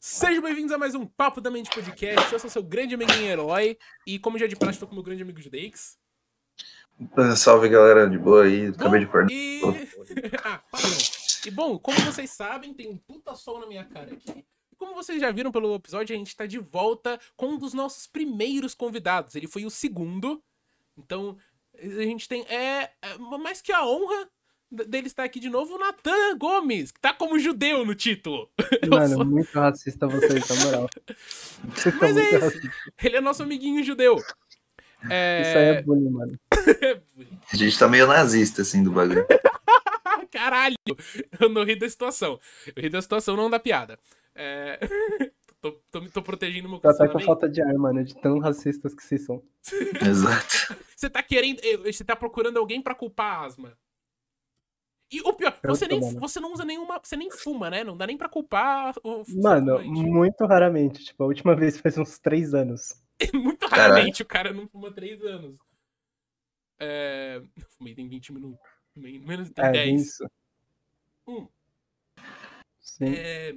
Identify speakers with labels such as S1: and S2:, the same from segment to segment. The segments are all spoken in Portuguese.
S1: Sejam bem-vindos a mais um Papo da Mente Podcast. Eu sou seu grande amiguinho herói e, como já de praxe, estou com meu grande amigo Judeix.
S2: Salve galera, de boa aí, acabei de acordar.
S1: E... ah, padrão. E bom, como vocês sabem, tem um puta sol na minha cara aqui. E como vocês já viram pelo episódio, a gente tá de volta com um dos nossos primeiros convidados. Ele foi o segundo. Então, a gente tem. É, é mais que a honra d- dele estar aqui de novo, o Natan Gomes, que tá como judeu no título. Eu
S3: Mano,
S1: sou-
S3: muito racista vocês, na moral. Vocês são
S1: Mas é
S3: muito
S1: isso.
S3: racistas.
S1: Ele é nosso amiguinho judeu. É...
S3: Isso aí é bullying, mano.
S2: A gente tá meio nazista assim do bagulho.
S1: Ah, Caralho! Eu não ri da situação. Eu ri da situação, não da piada. É... tô, tô, me- tô protegendo meu
S3: Tô até com
S1: cancelamento.
S3: falta de ar, mano, de tão racistas que vocês são.
S2: Exato.
S1: Você tá querendo. eh, Você tá procurando alguém pra culpar a asma. E o pior,
S3: Eu
S1: você
S3: tô
S1: nem,
S3: bom, né?
S1: você não usa nenhuma. Você nem fuma, né? Não dá nem pra culpar o.
S3: Mano, hum,
S1: fumante.
S3: muito raramente. Tipo, a última vez faz uns três anos.
S1: muito
S2: Caralho.
S1: raramente o cara não fuma três anos. É... Eu fumei tem 20 minutos. men- Menos tem
S3: É,
S1: 10.
S3: isso.
S1: Hum.
S3: Sim.
S1: É,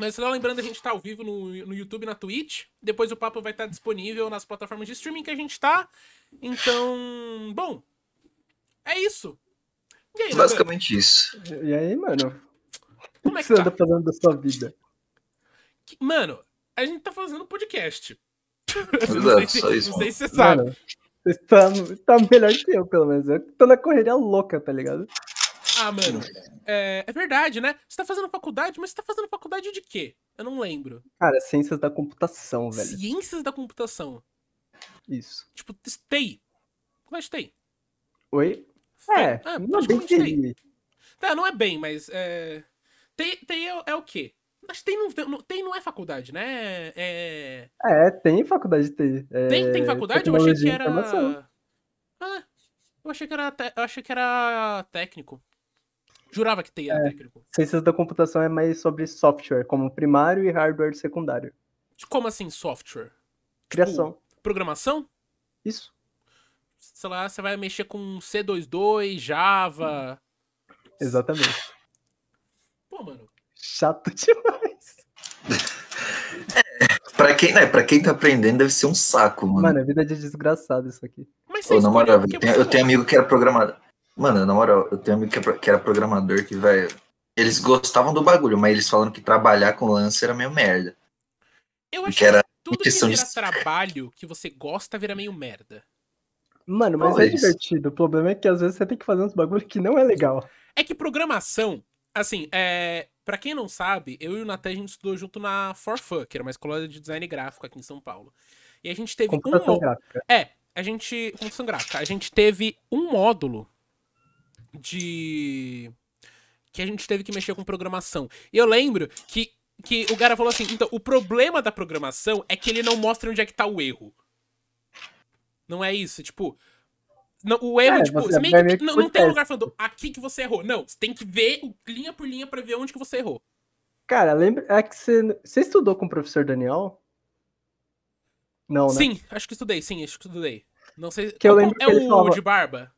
S1: Mas só lembrando, a gente tá ao vivo no, no YouTube e na Twitch. Depois o papo vai estar disponível nas plataformas de streaming que a gente tá. Então, bom. É isso. E aí, Natan,
S2: Basicamente isso.
S3: E aí, mano, o
S1: como é
S3: que
S1: que
S3: você anda
S1: tá?
S3: fazendo da sua vida?
S1: Que- Mano, a gente tá fazendo podcast. não sei
S2: Exato,
S1: se,
S2: só isso,
S1: não sei se você sabe.
S3: Mano, você tá, tá melhor que eu, pelo menos. Eu tô na correria louca, tá ligado?
S1: Ah, mano. É, é verdade, né? Você tá fazendo faculdade, mas você tá fazendo faculdade de quê? Eu não lembro.
S3: Cara, ciências da computação, velho.
S1: Ciências da computação.
S3: Isso.
S1: Tipo, TI. Faculdade de TI.
S3: Oi?
S1: Ah,
S3: É, não bem
S1: praticamente TI.
S3: queria.
S1: Tá, não é bem, mas. É... TI, TI é, é o quê? Acho que TI não, não, TI não é faculdade, né? É...
S3: É, tem faculdade de TI. É,
S1: Tem, tem faculdade? Eu achei que
S3: tecnologia de informação.
S1: era. Ah, eu achei que era, te- eu achei que era técnico. Jurava que
S3: É.
S1: TI era técnico.
S3: Ciências da computação é mais sobre software, como primário e hardware secundário.
S1: Como assim, software?
S3: Criação.
S1: Programação?
S3: Isso.
S1: Sei lá, você vai mexer com C22, Java.
S3: Exatamente.
S1: Pô, mano.
S3: Chato demais.
S2: Pra quem, né, pra quem tá aprendendo, deve ser um saco, mano.
S3: Mano, a vida é de desgraçado isso aqui.
S1: Mas você
S2: Ô, na
S1: escolheu
S2: moral,
S1: porque
S2: eu tenho,
S1: você
S2: eu tenho
S1: gosta.
S2: amigo que era programador. Mano, na moral, eu tenho amigo que era- que era programador que, velho. Eles gostavam do bagulho, mas eles falaram que trabalhar com lance era meio merda.
S1: Eu
S2: Que
S1: acho que
S2: era
S1: tudo que
S2: questão
S1: vira
S2: de-
S1: trabalho que você gosta vira meio merda.
S3: Mano, mas é
S2: Talvez.
S3: divertido. O problema é que às vezes você tem que fazer uns bagulho que não é legal.
S1: É que programação, assim, é. Pra quem não sabe, eu e o Natan, a gente estudou junto na Forfun, que era uma escola de design gráfico aqui em São Paulo. E a gente teve um
S3: Computação
S1: mó-
S3: gráfica.
S1: É, a gente. Computação gráfica. A gente teve um módulo de. Que a gente teve que mexer com programação. E eu lembro que, que o cara falou assim: então, o problema da programação é que ele não mostra onde é que tá o erro. Não é isso? Tipo. não, o erro,
S3: É,
S1: tipo,
S3: você
S1: você meio que-
S3: vai meio que
S1: não,
S3: por
S1: não tem um
S3: teste.
S1: lugar falando aqui que você errou. Não, você tem que ver o- linha por linha pra ver onde que você errou.
S3: Cara, lembra. É que você. Você estudou com o professor Daniel? Não, né?
S1: Sim, acho que estudei, sim, acho que estudei. Não sei.
S3: Que eu
S1: qual-
S3: lembro que
S1: é
S3: ele
S1: o
S3: falava-
S1: de barba?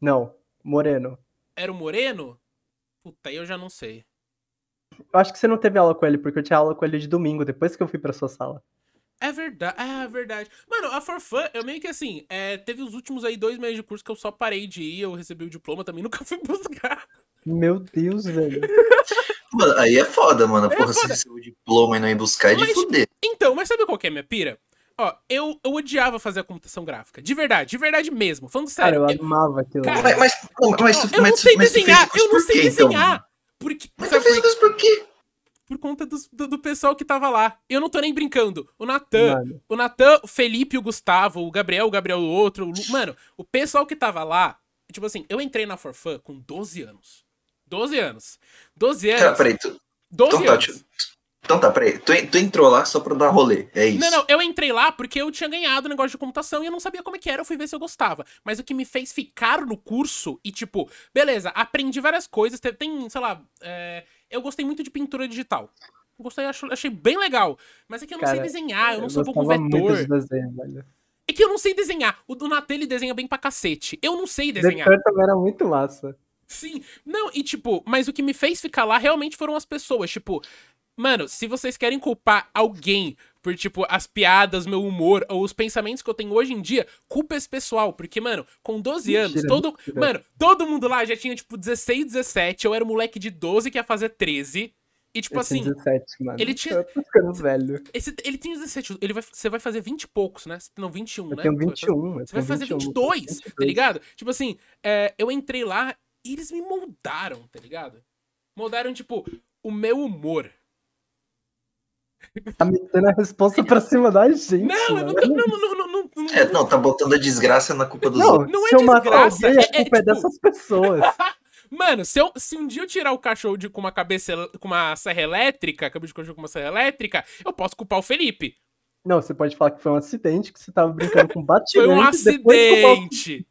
S3: Não. Moreno.
S1: Era o Moreno? Puta, aí eu já não sei.
S3: Eu acho que você não teve aula com ele, porque eu tinha aula com ele de domingo, depois que eu fui pra sua sala.
S1: É verdade, é verdade. Mano, a Forfã, eu meio que assim, é, teve os últimos aí dois meses de curso que eu só parei de ir, eu recebi o diploma também, nunca fui buscar.
S3: Meu Deus, velho.
S2: Mano, aí é foda, mano. Porra,
S1: foda.
S2: você recebeu o diploma e não ir buscar é de
S1: Mas-
S2: fuder.
S1: Então, mas sabe qual que é a minha pira? Ó, eu, eu odiava fazer a computação gráfica. De verdade, de verdade mesmo. Falando
S3: Cara,
S1: sério.
S3: eu
S1: eu-
S3: amava aquilo.
S1: Cara,
S2: Mas, mas, mas,
S1: ó,
S2: tu-
S1: eu
S2: mas
S1: não
S2: tu-
S1: sei
S2: mas tu fez
S1: desenhar,
S2: o curso
S1: eu não
S2: por
S1: sei
S2: quê, então?
S1: desenhar. Porque,
S2: Mas
S1: sabe é
S2: tu fez o
S1: por,
S2: curso por quê?
S1: por conta dos- do, do pessoal que tava lá. Eu não tô nem brincando. O Natan,
S3: Mano,
S1: O Natan, o Felipe, o Gustavo, o Gabriel, o Gabriel o outro, o Lu... Mano, o pessoal que tava lá, tipo assim, eu entrei na Forfã com 12 anos. 12 anos. 12
S2: Cara,
S1: anos.
S2: peraí, tu,
S1: 12
S2: Então tá,
S1: anos.
S2: tio. Então tá, peraí. Tu, tu entrou lá só pra dar rolê. É isso.
S1: Não, não, eu entrei lá porque eu tinha ganhado o negócio de computação e eu não sabia como é que era, eu fui ver se eu gostava. Mas o que me fez ficar no curso e, tipo, beleza, aprendi várias coisas, te- tem, sei lá, é, eu gostei muito de pintura digital. Gostei, acho- achei bem legal. Mas é que eu não sei
S3: Cara,
S1: desenhar, eu não sou bom com
S3: gostava muito
S1: vetor.
S3: de desenho, velho.
S1: É que eu não sei desenhar. O do Natan, ele desenha bem pra cacete. Eu não sei desenhar.
S3: Vetor também era muito massa.
S1: Sim. Não, e tipo, mas o que me fez ficar lá realmente foram as pessoas. Tipo, Mano, se vocês querem culpar alguém por, tipo, as piadas, meu humor ou os pensamentos que eu tenho hoje em dia, culpa esse pessoal. Porque, mano, com 12 anos,
S3: Mentira,
S1: todo.
S3: mentira.
S1: Mano, todo mundo lá já tinha, tipo, 16, 17. Eu era um moleque de 12 que ia fazer 13. E, tipo
S3: Eu
S1: assim,
S3: tinha 17, mano.
S1: ele tinha-
S3: Eu tô ficando velho.
S1: esse, ele tem 17. Ele vai, você vai fazer 20 e poucos, né? Não, 21,
S3: Eu
S1: né?
S3: tenho
S1: Você vai fazer-
S3: 21. eu
S1: Você vai
S3: tenho
S1: fazer
S3: 21,
S1: 22, tá
S3: 22.
S1: ligado? Tipo assim, é, eu entrei lá e eles me moldaram, tá ligado? Moldaram, tipo, o meu humor.
S3: Tá me dando a resposta pra cima da gente.
S1: tá Não, eu não,
S3: mano.
S1: tô- não, não, não, não, não,
S2: É, não, tá botando a desgraça na culpa dos
S3: Não,
S2: outros.
S1: Não é
S3: se eu matar
S1: desgraça, é-
S3: alguém, a
S1: é
S3: culpa é,
S1: tipo-
S3: dessas pessoas.
S1: Mano, se, eu, se um dia eu tirar o cachorro de, com uma cabeça, el- com uma serra elétrica, cabelo de cachorro com uma serra elétrica, eu posso culpar o Felipe.
S3: Não, você pode falar que foi um acidente, que você tava brincando com batirante.
S1: Foi um
S3: depois com uma-
S1: acidente.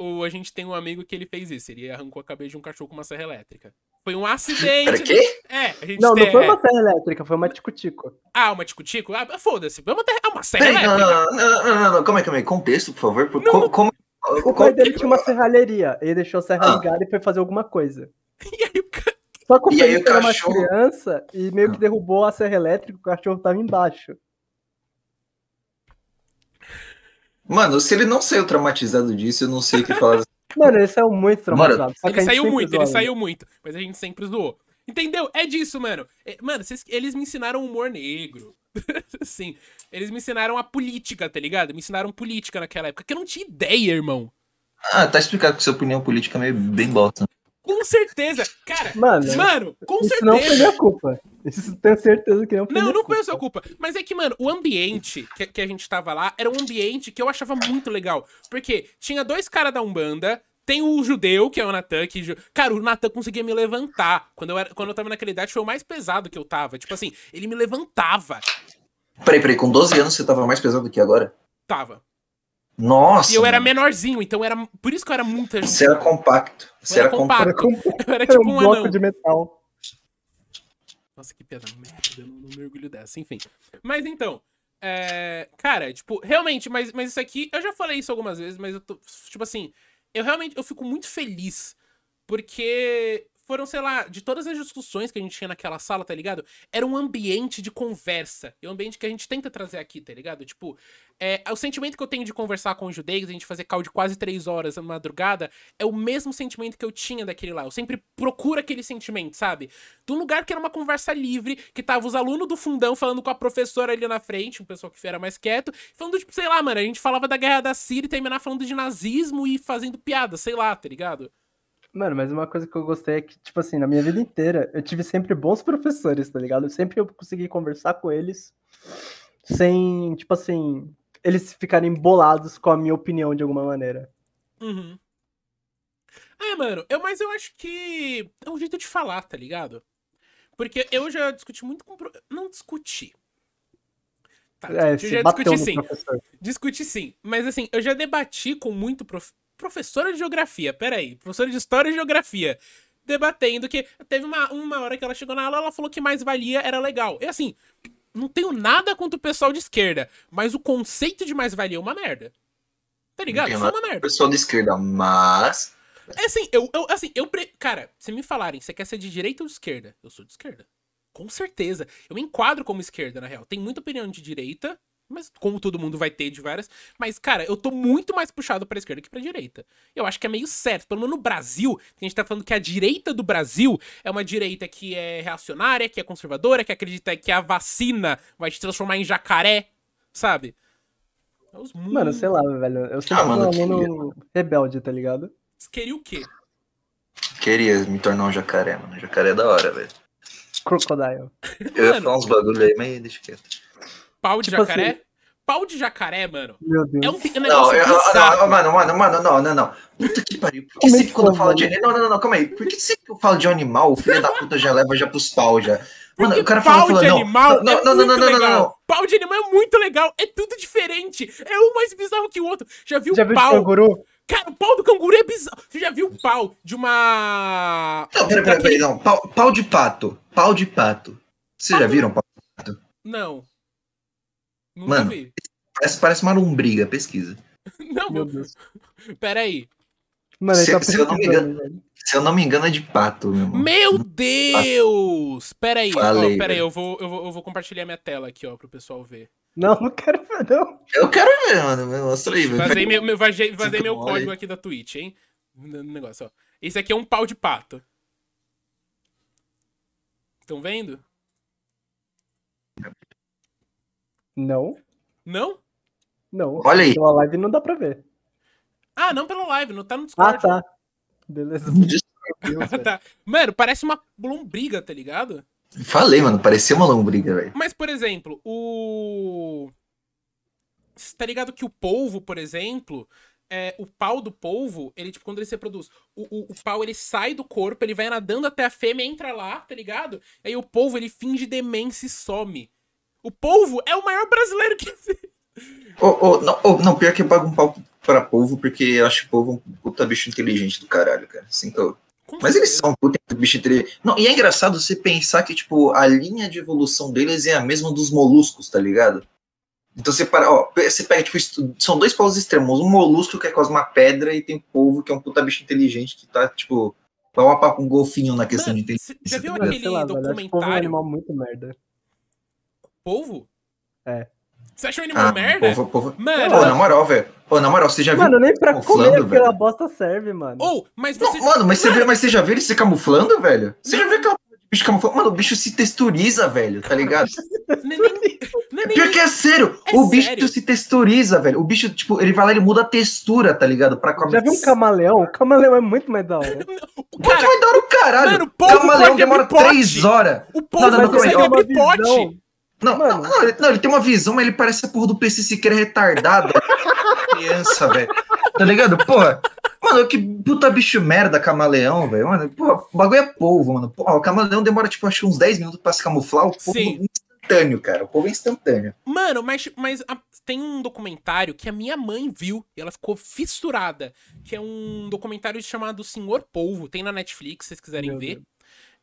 S1: Ou a gente tem um amigo que ele fez isso, ele arrancou a cabeça de um cachorro com uma serra elétrica. Foi um
S2: Pera,
S1: acidente.
S2: quê?
S1: É, a gente
S3: Não,
S1: tem.
S3: não foi um uma serra elétrica, foi uma tico-tico.
S1: Ah, uma tico-tico? Ah, foda-se. Vamos ter. Ah, uma serra
S2: Peraí, não,
S1: elétrica.
S2: não, não, não, não, não, é não, calma aí, calma aí. Contexto, por favor. por-
S1: Não,
S2: como, é como,
S3: O
S2: como-
S3: pai dele tinha uma serralheria, ele deixou a serra
S2: Ah.
S3: ligada e foi fazer alguma coisa.
S1: E aí o cara.
S3: Só que o
S2: E aí o
S3: Felipe era uma
S2: cachorro-
S3: criança e meio que
S2: Ah.
S3: derrubou a serra elétrica, o cachorro tava embaixo.
S2: Mano, se ele não saiu traumatizado disso, eu não sei o que falar.
S3: Mano, ele saiu muito traumatizado. só que a
S1: Ele
S3: gente
S1: saiu
S3: sempre
S1: muito,
S3: zoa né?
S1: ele saiu muito. Mas a gente sempre zoou. Entendeu? É disso, mano. É, Mano, vocês- eles me ensinaram humor negro. Sim. Eles me ensinaram a política, tá ligado? Me ensinaram política naquela época, que eu não tinha ideia, irmão.
S2: Ah, tá explicado que sua opinião política é meio bem bosta.
S1: Com certeza. Cara,
S3: Mano,
S1: mano, com
S3: Isso não foi
S1: certeza.
S3: minha culpa. Isso tenho certeza que não foi
S1: Não,
S3: minha
S1: não
S3: culpa.
S1: foi a sua culpa. Mas é que, mano, o ambiente que, que a gente tava lá era um ambiente que eu achava muito legal. Porque tinha dois caras da Umbanda, tem o judeu, que é o Natan, que. ju- Cara, o Natan conseguia me levantar. Quando eu, era, quando eu tava naquela idade, foi o mais pesado que eu tava. Tipo assim, ele me levantava.
S2: Peraí, peraí, com 12 anos você tava mais pesado que agora?
S1: Tava.
S2: Nossa!
S1: E eu era
S2: mano.
S1: menorzinho, então era. Por isso que eu era muito.
S2: Você era compacto. Você
S1: era
S2: era compacto.
S3: Era, como-
S1: Eu era
S3: era
S1: tipo
S3: um
S1: um
S3: bloco
S1: anão.
S3: de metal.
S1: Nossa, que piada merda, eu não, não me orgulho dessa, enfim. Mas então, é, cara, tipo, realmente, mas, mas isso aqui, eu já falei isso algumas vezes, mas eu tô, tipo assim, eu realmente, eu fico muito feliz, porque foram, sei lá, de todas as discussões que a gente tinha naquela sala, tá ligado? Era um ambiente de conversa, é um ambiente que a gente tenta trazer aqui, tá ligado? Tipo, é, o sentimento que eu tenho de conversar com os judeus, a gente fazer call de quase três horas na madrugada, é o mesmo sentimento que eu tinha daquele lá, eu sempre procuro aquele sentimento, sabe? de um lugar que era uma conversa livre, que tava os alunos do fundão falando com a professora ali na frente, um pessoal que era mais quieto, falando, tipo, sei lá, mano, a gente falava da guerra da Síria e terminar falando de nazismo e fazendo piada, sei lá, tá ligado?
S3: Mano, mas uma coisa que eu gostei é que, tipo assim, na minha vida inteira, eu tive sempre bons professores, tá ligado? Sempre eu consegui conversar com eles sem, tipo assim, eles ficarem bolados com a minha opinião de alguma maneira.
S1: Uhum. É, mano, eu, mas eu acho que é um jeito de falar, tá ligado? Porque eu já discuti muito com. pro- Não discuti. Tá,
S3: É,
S1: discuti,
S3: se
S1: eu já
S3: bateu
S1: discuti
S3: no
S1: sim.
S3: professor.
S1: Discuti sim, mas assim, eu já debati com muito prof... professora de geografia, peraí, professora de história e geografia, debatendo que teve uma, uma hora que ela chegou na aula, ela falou que mais valia era legal. E assim, não tenho nada contra o pessoal de esquerda, mas o conceito de mais valia é uma merda. Tá ligado?
S2: Não
S1: Isso
S2: tem
S1: é uma merda.
S2: Pessoal da esquerda, mas.
S1: É assim, eu, eu assim, eu pre... cara, se me falarem, você quer ser de direita ou de esquerda? Eu sou de esquerda. Com certeza. Eu me enquadro como esquerda, na real. Tem muita opinião de direita, mas como todo mundo vai ter de várias, mas cara, eu tô muito mais puxado pra esquerda que pra direita. Eu acho que é meio certo, pelo menos no Brasil, a gente tá falando que a direita do Brasil é uma direita que é reacionária, que é conservadora, que acredita que a vacina vai te transformar em jacaré, sabe? É Os
S3: Mano, sei lá, velho. Eu sempre
S2: Ah,
S3: fui um
S2: mano, que
S3: aluno rebelde, tá ligado?
S1: Queria o quê?
S2: Queria me tornar um jacaré, mano. Jacaré é da hora, velho.
S3: Crocodile.
S2: Eu ia
S1: Mano.
S2: falar uns bagulho aí, mas deixa quieto.
S1: Pau de
S3: Tipo
S1: jacaré?
S3: assim-
S1: Pau de jacaré, mano.
S3: Meu Deus.
S1: É um, fi- um
S2: Não,
S1: negócio
S2: eu, eu-
S1: bizarro.
S2: não, mano, mano, mano, não, não, não. Puta que pariu. Por que
S3: Como é
S2: sempre
S3: que
S2: quando eu
S3: tá,
S2: falo de animal. Não, não, não, não, calma aí. Por que sempre que eu falo de um animal, o filho da puta já leva já pros pau já? Mano,
S1: Porque
S2: o cara fala,
S1: pau
S2: fala
S1: de
S2: não.
S1: animal
S2: não,
S1: é
S2: não, não,
S1: muito
S2: não, não, não,
S1: legal.
S2: não.
S1: Pau de animal é muito legal. É tudo diferente. É um mais bizarro que o outro. Já viu
S3: Já
S1: É o
S3: viu
S1: pau?
S3: o canguru?
S1: Cara, o pau do canguru é bizarro. Você já viu o pau de uma...
S2: Não, peraí, peraí, peraí, não. Pau, pau de pato. Pau de pato. Vocês já viram pau?
S1: Não. Nunca
S2: Mano.
S1: vi.
S2: Parece, parece uma lombriga, pesquisa.
S1: Não,
S3: Meu Deus.
S1: peraí.
S3: Mano, ele
S2: Se-
S3: tá
S2: se eu não me
S3: pesquisando, velho.
S2: Se eu não me engano, é de pato, meu irmão.
S1: Meu Deus! Pera aí, ó,
S2: Falei,
S1: pera aí,
S2: velho.
S1: eu vou, eu, vou, eu vou compartilhar minha tela aqui, ó, pro pessoal ver.
S3: Não, não quero ver, não.
S2: Eu quero ver, mano. me Mostra aí, velho.
S1: Vazei meu, meu, vazei, vazei
S2: Sinto
S1: meu
S2: mole.
S1: código aqui da Twitch, hein? No no negócio, ó. Esse aqui é um pau de pato. Estão vendo?
S3: Não,
S1: Não?
S3: não.
S2: Olha aí.
S3: Então a live não dá pra ver.
S1: Ah, não pela live, não tá no Discord.
S3: Ah, tá. Beleza. Deus, velho.
S1: Tá. Mano, parece uma lombriga, tá ligado?
S2: Falei, mano. Parecia uma lombriga, velho.
S1: Mas, por exemplo, o. Cê Tá ligado que o polvo, por exemplo, é, o pau do polvo, ele, tipo, quando ele se reproduz, o, o, o pau ele sai do corpo, ele vai nadando até a fêmea, entra lá, tá ligado? Aí o polvo ele finge demência e some. O polvo é o maior brasileiro que existe.
S2: Ô, ô, não, ô, não, pior que eu pago um pau pra povo, porque eu acho povo um puta bicho inteligente do caralho, cara. Assim que eu-
S1: Com
S2: Mas eles
S1: certeza.
S2: são um puta bicho inteligente. Não, e é engraçado você pensar que, tipo, a linha de evolução deles é a mesma dos moluscos, tá ligado? Então você para, ó, pe- você pega, tipo, estu- são dois polos extremos, um molusco que é quase uma pedra e tem um polvo que é um puta bicho inteligente que tá, tipo, pau a pau com um golfinho na questão
S1: Mano,
S2: de inteligência.
S1: cê já viu
S2: tá
S3: Mano,
S2: ligado?
S1: aquele
S3: sei lá, velho, acho que o povo é um
S1: documentário
S3: animal muito merda.
S1: Polvo?
S3: É.
S1: Você achou ele uma
S2: Ah,
S1: merda?
S2: povo, povo.
S1: Mano,
S2: Pô, na moral, velho. Pô, na moral, você já viu.
S3: Mano, nem pra
S2: camuflando,
S3: comer aquela
S2: Tá velho.
S3: bosta serve, mano.
S1: ou, mas
S2: Não,
S1: você.
S2: mano, mas você, vê, mas você já viu ele se camuflando, velho? Você já viu aquela porra de bicho camuflando? Mano, o bicho se texturiza, velho, tá ligado?
S1: não é nem- não é nem
S2: Pior que é sério,
S1: É
S2: o bicho
S1: sério?
S2: se texturiza, velho. O bicho, tipo, ele vai lá e ele muda a textura, tá ligado? Pra comer.
S3: Já viu um camaleão? O camaleão é muito mais da hora.
S2: Puta,
S1: Cara,
S2: vai dar o caralho.
S1: mano,
S2: o
S1: povo
S2: camaleão
S1: pode
S2: demora
S1: abrir pote.
S2: três horas.
S1: o polvo
S2: Não, não,
S1: não
S2: não,
S1: consegue
S2: calma
S1: abrir pote.
S3: é visão.
S2: Não,
S3: Mano.
S2: não, não, ele, não, ele tem uma visão, mas ele parece a porra do PC Siqueira retardado. criança, velho. Tá ligado? Porra. Mano, que puta bicho merda, camaleão, velho. Mano, porra, o bagulho é polvo, mano. Porra, o camaleão demora, tipo, acho que uns 10 minutos pra se camuflar. O povo
S1: Sim.
S2: é instantâneo, cara. O povo é instantâneo.
S1: Mano, mas, mas a- tem um documentário que a minha mãe viu e ela ficou fissurada. Que é um documentário chamado Senhor Polvo. Tem na Netflix, se vocês quiserem
S3: Meu
S1: ver.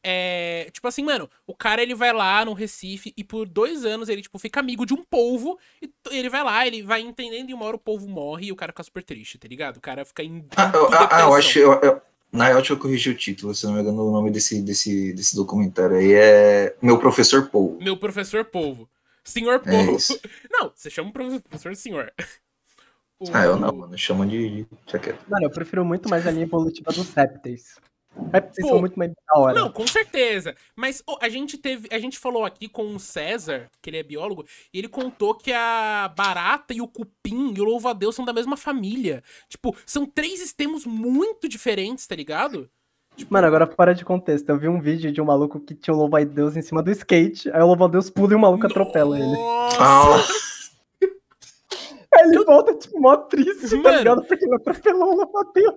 S1: É, tipo assim, mano, o cara ele vai lá no Recife e por dois anos ele tipo fica amigo de um polvo e t- ele vai lá, ele vai entendendo e uma hora o polvo morre e o cara fica super triste, tá ligado? O cara fica em
S2: Ah, eu,
S1: puta
S2: ah, ah, eu
S1: depressão.
S2: acho. Eu, eu, na real, deixa eu corrigir o título, se não me engano, o nome desse, desse, desse documentário aí é Meu Professor Polvo.
S1: Meu professor polvo. Senhor
S2: É
S1: polvo.
S2: isso.
S1: Não, você chama o professor de senhor. O-
S2: Ah, eu não, mano. Chama de. Deixa quieto.
S3: Mano, eu prefiro muito mais a linha evolutiva dos répteis. Répteis
S1: Pô.
S3: são muito mais da hora.
S1: Não, com certeza. Mas ô, a gente teve, a gente falou aqui com o César, que ele é biólogo, e ele contou que a barata e o cupim e o louva-a-Deus são da mesma família. Tipo, são três extremos muito diferentes, tá ligado?
S3: Mano, agora fora de contexto. Eu vi um vídeo de um maluco que tinha um louva-a-Deus em cima do skate. Aí o louva-a-Deus pula e o maluco atropela ele.
S1: Nossa,
S2: Ah,
S3: Aí ele volta, tipo, mó triste, tá
S1: Mano.
S3: ligado? Porque ele atropelou o louva-a-Deus.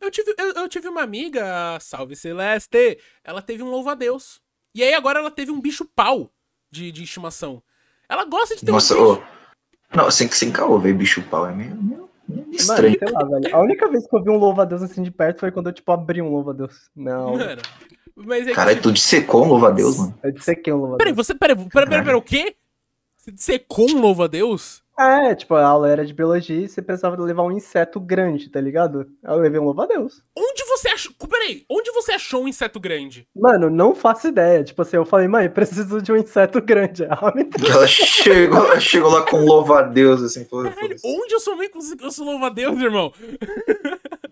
S1: eu tive, eu, eu tive uma amiga, a salve Celeste, ela teve um louva-a-Deus. E aí agora ela teve um bicho pau de, de estimação. Ela gosta de ter
S2: Nossa,
S1: um bicho.
S2: ô. Não, sem, sem caô, velho, bicho pau. É meio, meio- meio
S3: Mano,
S2: estranho.
S3: sei lá, velho. A única vez que eu vi um louva-a-Deus assim de perto foi quando eu, tipo, abri um louva-a-Deus. Não,
S1: Mano, mas é que,
S2: Cara,
S1: tipo,
S2: tu dissecou um louva-a-Deus, mano.
S3: eu dissequei um
S1: Peraí,
S3: louva-a-Deus.
S1: você. Peraí, peraí, peraí, peraí, o quê? Você secou um louvo a Deus?
S3: É, tipo, a aula era de biologia e você pensava em levar um inseto grande, tá ligado? Aí eu levei um louva-a-Deus.
S1: Onde você achou. Peraí, onde você achou um inseto grande?
S3: Mano, não faço ideia. Tipo assim, eu falei, mãe, preciso de um inseto grande. Ah, Ela me deu.
S2: Ela chegou, ela chegou lá com um louva-a-Deus, assim, falou,
S1: Caralho,
S2: foda-se.
S1: onde eu sou mãe conseguiu esse louvo a Deus, irmão?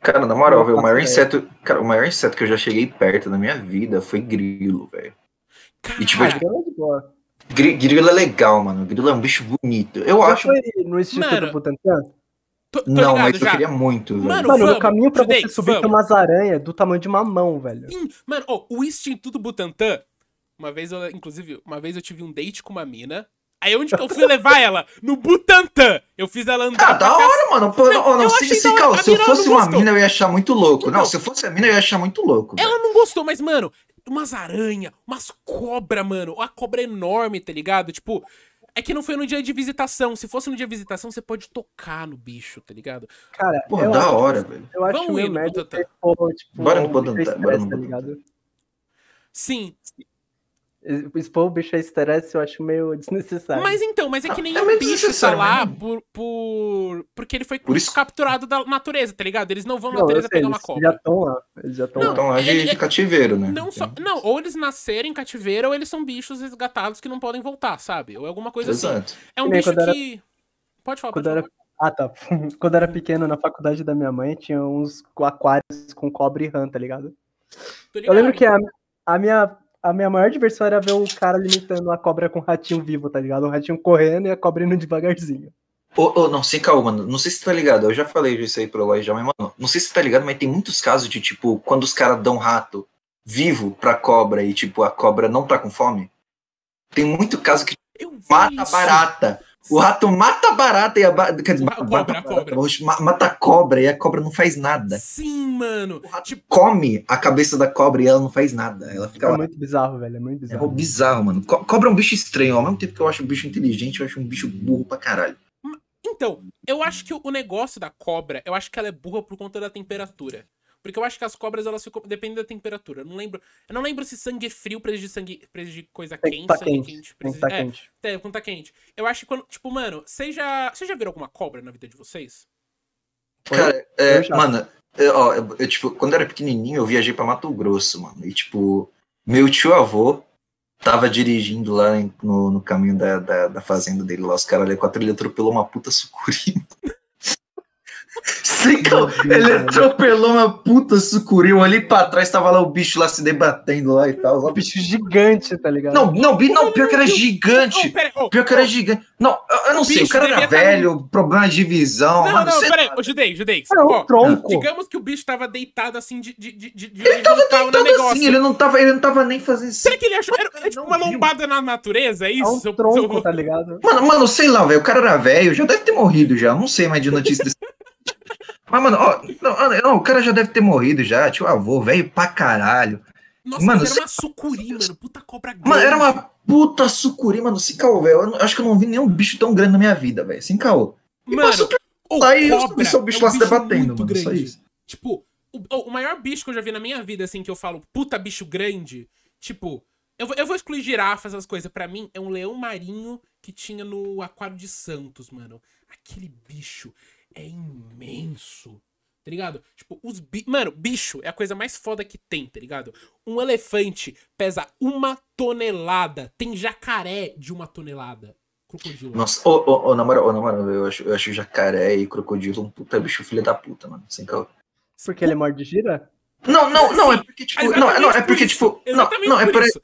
S2: Cara, na moral, velho, o maior
S3: Nossa,
S2: inseto. Cara, o maior inseto que eu já cheguei perto na minha vida foi grilo, velho.
S1: Cara,
S2: E tipo, é tipo-
S3: Ela de boa.
S2: Gri- Grilo é legal, mano. Grilo é um bicho bonito. Eu
S3: Já
S2: acho.
S3: foi no Instituto
S1: Mano,
S3: Butantan?
S1: tô, tô
S2: Não,
S1: ligado
S2: mas eu
S1: já.
S2: queria muito, velho.
S1: Mano,
S3: Mano,
S1: vamos,
S3: no caminho pra
S1: Judei,
S3: você subir
S1: vamos.
S3: tem umas aranhas do tamanho de uma mão, velho.
S1: Sim, mano, ó, o Instituto Butantan. Uma vez eu, inclusive, uma vez eu tive um date com uma mina. Aí onde que eu fui levar ela? No Butantan! Eu fiz ela andar.
S2: Ah, da
S1: pra cá-
S2: hora, mano. Pô,
S1: Não,
S2: não, não,
S1: eu
S2: se,
S1: achei
S2: se,
S1: da hora.
S2: calma,
S1: A
S2: se eu
S1: mina não
S2: fosse uma
S1: gostou.
S2: mina, eu ia achar muito louco.
S1: Então-
S2: não, se eu fosse a mina, eu ia achar muito louco. velho.
S1: Ela não gostou, mas, mano, umas aranha, umas cobra, mano. Uma cobra enorme, tá ligado? Tipo, é que não foi no dia de visitação. Se fosse no dia de visitação, você pode tocar no bicho, tá ligado?
S3: Cara,
S2: Pô,
S3: eu,
S2: da
S3: acho,
S2: hora, velho.
S3: eu acho
S1: Vamos ir
S3: meio
S1: no
S3: merda
S1: Butantan.
S3: ser, pô, tipo,
S2: Bora no
S3: um
S2: Butantan,
S3: estresse,
S2: bora no
S3: tá
S2: Butantan.
S3: ligado?
S1: Sim.
S3: Expor o bicho a estresse eu acho meio desnecessário.
S1: Mas então, mas é que nem
S2: É
S1: o
S2: meio
S1: bicho tá
S2: desnecessário
S1: lá
S2: mesmo.
S1: por, por. Porque ele foi
S2: Por isso-
S1: capturado da natureza, tá ligado? Eles não vão na
S3: Não, eu
S1: natureza
S3: sei,
S1: pegar
S3: eles
S1: uma cobra.
S3: já estão lá. Eles já estão
S1: Não,
S3: lá.
S2: Então lá
S1: ele-
S2: de, de cativeiro, né?
S1: Não,
S3: Uhum.
S1: só,
S2: Então,
S1: não, ou eles nasceram em cativeiro, ou eles são bichos resgatados que não podem voltar, sabe? Ou alguma coisa assim.
S2: Exato.
S1: É um
S3: Que nem
S1: bicho
S3: quando era-
S1: que. Pode falar, pode
S3: Quando
S1: falar.
S3: era... Ah, tá. Quando eu era pequeno, na faculdade da minha mãe, tinha uns aquários com cobra e rã, tá ligado?
S1: Tô
S3: Eu lembro
S1: ligado.
S3: que a, a minha, a minha maior diversão era ver o cara alimentando a cobra com um ratinho vivo, tá ligado? Um ratinho correndo e a cobra indo devagarzinho.
S2: Ô, ô, não, sem calma, mano. Não sei se tá ligado. Eu já falei disso aí pro Eloy já, mas, mano, não sei se tá ligado, mas tem muitos casos de, tipo, quando os caras dão rato vivo pra cobra e, tipo, a cobra não tá com fome. Tem muito caso que
S1: Eu vi
S2: mata a
S1: isso.
S2: barata. O rato mata a barata e a barata. Quer dizer,
S1: A
S2: mata
S1: cobra,
S2: barata,
S1: a cobra.
S2: oxe, ma- Mata a cobra e a cobra não faz nada.
S1: Sim, mano.
S2: O rato
S1: Tipo,
S2: come a cabeça da cobra e ela não faz nada. Ela fica
S3: É
S2: lá.
S3: muito bizarro, velho. É muito
S2: É algo
S3: bizarro.
S2: bizarro, mano. Co- cobra é um bicho estranho. Ao mesmo tempo que eu acho um bicho inteligente, eu acho um bicho burro pra caralho.
S1: Então, eu acho que o negócio da cobra, eu acho que ela é burra por conta da temperatura. Porque eu acho que as cobras, elas ficam. Depende da temperatura. Eu não lembro. Eu não lembro se sangue é frio precisa de sangue. Precisa de coisa
S3: que
S1: quente,
S3: tá
S1: sangue
S3: quente,
S1: quente.
S3: Tem que
S1: Precisa,
S3: tá
S1: é,
S3: quente.
S1: tem, quando tá quente. Eu acho que quando. Tipo, mano, vocês já. Vocês já viram alguma cobra na vida de vocês?
S3: Foi?
S2: Cara, é,
S3: Eu já.
S2: mano, eu, ó, eu- eu, tipo, quando eu era pequenininho, eu viajei pra Mato Grosso, mano. E, tipo, meu tio-avô tava dirigindo lá em- no, no caminho da, da, da fazenda dele lá. Os caras ali com a trilha atropelou uma puta sucuri. Sem cal-
S3: Meu Deus,
S2: Ele
S3: velho.
S2: atropelou uma puta sucuri. Eu olhei pra trás, tava lá o bicho lá se debatendo lá e tal.
S3: Um bicho gigante, tá ligado?
S2: Não, não, bi- não, pior que era
S1: Não,
S2: gigante.
S1: Oh, pera, oh,
S2: Pior que era gigante. Não, eu, eu não
S1: O
S2: sei, o
S1: bicho
S2: cara era
S1: devia tá
S2: velho, problema de visão.
S1: Não,
S2: mano,
S1: não, tá
S2: sei-
S1: peraí, ô Judei, Judei.
S3: É um
S1: ó,
S3: tronco.
S1: digamos que o bicho tava deitado assim de. de, de, de
S2: Ele tava
S1: horizontal
S2: deitado assim, ele não tava, ele não tava nem fazendo isso.
S1: Será que ele achou. Era, é tipo
S2: Não
S1: uma
S2: viu.
S1: lombada na natureza, é
S3: É um
S1: isso? Eu-
S3: tronco,
S1: eu-
S3: tá ligado?
S2: Mano, mano, sei lá, velho, o cara era velho, já deve ter morrido já, não sei mais de notícia desse. Mas, mano, ó, não, ah, não, o cara já deve ter morrido já, tio avô, velho pra caralho.
S1: Nossa,
S2: Mano,
S1: mas
S2: você-
S1: era uma sucuri, mano. Puta cobra grande.
S2: Mano, era uma puta sucuri, mano, sem caô, velho. Eu não- acho que eu não vi nenhum bicho tão grande na minha vida, velho, sem caô. E
S1: Mano,
S2: passou pra
S1: ô,
S2: lá e eu
S1: cobra
S2: só vi o bicho
S1: é um
S2: lá se debatendo,
S1: muito
S2: mano, só
S1: grande.
S2: isso.
S1: Tipo, o, o- o maior bicho que eu já vi na minha vida, assim, que eu falo, puta bicho grande, tipo, eu, vou- eu vou excluir girafas, essas coisas. Pra mim, é um leão marinho que tinha no Aquário de Santos, mano. Aquele bicho é imenso. Tá ligado? Tipo, os bi... Mano, bicho é a coisa mais foda que tem, tá ligado? Um elefante pesa uma tonelada. Tem jacaré de uma tonelada. Crocodilo.
S2: Nossa, ô, ô, ô, na moral, ô, na moral, eu acho, eu acho jacaré e crocodilo um puta bicho filho da puta, mano. Sem calma.
S3: Porque ele é morde gira?
S2: Não, não, não,
S1: Sim,
S2: é porque, tipo, não, não, é
S1: Exatamente por
S2: porque,
S1: isso,
S2: tipo, não,
S1: exatamente
S2: não, é
S1: por
S2: por-
S1: isso.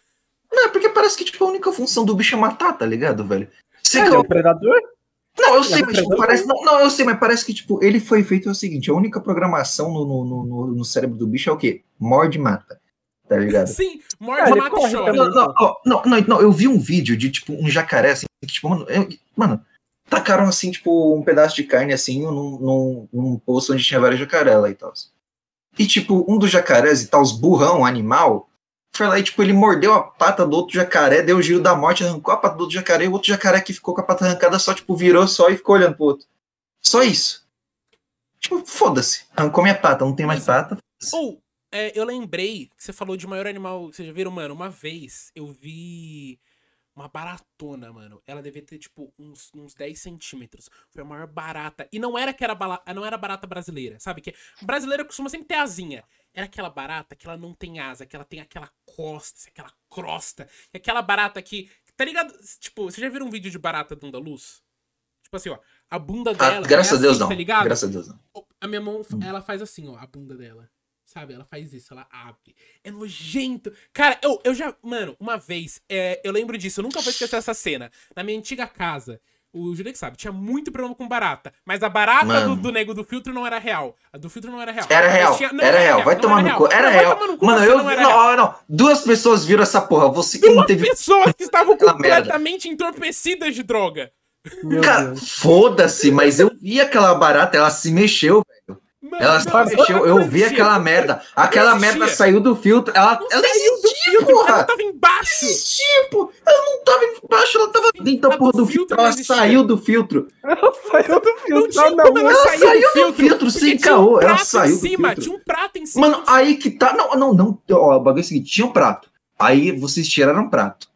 S2: não, é porque parece que, tipo, a única função do bicho é matar, tá ligado, velho? Sem
S3: Ele é
S2: calma.
S3: um predador?
S2: Não, eu sei, mas,
S3: é
S2: tipo,
S3: predador.
S2: parece, não, não, eu sei, mas parece que, tipo, ele foi feito é o seguinte, a única programação no, no, no- no, no cérebro do bicho é o quê? Morde e mata, tá ligado?
S1: Sim,
S3: Ah,
S1: morde,
S3: ele
S1: mata e
S3: corre tá
S1: chora.
S3: também.
S2: Não, não, ó, não, não, não, eu vi um vídeo de, tipo, um jacaré, assim, que, tipo, mano, eu- mano, tacaram, assim, tipo, um pedaço de carne, assim, num, num, num poço onde tinha vários jacaré lá e tal. E, tipo, um dos jacarés e tal, os burrão, animal, foi lá e, tipo, ele mordeu a pata do outro jacaré, deu o giro da morte, arrancou a pata do outro jacaré, e o outro jacaré que ficou com a pata arrancada só, tipo, virou só e ficou olhando pro outro. Só isso. Tipo, foda-se. Arrancou minha pata, não tem
S1: Mas-
S2: mais pata.
S1: Ou, é, eu lembrei que você falou de maior animal. Vocês já viram, mano? Uma vez eu vi uma baratona, mano. Ela devia ter, tipo, uns, uns 10 centímetros. Foi a maior barata. E não era que era, bala... não era barata brasileira, sabe? Que brasileira costuma sempre ter asinha. Era aquela barata que ela não tem asa, que ela tem aquela costa, aquela crosta. E aquela barata que. Tá ligado? Tipo, vocês já viram um vídeo de barata dando à luz? Tipo assim, ó. A bunda
S2: Ah,
S1: dela. é
S2: graças a Deus,
S1: assim,
S2: não.
S1: Tá ligado?
S2: Graças a Deus, não.
S1: A minha mão,
S2: Hum.
S1: ela faz assim, ó, a bunda dela. Sabe? Ela faz isso, ela abre. É nojento. Cara, eu, eu já. Mano, uma vez, é, eu lembro disso, eu nunca vou esquecer essa cena. Na minha antiga casa, o Júlio que sabe, tinha muito problema com barata. Mas a barata do,
S2: Mano.
S1: do nego do filtro não era real. A do filtro não era real.
S2: Era
S1: Mas
S2: real,
S1: tinha- não
S2: era real, vai
S1: não
S2: tomar no cu,
S1: Não,
S2: era
S1: vai
S2: real.
S1: tomar no cu,
S2: Mano,
S1: você
S2: eu
S1: não
S2: vi.
S1: era
S2: Não,
S1: real.
S2: ó, não, duas pessoas viram essa porra, você que não teve.
S1: Pessoas que estavam
S2: Aquela merda.
S1: completamente entorpecidas de droga.
S3: Meu
S2: Cara,
S3: Deus.
S2: foda-se, mas eu vi aquela barata, ela se mexeu,
S1: Mano,
S2: ela se
S1: não,
S2: mexeu, eu vi
S1: existia.
S2: aquela merda. Aquela
S1: existia.
S2: merda saiu do filtro, ela,
S1: Não
S2: ela
S1: saiu do
S2: existia,
S1: filtro, ela
S2: porra!
S1: tava embaixo.
S2: Existia, pô! Ela não tava embaixo, ela tava dentro da
S1: Ah,
S2: porra
S1: do
S2: do
S1: filtro
S2: filtro,
S1: não
S2: ela
S1: existia.
S2: saiu do filtro.
S3: Ela saiu do
S1: Não
S3: filtro.
S1: tinha
S3: não,
S1: como ela,
S2: ela
S1: sair
S2: saiu
S1: do
S2: do
S1: filtro.
S2: filtro,
S1: porque
S2: sem
S1: tinha
S2: caô,
S1: Um
S2: ela
S1: prato
S2: saiu
S1: em
S2: do
S1: cima,
S2: filtro.
S1: tinha um prato em cima.
S2: Mano, aí que tá. Não, não, não. Ó, o bagulho é o seguinte: tinha um prato. Aí vocês tiraram o prato.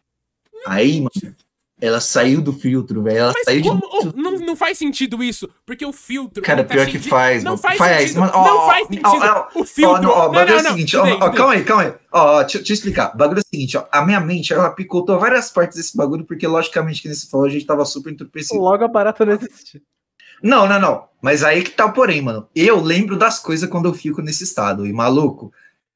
S2: Aí, mano, ela saiu do filtro, velho. Ela
S1: Mas
S2: saiu
S1: como?
S2: de. um
S1: Oh, não, não faz sentido isso, porque o filtro.
S2: Cara,
S1: ele tá
S2: pior
S1: cheio
S2: que
S1: de-
S2: faz,
S1: Não
S2: mano.
S1: faz,
S2: Faz,
S1: sentido.
S2: mano.
S1: não
S2: Ó,
S1: faz
S2: ó,
S1: sentido.
S2: ó,
S1: o
S2: Ó,
S1: filtro.
S2: não, ó, o bagulho é o seguinte, ó,
S1: Tudo bem,
S2: ó,
S1: tudo bem.
S2: calma aí, calma aí. Ó, ó, deixa, deixa eu explicar. O bagulho é o seguinte, ó. A minha mente, ela picotou várias partes desse bagulho, porque logicamente, que nem você falou, a gente tava super entorpecido.
S3: Logo a barata não existe.
S2: Não, não, não. Mas aí que tá o porém, mano. Eu lembro das coisas quando eu fico nesse estado. E maluco,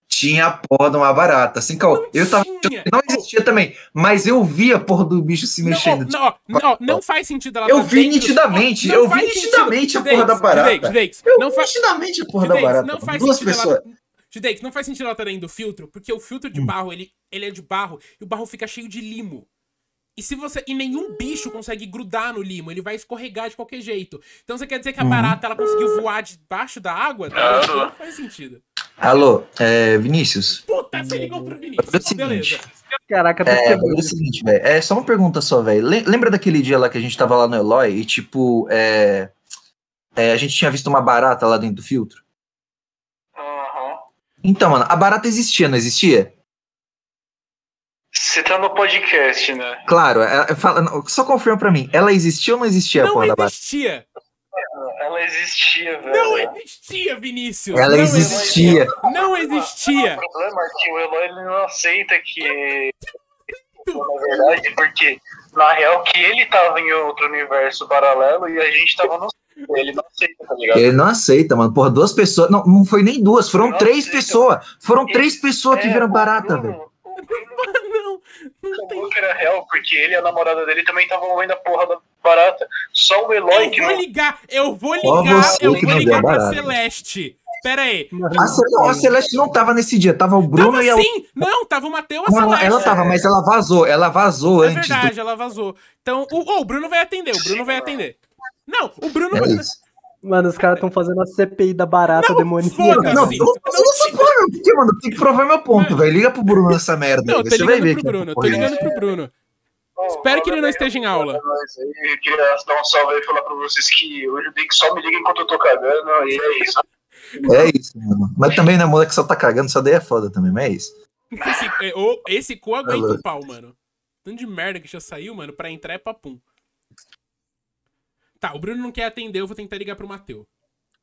S2: tinha a porra de uma barata. Assim, calma. Eu tava.
S1: Tinha.
S2: Não existia também. Mas eu via a porra do bicho se
S1: Não, ó,
S2: mexendo.
S1: não, ó, não, ó, não faz sentido ela
S2: Eu
S1: tá
S2: vi
S1: dentro-
S2: nitidamente,
S1: Não
S2: eu vi
S1: faz sentido.
S2: nitidamente a porra
S1: Judeix,
S2: da barata.
S1: Judeix, Judeix,
S2: Eu
S1: não faz
S2: nitidamente a porra da
S1: Judeix,
S2: barata.
S1: não faz
S2: Duas
S1: sentido
S2: pessoas.
S1: ela. Judeix, não faz sentido ela estar dentro do filtro, porque o filtro de
S2: Hum.
S1: barro, ele, ele é de barro, e o barro fica cheio de limo. E se você. E nenhum bicho consegue grudar no limo, ele vai escorregar de qualquer jeito. Então você quer dizer que a
S2: Hum.
S1: barata ela conseguiu voar debaixo da água? Não, não faz sentido.
S2: Alô, é, Vinícius.
S1: Puta, você ligou pro
S2: É o
S1: Vinícius.
S2: seguinte.
S1: Beleza.
S3: Caraca, tá
S2: É,
S3: quebrando.
S2: bagulho é o seguinte, velho. É só uma pergunta só, velho. Le- Lembra daquele dia lá que a gente tava lá no Eloy e, tipo, é, é, a gente tinha visto uma barata lá dentro do filtro?
S4: Aham.
S2: Então, mano, a barata existia, não existia?
S4: Você tá no podcast, né?
S2: Claro, é- é- fala- não, só confirma pra mim. Ela existia ou não existia é a
S1: Não
S2: porra da barata?
S1: existia.
S4: Ela existia, velho.
S1: Não existia, Vinícius.
S2: Ela
S1: não
S2: existia.
S1: Não existia.
S4: O problema é que o Eloy ele não aceita que. Na verdade, porque na real que ele tava em outro universo paralelo e a gente tava no. Ele não aceita, tá ligado?
S2: Ele não aceita, mano. Porra, duas pessoas. Não, não foi nem duas, foram
S4: Não
S2: três
S4: aceita.
S2: pessoas. Foram
S4: Ele-
S2: três pessoas que
S4: É,
S2: viram
S4: o
S2: barata,
S4: Bruno-
S2: velho.
S4: O Bruno
S1: Não, não tem.
S4: falou que era real, porque ele e a namorada dele também estavam vendo a porra da barata. Só o Eloy que
S1: Eu
S4: não
S1: vou ligar, eu vou
S2: Só
S1: ligar,
S2: você
S1: eu
S2: que
S1: vou
S2: não
S1: ligar
S2: deu
S1: pra
S2: barato.
S1: Celeste. Pera aí.
S2: A, Ce- não, a Celeste não tava nesse dia, tava o Bruno
S1: Tava
S2: e a.
S1: sim! Não, tava o Matheus
S2: Não,
S1: a
S2: ela,
S1: Celeste.
S2: ela tava, mas ela vazou. Ela vazou
S1: É
S2: antes
S1: verdade, ela vazou. Então, o, oh, o Bruno vai atender, o Bruno vai atender. Não, o Bruno
S2: do. É
S1: vai.
S2: isso.
S3: Mano, os caras estão fazendo a CPI da barata
S1: Não,
S3: demoníaca.
S1: foda-se.
S2: Não,
S1: Assim,
S2: vamos fazer essa porra, meu, porque, mano, tem que provar meu ponto,
S1: Mas-
S2: velho. Liga pro Bruno nessa merda.
S1: Não, eu
S2: velho.
S1: tô
S2: Você vai ver
S1: ligando pro
S2: que é
S1: Bruno, eu tô
S2: porra.
S1: ligando pro Bruno.
S4: Bom,
S1: Espero que ele não
S4: valeu,
S1: esteja em aula.
S4: nós aí. Eu queria dar um salve aí e falar pra vocês que hoje o Dick só me liga enquanto eu tô cagando e é isso.
S2: É isso, mano. Mas também, né, moleque, só tá cagando, só daí é foda também, mas é isso.
S1: Esse, é, ô, esse cu aguenta
S2: Alô.
S1: o pau, mano. Tanto de merda que já saiu, mano, pra entrar é papum. Tá, o Bruno não quer atender, eu vou tentar ligar pro Matheus.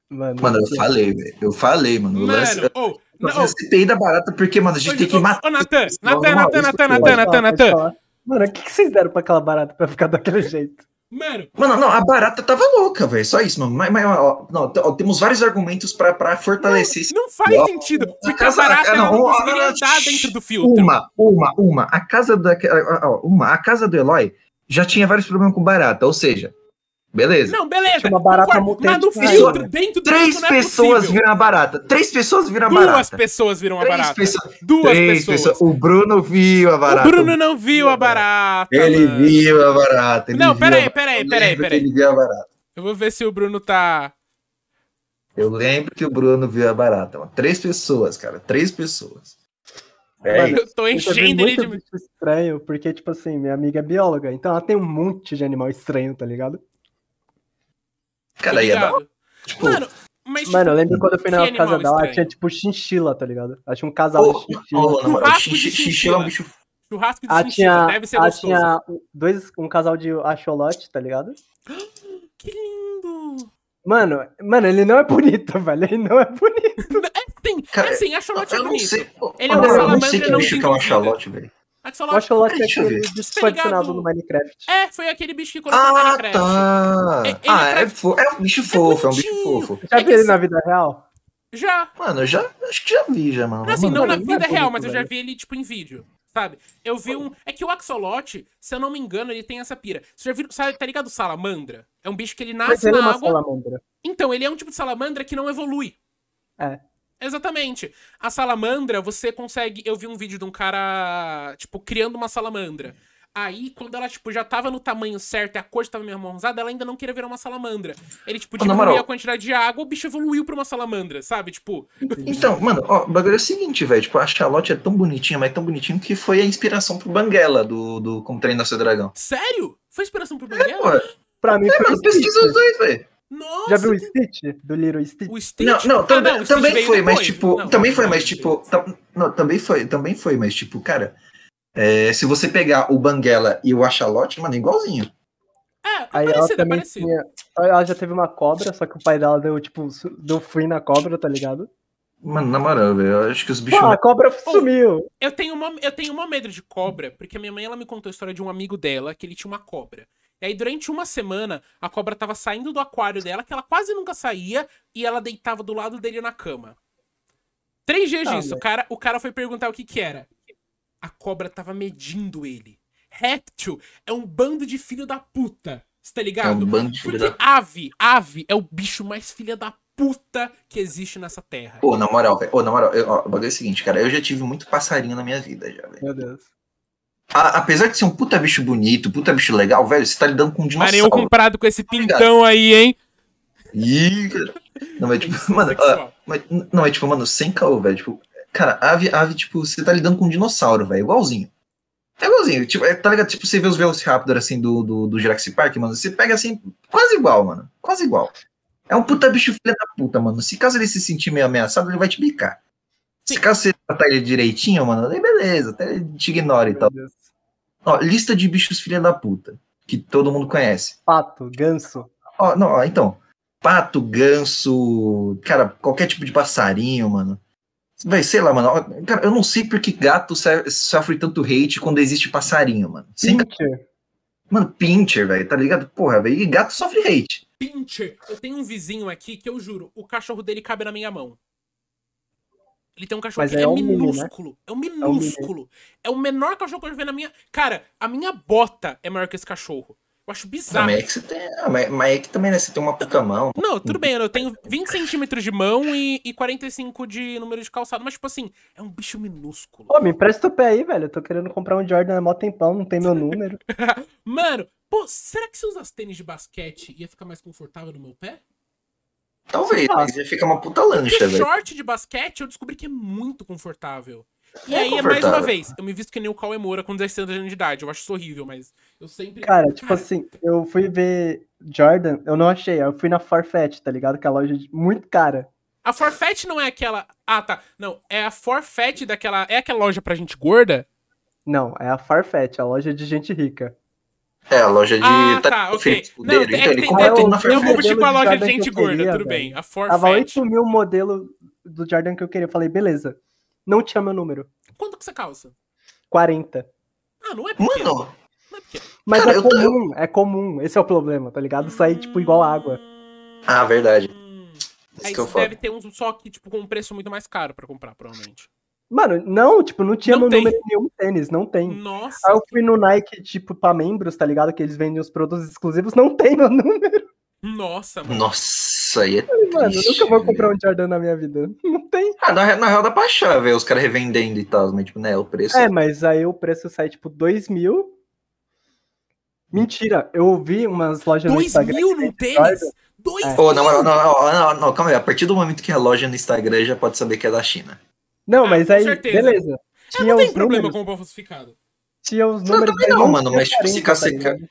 S2: Mano,
S3: assim,
S2: eu falei, velho. Eu falei, mano. O lance. é
S1: Mano, ô,
S2: Eu
S1: não, ô,
S2: citei da barata porque, mano, a gente tem que
S1: ô,
S2: matar.
S1: Ô, Natan,
S2: esse pessoal
S1: Natan,
S2: uma
S1: Natan,
S2: vez
S1: Natan,
S2: por
S1: Natan,
S2: todas.
S1: Natan,
S3: Pode
S1: Natan.
S3: falar. Mano, o que, que vocês deram pra aquela barata pra ficar daquele jeito?
S1: Mano,
S2: Mano, não, a barata tava louca, velho. Só isso, mano. Mas, mas, ó, não, t- ó, temos vários argumentos pra, pra fortalecer esse.
S1: não faz
S2: Ó,
S1: sentido. Porque a
S2: casa-
S1: barata
S2: ah,
S1: ela não,
S2: não, ó,
S1: conseguiria
S2: ó,
S1: andar
S2: shh,
S1: dentro do filtro.
S2: Uma, uma, uma. A casa da. ó, ó, Uma, a casa do Eloy já tinha vários problemas com barata, ou seja, beleza.
S1: Não, beleza.
S3: Tinha uma barata
S1: concordo,
S3: mutante
S1: mas no
S3: que saiu,
S1: filtro,
S2: né?
S1: dentro do
S2: Três
S1: filtro, não é
S2: pessoas
S1: possível.
S2: viram a barata. Três pessoas viram a
S1: Duas
S2: barata.
S1: pessoas viram a
S2: Três
S1: barata.
S2: pessoas-
S1: Duas
S2: Três
S1: pessoas.
S2: pessoas. O Bruno viu a barata.
S1: O Bruno não viu a barata.
S2: Ele
S1: mano.
S2: viu a barata. ele
S1: Não,
S2: viu
S1: pera
S2: a
S1: aí,
S2: barata.
S1: pera aí,
S2: Eu
S1: pera aí,
S2: lembro
S1: pera
S2: que
S1: aí.
S2: Ele viu a barata.
S1: Eu vou ver se o Bruno tá.
S2: Eu lembro que o Bruno viu a barata, mano. Três pessoas, cara. Três pessoas. É
S3: Mano,
S2: isso.
S1: Eu tô
S3: Eu já vi
S1: enchendo ele
S3: muito
S1: né, de.
S3: bicho estranho, porque, tipo assim, minha amiga é bióloga, então ela tem um monte de animal estranho, tá ligado?
S1: Tá
S2: Cara, aí é da...
S1: ligado?
S2: tipo,
S1: Mano, mas. tipo,
S3: Mano, eu lembro quando eu fui na
S1: Que
S3: casa
S1: animal
S3: dela,
S1: estranho.
S3: tinha tipo chinchila, tá ligado? Ela tinha um casal
S2: pô,
S3: de
S2: não,
S3: chinchila.
S2: não, mano,
S1: Churrasco
S2: xixi-
S1: de
S2: xixi
S1: chinchila.
S2: é um bicho.
S1: Churrasco de
S3: Ela
S2: Ah,
S1: chinchila
S3: tinha,
S1: deve ser
S3: ela
S1: gostoso.
S3: tinha dois, um casal de acholote, tá ligado?
S1: Que lindo.
S3: Mano, mano, ele não é bonito, velho. Ele não é bonito.
S1: Tem,
S2: Cara,
S1: assim, a Charlotte é
S2: Eu não
S1: bonito.
S2: sei. pô,
S1: Ele é
S2: mano,
S3: uma
S2: eu não
S1: salamandra
S2: sei que
S1: não
S2: bicho que é um
S1: desenvolvida.
S2: achalote, velho.
S1: A
S3: O
S1: Axolote
S3: acholote é
S2: Deixa eu
S3: aquele
S2: ver.
S3: descortinado
S1: Tá
S3: no Minecraft.
S1: É, foi aquele bicho que colocou no
S2: Ah,
S1: Minecraft.
S2: tá.
S1: É- ele
S2: ah,
S1: é
S2: é,
S1: pra-
S2: fo- é um bicho fofo, é um bicho
S1: bonitinho.
S2: fofo.
S3: Já
S1: é que
S3: vi ele
S1: se-
S3: na vida real?
S1: Já.
S2: Mano, eu já acho que já vi, já, mano.
S1: Não, assim, não
S2: Mano,
S1: na
S3: ele não é
S1: vida real,
S3: bonito,
S1: mas eu já
S3: velho.
S1: vi ele, tipo, em vídeo. Sabe? Eu vi um. É que o Axolote, se eu não me engano, ele tem essa pira. Você já viu. sabe- Tá ligado? Salamandra? É um bicho que ele
S3: Mas
S1: nasce
S3: ele é
S1: na
S3: uma
S1: água.
S3: salamandra.
S1: Então, ele é um tipo de salamandra que não evolui.
S3: É.
S1: Exatamente. A salamandra, você consegue. Eu vi um vídeo de um cara, tipo, criando uma salamandra. Aí, quando ela, tipo, já tava no tamanho certo e a cor já tava meio amarronzada, ela ainda não queria virar uma salamandra. Ele, tipo,
S2: Ô, na
S1: diminuiu
S2: moral.
S1: a quantidade de água, o bicho evoluiu pra uma salamandra, sabe? Tipo,
S2: Então, mano, ó, o bagulho é o seguinte, velho. Tipo, a Charlotte é tão bonitinha, mas é tão bonitinho que foi a inspiração pro Banguela do, do Como Treinar Seu Dragão.
S1: sério? Foi inspiração pro
S2: É, pô.
S1: Banguela?
S3: Pra mim
S2: É,
S3: foi o
S2: mano, pesquisa os
S3: Stitch.
S2: dois, velho.
S1: Nossa!
S3: Já viu o
S1: que-
S3: Stitch? Do Little Stitch?
S1: o Stitch?
S2: Não, não,
S1: Ah,
S2: também,
S1: o Stitch
S2: também
S1: veio
S2: foi, mas
S1: depois.
S2: tipo,
S1: Não,
S2: também foi,
S1: não,
S2: mas
S1: não,
S2: tipo, tam- não, também foi, também foi, mas tipo, cara, É, se você pegar o Banguela e o Axalote, mano, é igualzinho.
S1: É, é
S3: Aí ela
S1: parecido, é
S3: também
S1: parecido.
S3: tinha. Ela já teve uma cobra, só que o pai dela deu, tipo, su- deu fim na cobra, tá ligado?
S2: Mano, na moral, velho, eu acho que os bichos.
S3: Pô, a cobra sumiu!
S1: Eu tenho uma, eu tenho uma medo de cobra, porque a minha mãe ela me contou a história de um amigo dela que ele tinha uma cobra. E aí durante uma semana a cobra tava saindo do aquário dela, que ela quase nunca saía, e ela deitava do lado dele na cama. Três dias
S3: Tá,
S1: disso,
S3: mas-
S1: o cara, o cara foi perguntar o que que era. A cobra tava medindo ele. Réptil é um bando de filho da puta, você tá
S2: É
S1: ligado?
S2: um bando de filho
S1: Porque
S2: da.
S1: ave, ave é o bicho mais filha da puta que existe nessa terra.
S2: Pô, na moral, velho. Ô, na moral, eu- ó, o bagulho é o seguinte, cara. Eu já tive muito passarinho na minha vida, já, velho.
S3: Meu Deus.
S2: A- Apesar de ser um puta bicho bonito, puta bicho legal, velho, você tá lidando com um
S1: Maranhão
S2: dinossauro.
S1: comprado é com
S2: Tá
S1: esse pintão aí, hein?
S2: Ih, cara. Não, mas tipo, mano, ó,
S1: Sexual.
S2: mas- não, é tipo, mano, sem caô, velho. Tipo, cara, ave, ave, tipo, você tá lidando com um dinossauro, velho, igualzinho. É igualzinho, tipo, é, tá ligado? Tipo, você vê os Velociraptor assim do, do, do Jurassic Park, mano, você pega assim, quase igual, mano. Quase igual. É um puta bicho filha da puta, mano. Se caso ele se sentir meio ameaçado, ele vai te bicar. Se caso você tratar ele direitinho, mano, aí beleza, até ele te ignora e
S3: Meu
S2: tal.
S3: Deus.
S2: Ó, lista de bichos filha da puta, que todo mundo conhece.
S3: Pato, ganso.
S2: Ó, não, ó, então. Pato, ganso, cara, qualquer tipo de passarinho, mano. Véi, sei lá, mano. ó, Cara, eu não sei porque gato se- sofre tanto hate quando existe passarinho, mano. Sem-
S3: Pincher.
S2: Mano, pincher, velho, tá ligado? Porra, velho. E gato sofre hate.
S1: Pincher. Eu tenho um vizinho aqui que eu juro, o cachorro dele cabe na minha mão. Ele tem um cachorro
S3: Mas
S1: que é,
S3: é um mini, né?
S1: minúsculo. É um minúsculo. É o menor cachorro que eu já vi na minha. Cara, a minha bota é maior que esse cachorro. Eu acho
S2: Ah,
S1: bizarro.
S2: mas é que você tem. ah, mas- mas é que também, né? Você tem uma puta mão.
S1: Não, tudo bem, eu tenho 20 centímetros de mão e, e 45 de número de calçado, mas, tipo assim, é um bicho minúsculo.
S3: Pô, me empresta o pé aí, velho. Eu tô querendo comprar um Jordan há mó tempão, não tem meu número.
S1: Mano, pô, será que se eu usasse tênis de basquete ia ficar mais confortável no meu pé?
S2: Talvez,
S1: Ah.
S3: Sei lá.
S2: mas já fica uma puta
S1: Porque
S2: lancha, velho.
S1: short de basquete eu descobri que é muito confortável. E
S2: É
S1: aí, é mais uma
S2: confortável.
S1: vez, eu me visto que nem o Cauê Moura com 16 anos de idade. Eu acho isso horrível, mas eu sempre.
S3: Cara, tipo assim, eu fui ver Jordan, eu não achei. aí Eu fui na Farfetch, tá ligado? Que é a loja de- muito cara.
S1: A Forfet não é aquela. Ah, tá. Não, é a Forfet daquela. É aquela loja pra gente gorda?
S3: Não, é a Farfetch, a loja de gente rica.
S2: É, a loja de.
S1: ah, tá, ok.
S2: frigorífico
S1: Não,
S2: dele,
S1: é
S2: então
S1: que
S2: ele
S1: tem.
S2: compra
S1: eu-
S2: tudo na
S1: eu
S2: farmácia.
S1: confundi com a loja de
S3: Modelo de
S1: gente
S3: cada que eu
S1: gorda,
S3: queria,
S1: tudo bem. A
S3: Tava
S1: Forfet.
S3: 8 mil modelo do Jordan que eu queria. Eu falei, beleza, não tinha meu número.
S1: Quanto que você calça?
S3: 40.
S1: Ah, não é pequeno.
S2: Mano,
S1: Não é pequeno.
S3: Mas
S2: Cara,
S3: é
S2: eu tô-
S3: comum, é comum. Esse é o problema, tá ligado? Sair, tipo, igual água.
S2: Ah, verdade.
S1: Hum.
S2: isso
S1: Aí
S2: que
S3: é
S2: eu
S1: você
S2: falo.
S1: deve ter um só que, tipo, com um preço muito mais caro pra comprar, provavelmente.
S3: Mano, não, tipo, não tinha
S1: Não
S3: meu
S1: tem.
S3: número em nenhum tênis, não tem.
S1: Nossa,
S3: Aí eu fui no Nike, tipo, pra membros, tá ligado? Que eles vendem os produtos exclusivos, não tem meu número. Hum.
S1: nossa, mano.
S2: Nossa, aí é.
S3: Mano, eu
S2: triste,
S3: nunca vou
S2: velho.
S3: comprar um Jordan na minha vida. Não tem.
S2: Ah, na, re- na real dá pra achar, velho, os caras revendendo e tal, mas tipo, né, o preço.
S3: É, mas aí o preço sai, tipo, 2 mil. Mentira, eu ouvi umas lojas no
S1: 2
S3: Instagram.
S1: mil num tênis? 2
S3: É.
S2: Pô, na moral, não, não, não, não, calma aí, a partir do momento que a loja no Instagram já pode saber que é da China.
S3: Não,
S1: Ah,
S3: mas
S1: com
S3: aí,
S1: certeza.
S3: beleza.
S1: Eu
S3: Tinha
S1: não
S3: os
S1: tem problema
S3: números,
S1: com o pão falsificado.
S3: tinha os
S2: Não,
S3: números.
S2: também
S3: mas
S2: não, mano,
S3: tinha
S2: mas, tipo, se
S3: 40, tá
S2: cacecar-
S3: ligado?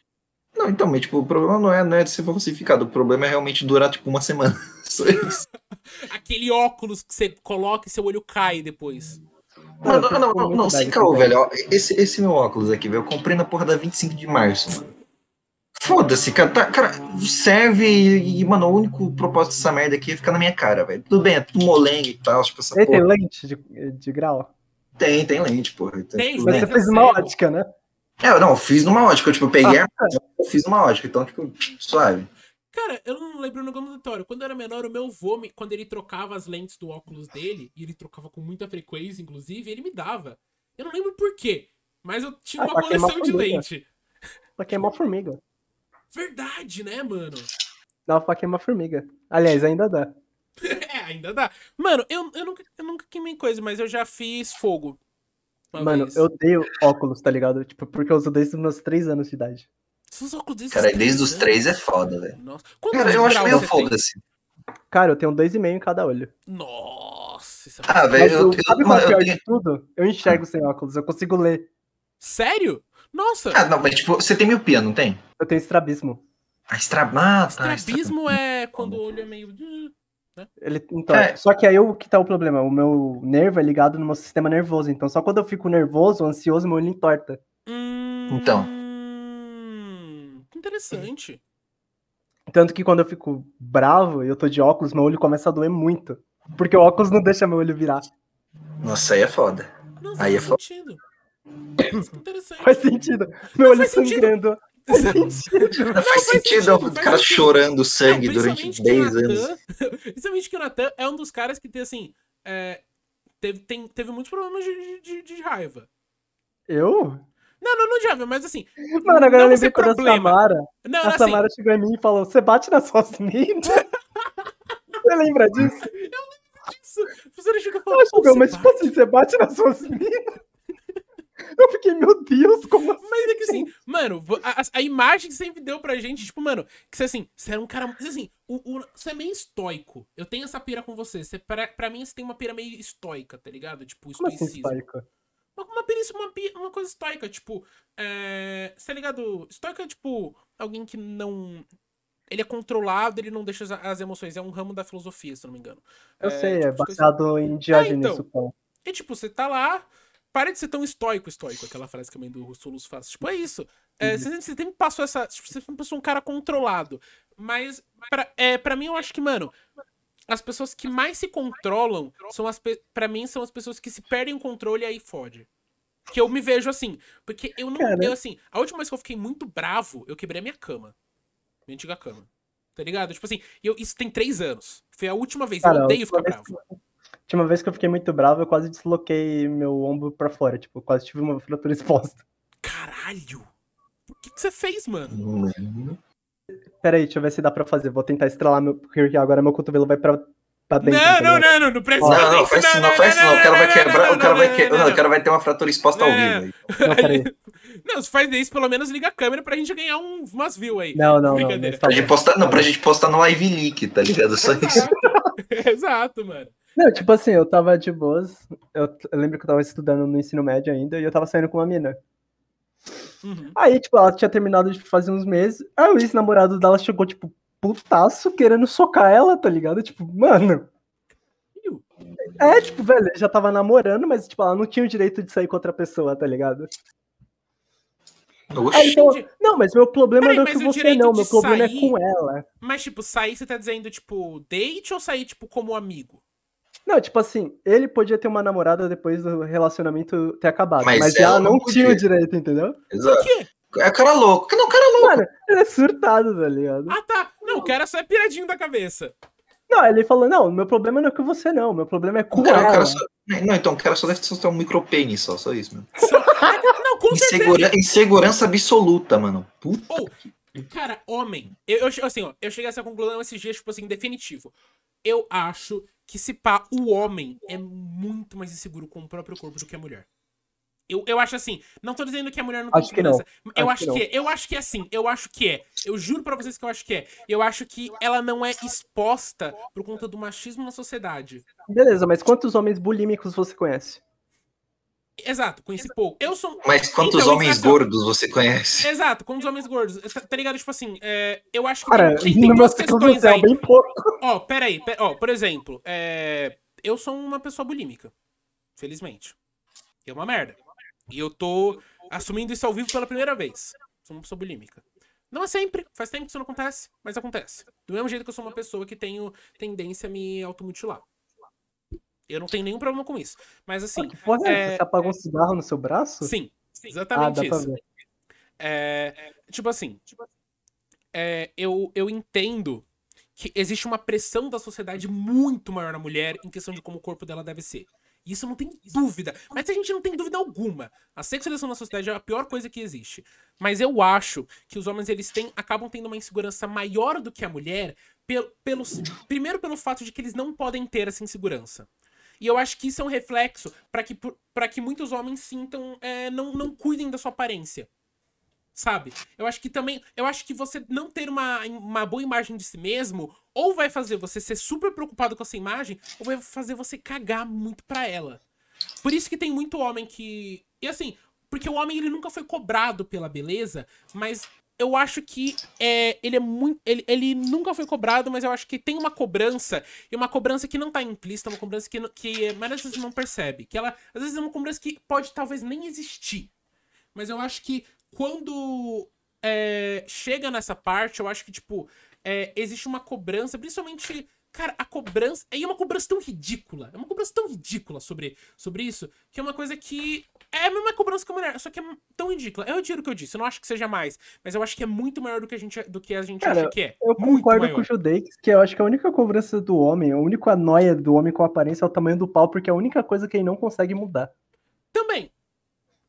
S2: Não, então, mas tipo, o problema não é, não é de ser falsificado, o problema é realmente durar tipo uma semana. Só isso.
S1: Aquele óculos que você coloca e seu olho cai depois.
S2: Mano, não,
S3: Cara,
S2: não,
S3: tem
S2: não,
S3: muito
S2: não, sem
S3: bag
S2: caô,
S3: também.
S2: velho. ó, esse, esse meu óculos aqui, velho, eu comprei na porra da 25 de março, mano. Foda-se, cara, tá- cara, serve e, e, mano, o único propósito dessa merda aqui é ficar na minha cara, velho. Tudo bem, é tudo molengue e tal, tipo, essa
S3: Ele tem
S2: porra.
S3: lente de, de grau.
S2: Tem, tem lente, porra. Então,
S1: Tem,
S2: tipo,
S1: mas
S2: né?
S3: Você
S1: tá
S3: fez uma
S1: cego.
S3: ótica, né?
S2: É, eu não, fiz numa ótica, eu, tipo, eu peguei
S3: Ah,
S2: a armação, eu fiz uma ótica, então, tipo, suave.
S1: Cara, eu não lembro o nome do Tório. Quando eu era menor, o meu avô, me- quando ele trocava as lentes do óculos dele, e ele trocava com muita frequência, inclusive, ele me dava. Eu não lembro por quê, mas eu tinha
S3: Ah,
S1: uma
S3: pra queimar
S1: coleção de
S3: formiga.
S1: lente.
S3: Pra queimar formiga.
S1: Verdade, né, mano?
S3: Dava pra queimar formiga. Aliás, ainda dá.
S1: É, ainda dá. Mano, eu, eu, nunca, eu nunca queimei coisa, mas eu já fiz fogo. Uma
S3: Mano,
S1: vez.
S3: eu odeio óculos, tá ligado? Tipo, porque eu uso desde os meus 3 anos de idade.
S1: Esses óculos desses
S2: Cara, desde os
S1: anos.
S2: três é foda, velho.
S1: Nossa. Quantos
S2: Cara, eu
S1: de
S2: acho
S1: grau
S2: meio
S1: você tem?
S2: foda-se.
S3: Cara, eu tenho dois e meio em cada olho.
S1: Nossa, isso é
S2: Ah,
S3: Mas
S2: velho, eu,
S3: eu,
S2: eu-
S3: sabe qual
S2: mano,
S3: é o
S2: eu
S3: pior
S2: tenho-
S3: de tudo? Eu enxergo sem óculos, eu consigo ler.
S1: Sério? Nossa,
S2: Ah, não, mas tipo, você tem miopia, não tem?
S3: Eu tenho estrabismo. tá
S2: Ah, estrabata.
S1: estrabismo é quando o olho é meio.
S3: Ele, então,
S2: É.
S3: Só que aí o que tá o problema? O meu nervo é ligado no meu sistema nervoso. Então, só quando eu fico nervoso, ansioso, meu olho entorta.
S1: Hum,
S2: Então.
S1: que Interessante.
S3: Tanto que quando eu fico bravo e eu tô de óculos, meu olho começa a doer muito. Porque o óculos não deixa meu olho virar.
S2: Nossa, aí é foda.
S1: Não,
S2: Aí é
S1: faz
S2: fo-
S1: sentido. Interessante.
S3: Faz sentido. Meu olho
S1: faz sentido.
S3: sangrando. Faz sentido.
S2: Não,
S1: faz
S2: faz sentido,
S1: sentido,
S2: o
S1: faz
S2: cara
S1: sentido.
S2: chorando sangue
S1: Não,
S2: durante
S1: É, principalmente que o
S2: 10 anos.
S1: Natan- principalmente que o Natan é um dos caras que tem, assim, é, teve, tem- teve muitos problemas de, de- de- de raiva.
S3: Eu?
S1: Não, não, não de raiva, mas assim.
S3: Mano, agora
S1: Não,
S3: eu
S1: mas é
S3: lembrei quando a
S1: problema.
S3: Samara.
S1: Não,
S3: A
S1: era assim.
S3: Samara chegou em mim e falou: Você bate nas suas meninas? Você lembra disso?
S1: Isso, a professora chegou e falou,
S3: Ela
S1: "Pô,
S3: chegou,
S1: você
S3: mas
S1: bate?"
S3: tipo assim, você bate nas suas meninas? Eu fiquei, meu Deus, como assim?
S1: Mas é que assim, mano, vo- a, a- a imagem que sempre deu pra gente, tipo, mano, que você assim, você era um cara. Você, assim, o, o- você é meio estoico. Eu tenho essa pira com você. você pra, pra mim, você tem uma pira meio estoica, tá ligado? Tipo,
S3: Como assim,
S1: estoicismo.
S3: Spaico?
S1: Uma, uma, pira- uma, pi- uma coisa estoica, tipo. É, você tá ligado? Estoica é tipo alguém que não. Ele é controlado, ele não deixa as, as emoções. É um ramo da filosofia, se eu não me engano.
S3: Eu sei, é
S1: tipo, estoicismo.
S3: baseado em Diógenes
S1: então.
S3: Supão.
S1: E tipo, você tá lá. Para de ser tão estoico, estoico, aquela frase que a mãe do Solus faz. Tipo, é isso.
S3: Uhum.
S1: É, você, sempre- você sempre passou essa. tipo, você sempre passou um cara controlado. Mas, pra, é, pra mim, eu acho que, mano, as pessoas que mais se controlam são as. pe- Pra mim, são as pessoas que se perdem o controle e aí fode. Que eu me vejo assim. Porque eu não.
S3: Cara.
S1: Eu, assim, a última vez que eu fiquei muito bravo, eu quebrei a minha cama. Minha antiga cama. Tá ligado? Tipo assim, eu, isso tem três anos. Foi a última vez.
S3: Cara,
S1: eu
S3: a
S1: odeio
S3: última
S1: ficar
S3: vez
S1: bravo.
S3: que- Tinha uma vez que eu fiquei muito bravo, eu quase desloquei meu ombro pra fora, tipo, quase tive uma fratura exposta.
S1: Caralho! Por que, que você fez, mano?
S2: Hum.
S3: Pera aí, deixa eu ver se dá pra fazer. Vou tentar estrelar meu. Porque agora meu cotovelo vai pra, pra dentro. tá
S1: Não, não,
S3: ligado?
S1: não, não, não precisa.
S2: Não, não, faz isso não, faz isso não. O cara vai quebrar, o cara vai que- não, o cara vai ter uma fratura exposta ao
S1: Não,
S2: vivo. aí.
S3: Não, pera aí.
S1: Não, se faz isso, pelo menos liga a câmera pra gente ganhar um, umas views aí.
S3: Não, não, não. não
S1: Brincadeira.
S3: está
S2: Pra
S3: bom.
S2: gente postar, não, pra gente postar no Live Leak, tá ligado? Só isso.
S1: Exato. Exato, mano.
S3: Não, tipo assim, eu tava de boas. Eu, t- eu lembro que eu tava estudando no ensino médio ainda e eu tava saindo com uma mina.
S1: Uhum.
S3: Aí, tipo, ela tinha terminado de fazer uns meses. Aí o ex-namorado dela chegou, tipo, putaço, querendo socar ela, tá ligado? Tipo, mano.
S1: Ih,
S3: É, tipo, velho, eu já tava namorando, mas, tipo, ela não tinha o direito de sair com outra pessoa, tá ligado? Aí,
S2: Oxi.
S3: então,
S1: Entendi.
S3: não, mas meu problema
S1: Peraí,
S3: não é
S1: mas
S3: com
S1: o
S3: você,
S1: direito
S3: não.
S1: de
S3: Meu problema
S1: sair-
S3: é com ela.
S1: Mas, tipo, sair, você tá dizendo, tipo, date ou sair, tipo, como amigo?
S3: Não, tipo assim, ele podia ter uma namorada depois do relacionamento ter acabado, mas,
S2: Mas
S3: ela,
S2: ela
S3: não
S2: não
S3: tinha o
S2: podia.
S3: direito, entendeu?
S1: Por
S2: Exato.
S1: quê?
S2: É o cara louco. Não, o cara louco.
S3: Mano, ele é surtado, tá ligado?
S1: Ah, tá. Não, o cara só é piradinho da cabeça.
S3: Não, ele falou, não, meu problema não é com você, não. Meu problema é com
S2: O cara, o
S3: ela.
S2: cara só... Não, então, o cara só deve soltar um micropênis só, só isso, mano.
S1: Só- Não, com certeza.
S2: Insegura... Insegurança absoluta, mano. Puta.
S1: Cara, homem, eu, eu che- assim, ó, eu cheguei a essa conclusão esses dias, tipo assim, definitivo. Eu acho que se pá, o homem é muito mais inseguro com o próprio corpo do que a mulher. Eu, eu acho assim, não tô dizendo que a mulher não tem
S3: Acho que não.
S1: segurança. Eu
S3: Acho
S1: acho, que,
S3: que
S1: é, eu acho que é assim, eu acho que é. Eu juro pra vocês que eu acho que é. Eu acho que ela não é exposta por conta do machismo na sociedade.
S3: Beleza, mas quantos homens bulímicos você conhece?
S1: Exato, conheci pouco. Eu sou um
S2: Mas quantos
S1: Então,
S2: homens
S1: exato. É.
S2: gordos você conhece?
S1: Exato, com os homens gordos. Tá, tá ligado? Tipo assim, é, eu acho que
S3: Cara,
S1: tem, tem,
S3: no
S1: tem
S3: meu
S1: duas
S3: ciclo do
S1: questões
S3: um céu,
S1: aí.
S3: bem pouco.
S1: Ó, peraí, pe- ó, por exemplo, é, eu sou uma pessoa bulímica, felizmente. É uma merda. E eu tô assumindo isso ao vivo pela primeira vez. Sou uma pessoa bulímica. Não é sempre, faz tempo que isso não acontece, mas acontece. Do mesmo jeito que eu sou uma pessoa que tenho tendência a me automutilar. Eu não tenho nenhum problema com isso. Mas assim,
S3: Que porra é
S1: É.
S3: essa? Você apagou um cigarro no seu braço?
S1: sim,
S3: ah,
S1: exatamente
S3: dá pra
S1: isso.
S3: ver.
S1: É, tipo assim, é, eu, eu entendo que existe uma pressão da sociedade muito maior na mulher em questão de como o corpo dela deve ser. Isso não tem dúvida. Mas a gente não tem dúvida alguma. A sexualização na sociedade é a pior coisa que existe. Mas eu acho que os homens eles têm, acabam tendo uma insegurança maior do que a mulher, pel- pelos, primeiro pelo fato de que eles não podem ter essa insegurança. E eu acho que isso é um reflexo para que, pra que muitos homens sintam, é, não, não cuidem da sua aparência sabe? Eu acho que também, eu acho que você não ter uma, uma boa imagem de si mesmo, ou vai fazer você ser super preocupado com essa imagem, ou vai fazer você cagar muito pra ela. Por isso que tem muito homem que, e assim, porque o homem ele nunca foi cobrado pela beleza, mas eu acho que é, ele é muito. Ele, ele nunca foi cobrado, mas eu acho que tem uma cobrança, e uma cobrança que não tá implícita, uma cobrança que, não- que mas às vezes não percebe. Que ela, às vezes, é uma cobrança que pode talvez nem existir. Mas eu acho que quando é, chega nessa parte, eu acho que, tipo, é, existe uma cobrança, principalmente. Cara, a cobrança. E é uma cobrança tão ridícula. É uma cobrança tão ridícula sobre, sobre isso. Que é uma coisa que. É a mesma cobrança que a mulher, só que é tão ridícula. Eu retiro o que eu disse, eu não acho que seja mais. Mas eu acho que é muito maior do que a gente, do que a gente
S3: Cara,
S1: acha que é.
S3: Eu
S1: muito
S3: concordo
S1: maior.
S3: com o Judex, que eu acho que a única cobrança do homem, a única noia do homem com aparência é o tamanho do pau, porque é a única coisa que ele não consegue mudar.
S1: Também.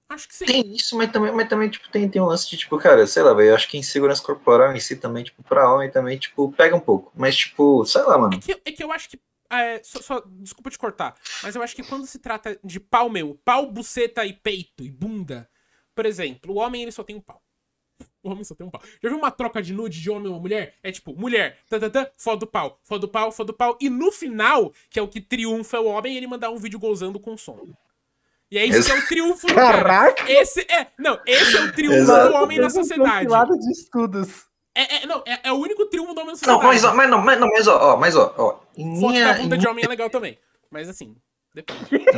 S1: Acho que sim.
S2: Tem isso, mas também, mas também tipo, tem, tem um lance de, tipo, cara, sei lá, velho, eu acho que insegurança corporal em si também, tipo, pra homem também, tipo, pega um pouco. Mas, tipo, sei lá,
S1: É
S2: mano.
S1: que, é que eu acho que. é, só, só- desculpa te cortar, mas eu acho que quando se trata de pau meu, pau, buceta e peito e bunda, por exemplo, o homem ele só tem um pau. O homem só tem um pau. Já viu uma troca de nude de homem ou mulher? É tipo, mulher, tatatã, foda o pau, foda o pau, foda o pau. E no final, que é o que triunfa o homem, ele mandar um vídeo gozando com som. E é isso que é o triunfo do cara. Esse é. Não, esse é o triunfo
S2: Exato.
S1: do homem na
S3: Fez um
S1: sociedade.
S3: compilado de estudos.
S1: É, é- não, é, é o único triunfo do homem na
S2: Não,
S1: sociedade.
S2: mas, ó, mas, não, mas, não, mas, ó, ó, mas, ó, ó. Em
S1: Foto da
S2: minha.
S1: bunda
S2: em
S1: de homem é legal também. Mas assim,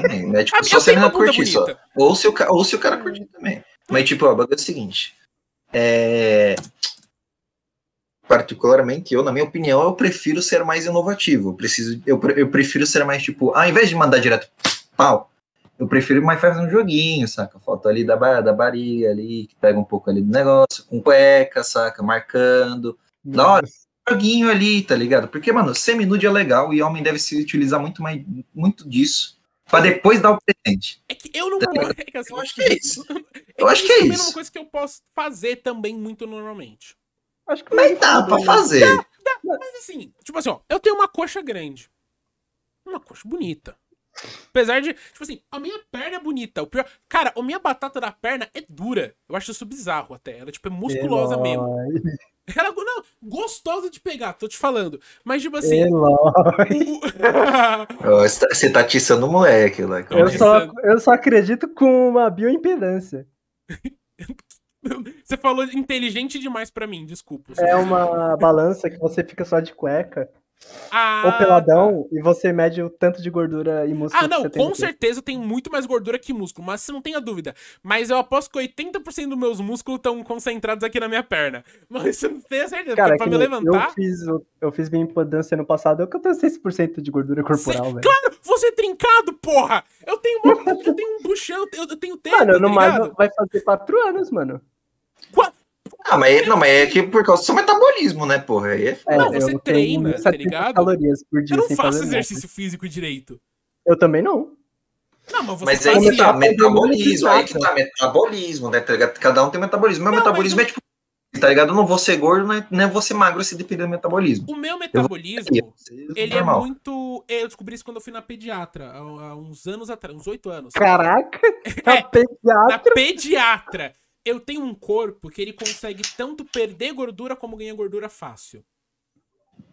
S2: Também, né? Tipo,
S1: Ah,
S2: só
S1: eu
S2: se a
S1: tenho
S2: menina
S1: uma bunda
S2: curtir só.
S1: bonita.
S2: Ou se, o, ca- ou se o cara curtir também. Mas, tipo, ó, o bagulho é o seguinte. É... Particularmente, eu, na minha opinião, eu prefiro ser mais inovativo. Eu, preciso, eu, pre- eu prefiro ser mais, tipo, ao invés de mandar direto pau, eu prefiro mais fazer um joguinho, saca? Foto ali da, ba- da barriga ali, que pega um pouco ali do negócio, com cueca, saca? Marcando. Da hora. Joguinho ali, tá ligado? Porque, mano, semi-nude é legal e homem deve se utilizar muito mais muito disso pra depois dar o presente.
S1: É que eu não posso. É que, assim,
S2: Eu acho que é isso.
S1: é
S2: eu acho que é
S1: também
S2: isso.
S1: uma coisa que eu posso fazer também muito normalmente.
S3: Acho que
S2: Mas dá pra fazer.
S1: Mas assim, tipo assim, ó, eu tenho uma coxa grande. Uma coxa bonita. Apesar de, tipo assim, a minha perna é bonita. O pior. Cara, a minha batata da perna é dura. Eu acho isso bizarro até. Ela, tipo, é musculosa mesmo.
S3: Eloy,
S1: Ela, não, gostosa de pegar, tô te falando. Mas, tipo
S2: É.
S1: assim.
S3: Eloy.
S1: o-
S2: Ó, Você tá- você tá atiçando o moleque lá.
S1: Então,
S2: calma
S3: Eu
S2: aí.
S1: é
S3: só, eu só acredito com uma bioimpedância.
S1: Você falou inteligente demais pra mim, desculpa.
S3: É uma balança que você fica só de cueca
S1: Ah,
S3: ou peladão e você mede o tanto de gordura e músculo
S1: Ah,
S3: que
S1: não,
S3: você tem.
S1: com
S3: no corpo.
S1: certeza eu tenho muito mais gordura que músculo, mas você não tenha dúvida. Mas eu aposto que 80% dos meus músculos estão concentrados aqui na minha perna. Mas você não tem certeza,
S3: Cara,
S1: porque pra
S3: que
S1: me
S3: nem eu
S1: levantar.
S3: fiz, eu, eu fiz bioimpedância no passado, eu que eu tenho 6% de gordura corporal, velho.
S1: Claro, você é trincado, porra! Eu tenho uma, eu tenho um buchão, eu, eu tenho tempo,
S3: Mano, no
S1: tá
S3: mais
S1: ligado?
S3: vai fazer 4 anos, mano.
S1: Qua-
S2: Ah, mas, é- não, mas é que por causa do seu metabolismo, né, porra? Aí é
S3: É,
S1: Não, você
S3: eu tenho
S1: treina, tá
S3: 70
S1: ligado?
S3: calorias por dia
S1: Eu não
S3: sem
S1: faço
S3: fazer nada.
S1: exercício físico direito.
S3: Eu também não.
S1: Não, mas você assim,
S2: Mas aí
S1: fazia.
S2: que tá,
S3: Fazia.
S2: metabolismo, aí que tá, metabolismo, né, tá ligado? Cada um tem metabolismo. Meu
S1: Não,
S2: metabolismo
S1: mas
S2: é tipo, tá ligado? Eu não vou ser gordo, né, nem vou ser magro se depender do metabolismo.
S1: O meu
S2: vou-
S1: metabolismo, ele é
S2: Normal.
S1: muito. Eu descobri isso quando eu fui na pediatra, há- há uns anos atrás, uns 8 anos.
S3: Caraca,
S1: É.
S3: tá
S1: na
S3: pediatra.
S1: pediatra. Eu tenho um corpo que ele consegue tanto perder gordura como ganhar gordura fácil.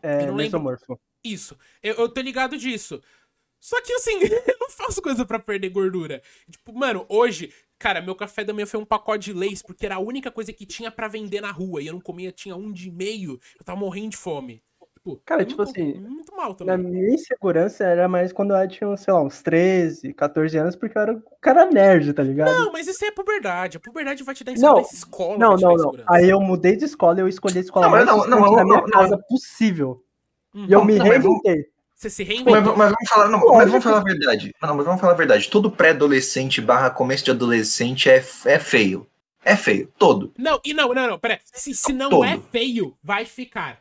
S3: É,
S1: Eu não lembro.
S3: mesomorfo.
S1: Isso. Eu, eu tô ligado disso. Só que assim, eu não faço coisa pra perder gordura. Tipo, mano, hoje, cara, meu café da manhã foi um pacote de leis, porque era a única coisa que tinha pra vender na rua. E eu não comia, tinha um de meio. Eu tava morrendo de fome. Tipo,
S3: Cara,
S1: é
S3: tipo
S1: muito-
S3: assim,
S1: Muito mal também.
S3: Na minha insegurança era mais quando eu tinha, sei lá, uns 13, 14 anos, porque eu era um cara nerd, tá ligado?
S1: Não, mas isso é puberdade. A puberdade vai te dar
S3: Não,
S1: insegurança. Escola
S3: Não,
S1: vai te dar
S3: não, não.
S1: insegurança.
S3: Aí eu mudei de escola e eu escolhi a escola
S2: Não, mas
S3: mais
S2: não, não,
S3: distante
S2: não,
S3: da minha
S2: não,
S3: casa possível. E
S1: Uhum.
S3: eu me
S2: Não, mas vamos-
S3: reinventei.
S1: Você se
S2: Mas,
S1: reinventou.
S2: mas vamos falar, não,
S3: Lógico.
S2: mas vamos falar a verdade. Não, mas vamos falar a verdade. Todo pré-adolescente barra começo de adolescente é, é feio. É feio. Todo.
S1: Não, e não, não, não, pera. Se, se não
S2: Todo.
S1: é feio, vai ficar.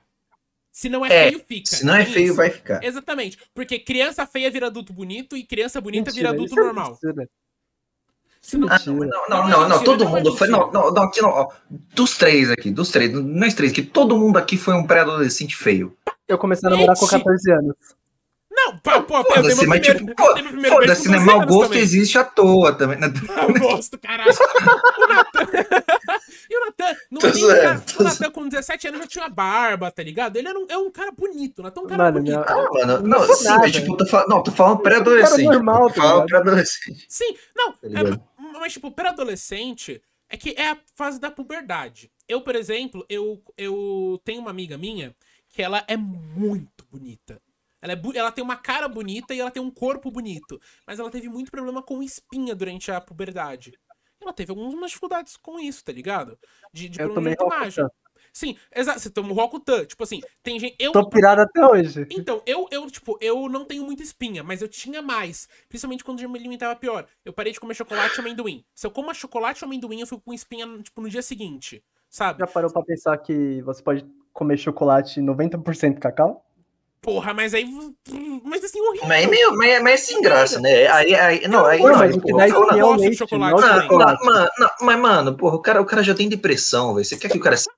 S1: Se não é,
S2: É,
S1: feio, fica.
S2: Se não é
S1: Isso.
S2: feio, vai ficar.
S1: Exatamente. Porque criança feia vira adulto bonito e criança bonita vira
S3: Mentira,
S1: adulto
S3: isso é
S1: normal.
S3: mentira.
S1: Se não-
S2: Ah,
S3: Mentira.
S2: não,
S1: Não,
S2: não, não,
S1: não,
S2: não, não,
S1: mentira,
S2: todo
S1: não é
S2: mundo foi. Não, não, não, aqui não, ó, dos três aqui, dos três, nós três aqui, todo mundo aqui foi um pré-adolescente feio.
S3: Eu comecei
S1: É
S3: a namorar com
S1: Gente!
S3: 14 anos.
S1: Não, pá, pô, eu dei
S2: Foda-se,
S1: meu
S2: mas
S1: primeiro.
S2: tipo,
S1: eu dei meu
S2: foda-
S1: primeiro beijo
S2: foda-se,
S1: com
S2: né?
S1: 12
S2: Mau
S1: anos
S2: gosto
S1: também.
S2: existe à toa também. né?
S1: Mau gosto, caralho. O Natan. e o Natan, não
S2: Tô
S1: tem
S2: zoando,
S1: cara-
S2: tô
S1: O Natan com 17 anos já tinha uma barba, tá ligado? Ele era um, é um cara bonito, o Natan é um cara
S3: Mano,
S1: bonito.
S3: minha-
S2: Ah, mano, não,
S3: sou
S2: sim,
S3: nada.
S2: mas tipo, tô falando, não, tô falando pré-adolescente.
S3: Cara
S2: tô
S3: normal, tá
S2: falando
S3: ligado?
S2: pré-adolescente.
S1: Sim, não,
S2: Tá
S1: é,
S2: ligado?
S1: mas tipo, para adolescente é que é a fase da puberdade. Eu, por exemplo, eu, eu tenho uma amiga minha que ela é muito bonita. Ela, é bu- ela tem uma cara bonita e ela tem um corpo bonito. Mas ela teve muito problema com espinha durante a puberdade. Ela teve algumas dificuldades com isso, tá ligado? De, de
S3: Eu tomei
S1: imagem. Sim, exato. Você toma o Rokutan. Tipo assim, tem gente. Eu,
S3: Tô pirado até hoje.
S2: Uhum.
S1: então, eu, eu, tipo, eu não tenho muita espinha, mas eu tinha mais. Principalmente quando eu me alimentava pior. Eu parei de comer chocolate e amendoim. Se eu como chocolate e amendoim, eu fico com espinha, tipo, no dia seguinte. Sabe?
S3: Já parou pra pensar que você pode comer chocolate 90% cacau?
S1: Porra, mas aí. Mas assim, horrível.
S2: Mas é meio, mas é, mas é sem graça, né? Aí, aí, não, aí,
S1: Não,
S2: não,
S1: mas
S2: aí,
S1: o que
S2: pô,
S1: dá
S2: fala na-
S1: espinha gosto de
S3: leite,
S1: chocolate
S3: não é
S1: também.
S2: Ah,
S3: chocolate.
S2: lá, mano, não, mas, mano, porra, o cara, o cara já tem depressão, velho. Você quer que o cara. se-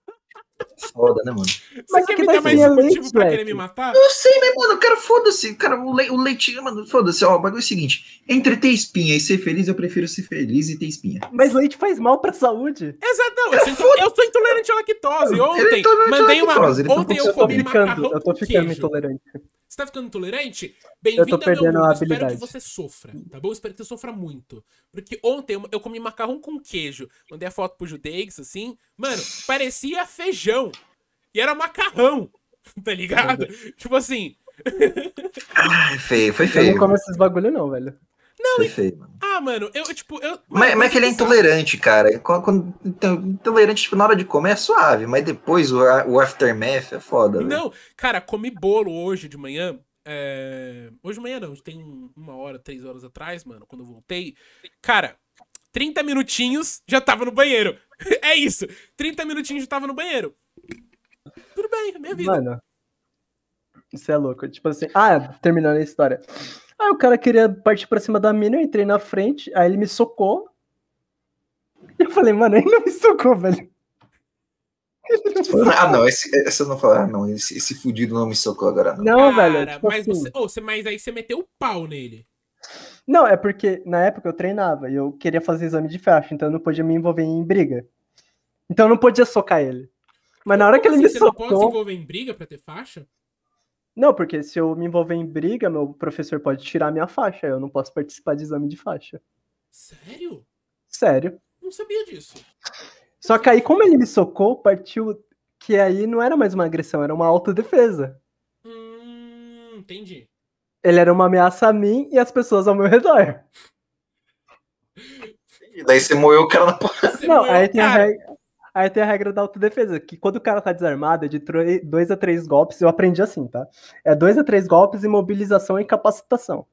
S2: Foda, né, mano?
S1: Você
S3: mas
S1: quer
S3: o que
S1: me
S3: vai
S1: dar mais
S3: ser
S1: um
S3: leite,
S1: motivo pra querer
S3: Jack?
S1: me matar?
S2: Eu sei, mas, mano, o cara, foda-se. Cara, o, le, o leite, mano, foda-se. Ó, o bagulho é o seguinte: entre ter espinha e ser feliz, eu prefiro ser feliz e ter espinha.
S3: Mas leite faz mal pra saúde.
S1: Exato, não, eu sou, into- eu sou intolerante à lactose.
S2: É Ele é
S1: Ontem,
S2: intolerante à
S1: mandei uma.
S2: lactose, ele tá
S1: Ontem
S2: com-
S1: eu
S2: eu
S3: tô
S1: comi
S3: ficando,
S1: macarrão
S3: eu tô
S1: com
S3: ficando
S1: queijo.
S3: intolerante.
S1: Você tá ficando intolerante?
S3: Eu
S1: Bem-vindo
S3: tô
S1: ao meu
S3: perdendo a
S1: mundo. Espero que
S3: habilidade.
S1: você sofra, tá bom? Espero que você sofra muito. Porque ontem eu, eu comi macarrão com queijo. Mandei a foto pro Judeix, assim. Mano, parecia feijão. E era macarrão, tá ligado? Tipo assim,
S2: Ai, feio, foi
S3: Eu
S2: feio.
S3: não como esses bagulho não, velho.
S2: Foi feio, mano.
S1: ah, mano, eu, eu, tipo, eu.
S2: Mas,
S1: mano,
S2: mas que ele é intolerante, cara. Quando, quando- então, intolerante, tipo, na hora de comer é suave, mas depois o, a- o aftermath é foda,
S3: né?
S2: velho.
S1: Não, cara, comi bolo hoje de manhã. é, Hoje de manhã não, tem um- uma hora, três horas atrás, mano, quando eu voltei. Cara, 30 minutinhos já tava no banheiro. É isso, 30 minutinhos já tava no banheiro. Tudo bem, minha vida.
S3: Mano, isso é louco. Tipo assim, ah, terminando a história. Aí o cara queria partir pra cima da mina, eu entrei na frente, aí ele me socou. E eu falei, mano, ele não me socou, velho. Ele não me socou.
S2: Ah, não, esse, esse eu não falo. Ah, não, esse, esse fudido não me socou agora, não.
S3: Não,
S1: Cara,
S3: velho. tipo
S1: mas,
S3: assim,
S1: você, ô, você- mas aí você meteu o pau nele.
S3: Não, é porque na época eu treinava e eu queria fazer exame de faixa, então eu não podia me envolver em briga. Então eu não podia socar ele. Mas na hora que ele
S1: Como
S3: me
S1: assim, você não pode se
S3: socou.
S1: envolver em briga pra ter faixa?
S3: Não, porque se eu me envolver em briga, meu professor pode tirar minha faixa, eu não posso participar de exame de faixa.
S1: Sério?
S3: Sério.
S1: Não sabia disso.
S3: Só que aí, como ele me socou, partiu que aí não era mais uma agressão, era uma autodefesa.
S1: Hum, entendi.
S3: Ele era uma ameaça a mim e as pessoas ao meu redor.
S2: Daí você moeu o cara na porra.
S1: Você
S3: não,
S1: moeu
S3: aí
S1: o
S3: tem, a
S1: cara.
S3: regra, aí tem a regra da autodefesa, que quando o cara tá desarmado, é de troi- dois a três golpes, eu aprendi assim, tá? É dois a três golpes, imobilização e capacitação.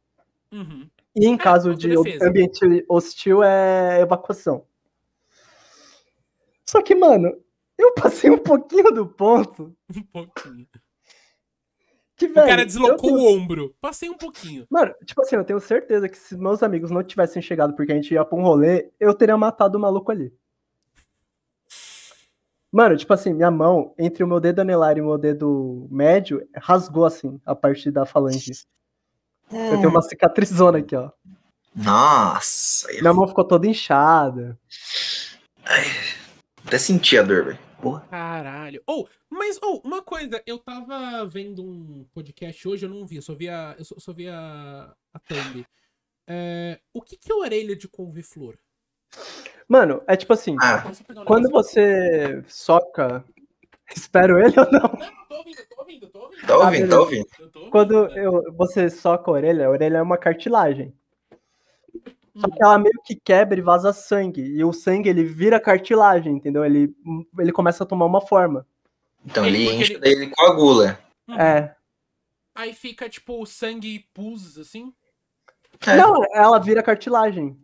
S1: Uhum.
S3: E em caso de o-
S1: autodefesa.
S3: ambiente hostil, é evacuação. Só que, mano, eu passei um pouquinho do ponto
S1: Um pouquinho.
S3: que,
S1: O
S3: velho...
S1: cara
S3: eu
S1: deslocou
S3: tenho
S1: o ombro. Passei um pouquinho.
S3: Mano, tipo assim, eu tenho certeza que se meus amigos não tivessem chegado porque a gente ia pra um rolê, eu teria matado o maluco ali. Mano, tipo assim, minha mão, entre o meu dedo anelar e o meu dedo médio, rasgou assim, a parte da falange. Eu
S2: É.
S3: tenho uma cicatrizona aqui, ó.
S2: Nossa,
S3: Minha mão ficou toda inchada.
S2: até senti a dor, velho. Porra.
S1: Caralho. Ou, mas, ou, uma coisa, eu tava vendo um podcast hoje, eu não vi, eu só vi a, eu só, só vi a, a thumb. É, o que que é orelha de couve-flor?
S3: Mano, é tipo assim,
S2: Ah,
S1: Posso pegar um
S3: quando
S1: negócio?
S3: você soca. Espero ele ou não?
S1: Não, tô ouvindo, tô ouvindo, tô ouvindo.
S2: tá ouvindo, tá
S3: beleza.
S2: ouvindo.
S1: Eu tô ouvindo,
S3: Quando
S1: né?
S3: eu, você soca a orelha, a orelha é uma cartilagem.
S1: Hum,
S3: Só que ela meio que quebra e vaza sangue. E o sangue, ele vira cartilagem, entendeu? Ele, ele começa a tomar uma forma.
S2: Então
S1: Ele-
S2: ele
S1: porque
S2: enche,
S1: ele-
S2: daí ele coagula.
S3: É.
S1: Aí fica, tipo, sangue e pus, assim.
S2: É,
S3: Não, ela vira cartilagem.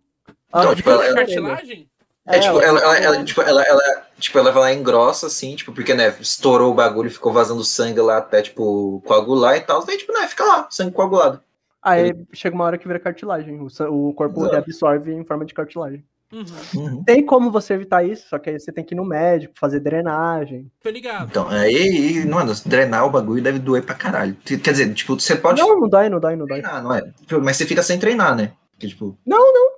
S2: Então,
S3: Ela
S2: tipo,
S3: vira
S2: ela-
S3: a orelha.
S1: Cartilagem?
S2: é, tipo,
S3: ela-
S2: ela, ela, ela- tipo, ela, ela, tipo, ela vai lá engrossa, assim, tipo, porque, né, estourou o bagulho, ficou vazando sangue lá até, tipo, coagular e tal. Daí, tipo, né, fica lá, sangue coagulado.
S3: Aí chega uma hora que vira cartilagem. O, san- o corpo
S2: Exato.
S3: reabsorve em forma de cartilagem.
S1: Uhum,
S2: Uhum.
S3: Tem como você evitar isso, só que aí você tem que ir no médico, fazer drenagem.
S1: tô ligado.
S2: Então, aí, e, mano, drenar o bagulho deve doer pra caralho. Quer dizer, tipo, você pode
S3: Não, não dói, não dói, não dói.
S2: treinar, não é? Tipo, Mas você fica sem treinar, né? Porque, tipo...
S3: Não,
S2: não.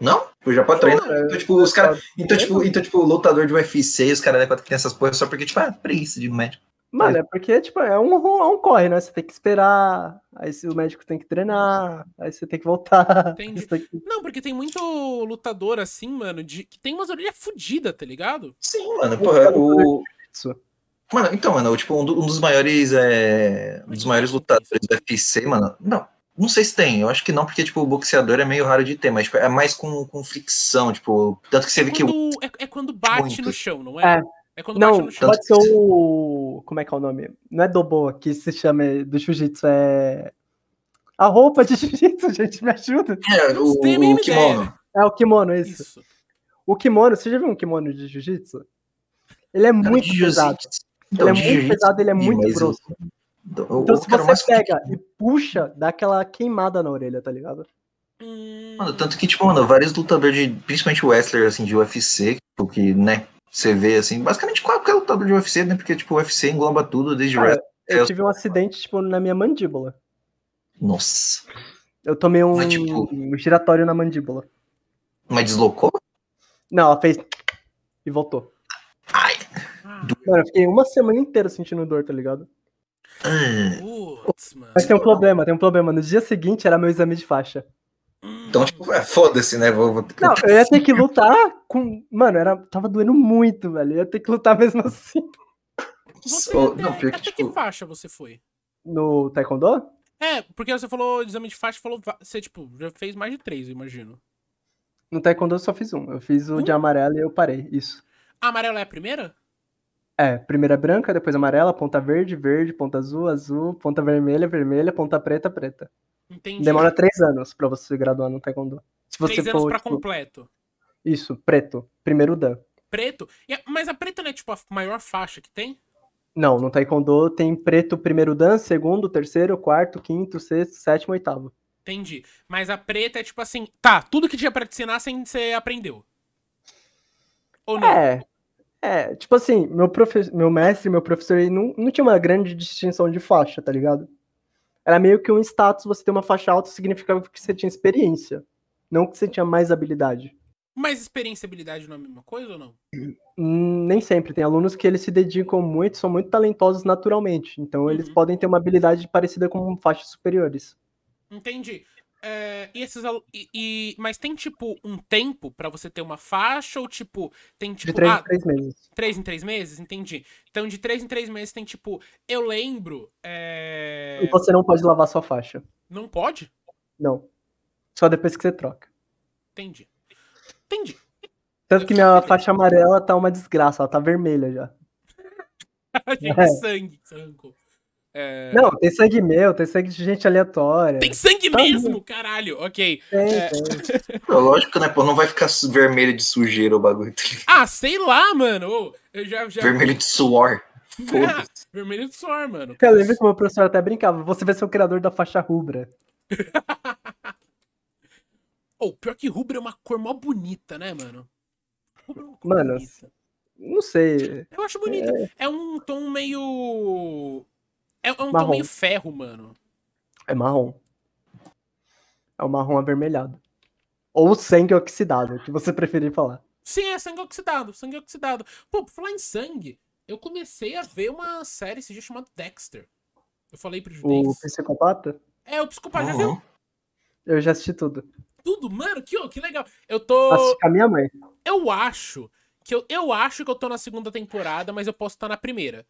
S2: Não? Tipo, já pode treinar?
S3: Não,
S2: Então, tipo, os caras...
S3: só-
S2: é Então, tipo, então, tipo, lutador de UFC, os caras né, quatro que tem essas porras só porque, tipo, ah, preguiça de médico.
S3: Mano, é porque, tipo, é um, é um corre, né? Você tem que esperar, aí se- o médico tem que treinar, aí você tem que voltar.
S1: Entendi.
S3: você tem que-
S1: Não, porque tem muito lutador assim, mano, de, que tem umas orelhas fodidas, tá ligado?
S2: Sim, mano, porra, o.
S3: é Isso.
S2: Mano, então, mano, tipo, um, do- um dos maiores. É, um dos maiores lutadores do UFC, mano. Não, não sei se tem. Eu acho que não, porque, tipo, o boxeador é meio raro de ter, mas tipo, é mais com, com fricção, tipo. Tanto que você vê que o.
S1: Quando- é, é quando bate
S2: Muito.
S1: no chão, não é?
S3: É.
S1: É, quando bate
S3: Não,
S1: no chão.
S3: pode ser o. Como é que é o nome? Não é Dobo, que se chama do Jiu-Jitsu, é. A roupa de Jiu-Jitsu, gente, me ajuda.
S2: É,
S1: não
S2: o,
S1: tem a mínima
S2: o kimono.
S3: É o kimono, isso.
S1: Isso.
S3: O kimono, você já viu um kimono de Jiu-Jitsu? Ele é
S2: Cara,
S3: muito
S2: de jiu-jitsu.
S3: pesado.
S2: Então,
S3: Ele
S2: de
S3: é muito
S2: jiu-jitsu,
S3: pesado, ele é muito
S2: mas eu-
S3: grosso.
S2: eu-
S3: Então
S2: eu
S3: se
S2: quero mais-
S3: você pega e puxa, dá aquela queimada na orelha, tá ligado?
S1: Hum,
S2: Mano, tanto que, tipo, mano, vários lutadores, de, principalmente wrestler, assim, de UFC, tipo, que, né, você vê, assim, basicamente qualquer lutador de UFC, né, porque, tipo, o UFC engloba tudo, desde
S3: Cara,
S2: wrestling.
S3: Eu
S2: É, Eu-
S3: tive um acidente, tipo, na minha mandíbula.
S2: Nossa,
S3: Eu tomei um,
S2: Mas, tipo-
S3: um giratório na mandíbula.
S2: mas deslocou?
S3: Não, ela fez e voltou.
S2: Ai,
S1: ah,
S3: Mano, eu fiquei uma semana inteira sentindo dor, tá ligado?
S2: ah.
S1: Putz, mano.
S3: Mas tem um problema, tem um problema. No dia seguinte era meu exame de faixa.
S2: Então, tipo, é, foda-se, né, vou... vou...
S3: Não, eu ia ter que lutar com. Mano, era... tava doendo muito, velho. Eu ia ter que lutar mesmo assim.
S1: Você
S2: Só-
S1: até,
S2: Não, pior que,
S1: até que
S2: tipo,
S1: faixa você foi?
S3: No Taekwondo?
S1: É, porque você falou de exame de faixa, falou. va- Você, tipo, já fez mais de três, eu imagino.
S3: No Taekwondo eu só fiz um. Eu fiz o de
S1: Um?
S3: amarelo e eu parei. Isso.
S1: A amarela é a primeira?
S3: É, primeira branca, depois amarela, ponta verde, verde, ponta azul, azul, ponta vermelha, vermelha, ponta preta, preta.
S1: Entendi.
S3: Demora três anos pra você se graduar no Taekwondo. Se você
S1: Três anos
S3: for,
S1: pra
S3: tipo,
S1: completo.
S3: isso, preto, primeiro dan.
S1: Preto? E a- mas a preta não é, tipo, a maior faixa que tem?
S3: Não, no Taekwondo tem preto, primeiro dan, segundo, terceiro, quarto, quinto, sexto, sétimo, oitavo.
S1: Entendi. Mas a preta é, tipo assim. Tá, tudo que tinha pra te ensinar sem você aprendeu. Ou não?
S3: É, é, tipo assim, meu, profe... meu mestre, meu professor, ele não, não tinha uma grande distinção de faixa, tá ligado? Era meio que um status, você ter uma faixa alta significava que você tinha experiência, não que você tinha mais habilidade.
S1: Mas experiência e habilidade não é a mesma coisa ou não?
S3: Hum, Nem sempre. Tem alunos que eles se dedicam muito, são muito talentosos naturalmente. Então, eles
S1: Uhum.
S3: podem ter uma habilidade parecida com faixas superiores.
S1: Entendi. É, e esses alu- e, e- mas tem tipo um tempo pra você ter uma faixa ou tipo tem
S3: De
S1: tipo
S3: três
S1: ah,
S3: em três meses.
S1: três em três meses, entendi. Então de três em três meses tem tipo eu lembro é,
S3: E você não pode lavar sua faixa.
S1: não pode,
S3: Não. Só depois que você troca.
S1: entendi, entendi.
S3: Tanto que minha faixa amarela tá uma desgraça, ela tá vermelha já.
S1: Gente,
S3: É.
S1: sangue, sangue. É,
S3: Não, tem sangue meu, tem sangue de gente aleatória.
S1: Tem sangue
S3: Tá
S1: mesmo, caralho. Ok.
S3: Tem,
S1: é.
S3: tem.
S2: Não, Lógico, né, pô, não vai ficar su- vermelho de sujeira o bagulho, tá ligado?
S1: Ah, sei lá, mano. Ô, Eu já já
S2: vermelho de suor. Foda-se.
S1: vermelho do suor, mano.
S3: Eu lembro que o meu professor até brincava, você vai ser o criador da faixa rubra.
S1: Ou pior que rubro é uma cor mó bonita, né, mano? Rubro é uma cor
S3: Mano,
S1: bonita.
S3: Não sei.
S1: Eu acho bonita. É, um tom meio. É, é um tom
S3: Marrom.
S1: meio ferro, mano.
S3: É marrom. É um marrom avermelhado. Ou sangue oxidado, o que você preferir falar.
S1: Sim, é sangue oxidado, sangue oxidado. Pô, por falar em sangue, eu comecei a ver uma série esse dia chamada Dexter. Eu falei pro
S3: O
S1: Judez.
S3: psicopata?
S1: É, o psicopata já viu
S2: Uhum.
S3: Eu já assisti tudo.
S1: tudo, mano. Que, ô, que legal. Eu tô.
S3: Assisti com a minha mãe.
S1: Eu acho. Que eu, eu acho que eu tô na segunda temporada, mas eu posso estar na primeira.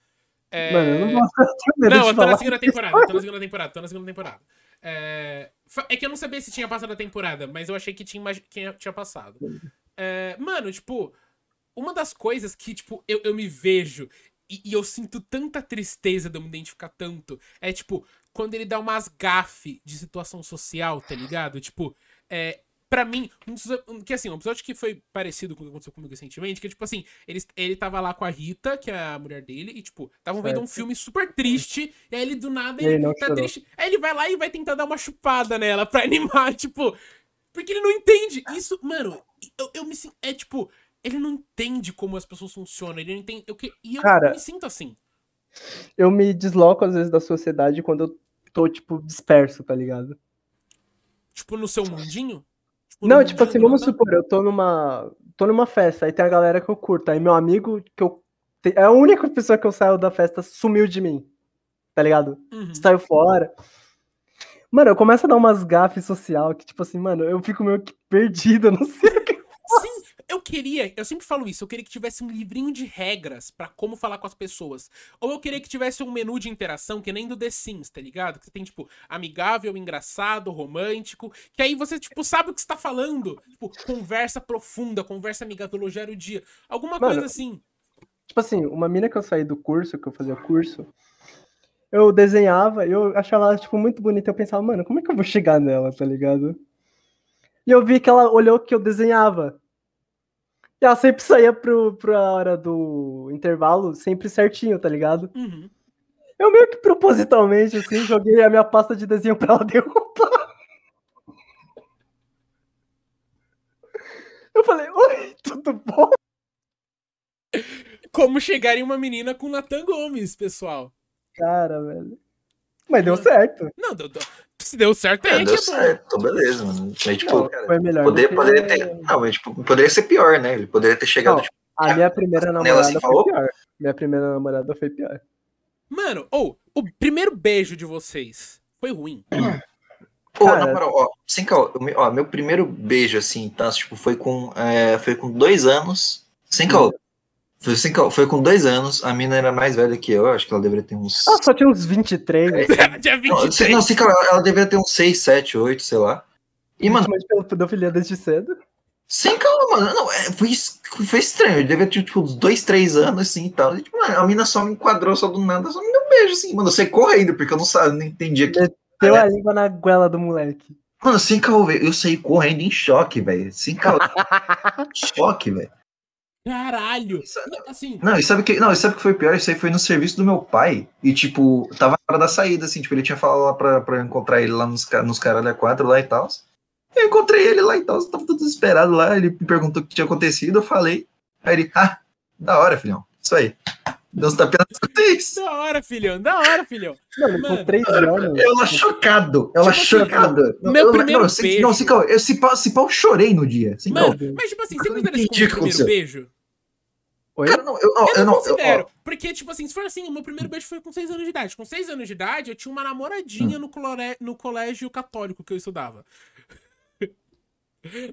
S1: É...
S3: Mano, eu não gosto eu tenho medo
S1: Não,
S3: de
S1: eu tô na
S3: falar.
S1: segunda temporada, eu tô na segunda temporada, tô na segunda temporada. É, fa- é que eu não sabia se tinha passado a temporada, mas eu achei que tinha, imag- que tinha passado. É, Mano, tipo, uma das coisas que, tipo, eu, eu me vejo e, e eu sinto tanta tristeza de eu me identificar tanto é, tipo, quando ele dá umas gafe de situação social, tá ligado? Tipo, é. Pra mim, um dos- um- que assim, um episódio que foi parecido com o que aconteceu comigo recentemente, que tipo assim, ele, ele tava lá com a Rita, que é a mulher dele, e tipo, estavam vendo um
S3: Certo.
S1: filme super triste, e aí ele do nada
S3: E
S1: ele
S3: ele não
S1: tá
S3: chorou.
S1: triste. Aí ele vai lá e vai tentar dar uma chupada nela pra animar, tipo. Porque ele não entende. Isso, mano, eu, eu me sinto. É tipo, ele não entende como as pessoas funcionam. Ele não entende. Eu, que- e eu
S3: Cara.
S1: me sinto assim.
S3: Eu me desloco às vezes da sociedade quando eu tô, tipo, disperso, tá ligado?
S1: Tipo, no seu mundinho? no
S3: Não,
S1: mundinho né?
S3: tipo assim,
S1: do
S3: vamos
S1: Natal?
S3: supor, eu tô numa. tô numa festa, aí tem a galera que eu curto, aí meu amigo que eu Tem- É a única pessoa que eu saio da festa sumiu de mim. Tá ligado?
S1: Uhum.
S3: saiu fora. Mano, eu começo a dar umas gafes social que, tipo assim, mano, eu fico meio que perdido, eu não sei o que.
S1: Sim, eu queria, eu sempre falo isso, eu queria que tivesse um livrinho de regras pra como falar com as pessoas. Ou eu queria que tivesse um menu de interação que nem do The Sims, tá ligado? Que você tem, tipo, amigável, engraçado, romântico, que aí você, tipo, sabe o que você tá falando. Tipo, conversa profunda, conversa amigável, elogiar o dia. Alguma
S3: Mano,
S1: coisa assim.
S3: Tipo assim, uma mina que eu saí do curso, que eu fazia curso, eu desenhava e eu achava ela, tipo, muito bonita. Eu pensava, mano, como é que eu vou chegar nela, tá ligado? E eu vi que ela olhou o que eu desenhava. E ela sempre saía pro, pra hora do intervalo, sempre certinho, tá ligado?
S1: Uhum.
S3: Eu meio que propositalmente, assim, joguei a minha pasta de desenho pra ela derrubar. Eu falei, oi, tudo bom?
S1: Como chegar em uma menina com Natan Gomes, pessoal.
S3: Cara, velho. Mas deu certo.
S1: Não, deu, deu- se deu certo, é,
S2: É,
S1: que
S2: deu
S1: é bom.
S2: certo, então beleza, mano. Mas, tipo,
S3: Não,
S2: cara,
S3: foi melhor. do
S2: poderia,
S3: que-
S2: poderia ter. Não, mas, tipo, poderia ser pior, né? Ele poderia ter chegado,
S3: Não.
S2: tipo,
S3: A minha primeira
S2: Nela
S3: namorada
S2: se
S3: foi
S2: falou?
S3: pior. Minha primeira namorada foi pior.
S1: Mano, ou, o primeiro beijo de vocês foi ruim.
S2: pô,
S3: cara.
S2: na moral, ó, sem caô, eu me- ó, meu primeiro beijo, assim, tá, tipo, foi com, é, foi com dois anos, sem
S3: Hum.
S2: caô. Foi, sem caô, foi com dois anos, a mina era mais velha que eu, acho que ela deveria ter uns.
S3: Ela Ah, só tinha uns 23.
S2: É.
S3: assim,
S1: Dia 23.
S2: Não, sei- não, sei que ela, ela deveria ter uns 6, 7, 8, sei lá. E, mano,
S3: Vítima de pedofilia desde cedo.
S2: sem calma, mano. Não, é, foi, es- foi estranho. Eu devia ter, tipo, uns 2, 3 anos, assim, e tal. E, tipo, mano, a mina só me enquadrou, só do nada, só me deu um beijo, assim. Mano, eu saí correndo, porque eu não sabia, não entendia que...
S3: Deu
S2: é.
S3: a língua na goela do moleque.
S2: Mano, sem calma, velho. Eu saí correndo em choque, velho. Sem calma. choque, velho.
S1: Caralho!
S2: Isso-
S1: Não, Assim,
S2: Não, e sabe o que, não, e sabe o que foi pior? Isso aí foi no serviço do meu pai. E, tipo, tava na hora da saída, assim, tipo, ele tinha falado lá pra, pra eu encontrar ele lá nos, ca- nos caras da 4 lá e tal. Eu encontrei ele lá e tal, tava todo desesperado lá. Ele me perguntou o que tinha acontecido, eu falei. Aí ele, ah, da hora, filhão. Isso aí. Deus tá apenas com isso.
S1: da hora, filhão, da hora, filhão.
S3: Mano,
S1: Mano,
S3: com 3 anos.
S2: Ela chocado, ela
S1: Tipo assim,
S2: chocada.
S1: meu
S2: Eu- eu-
S1: primeiro
S2: não, se-
S1: beijo.
S2: Não, se calma, eu se pau, se pau, eu chorei no dia. Se
S1: Mano,
S2: calma.
S1: mas tipo assim,
S2: Eu
S1: você
S2: não
S1: considera isso como
S2: entendi
S1: o
S2: o que
S1: primeiro
S2: aconteceu.
S1: beijo?
S3: Oi?
S2: Cara, não, eu, não,
S1: Eu não
S2: eu não, eu- ó,
S1: considero. Porque, tipo assim, se for assim, o meu primeiro beijo foi com 6 anos de idade. Com 6 anos de idade, eu tinha uma namoradinha
S2: Hum.
S1: no, colore- no colégio católico que eu estudava.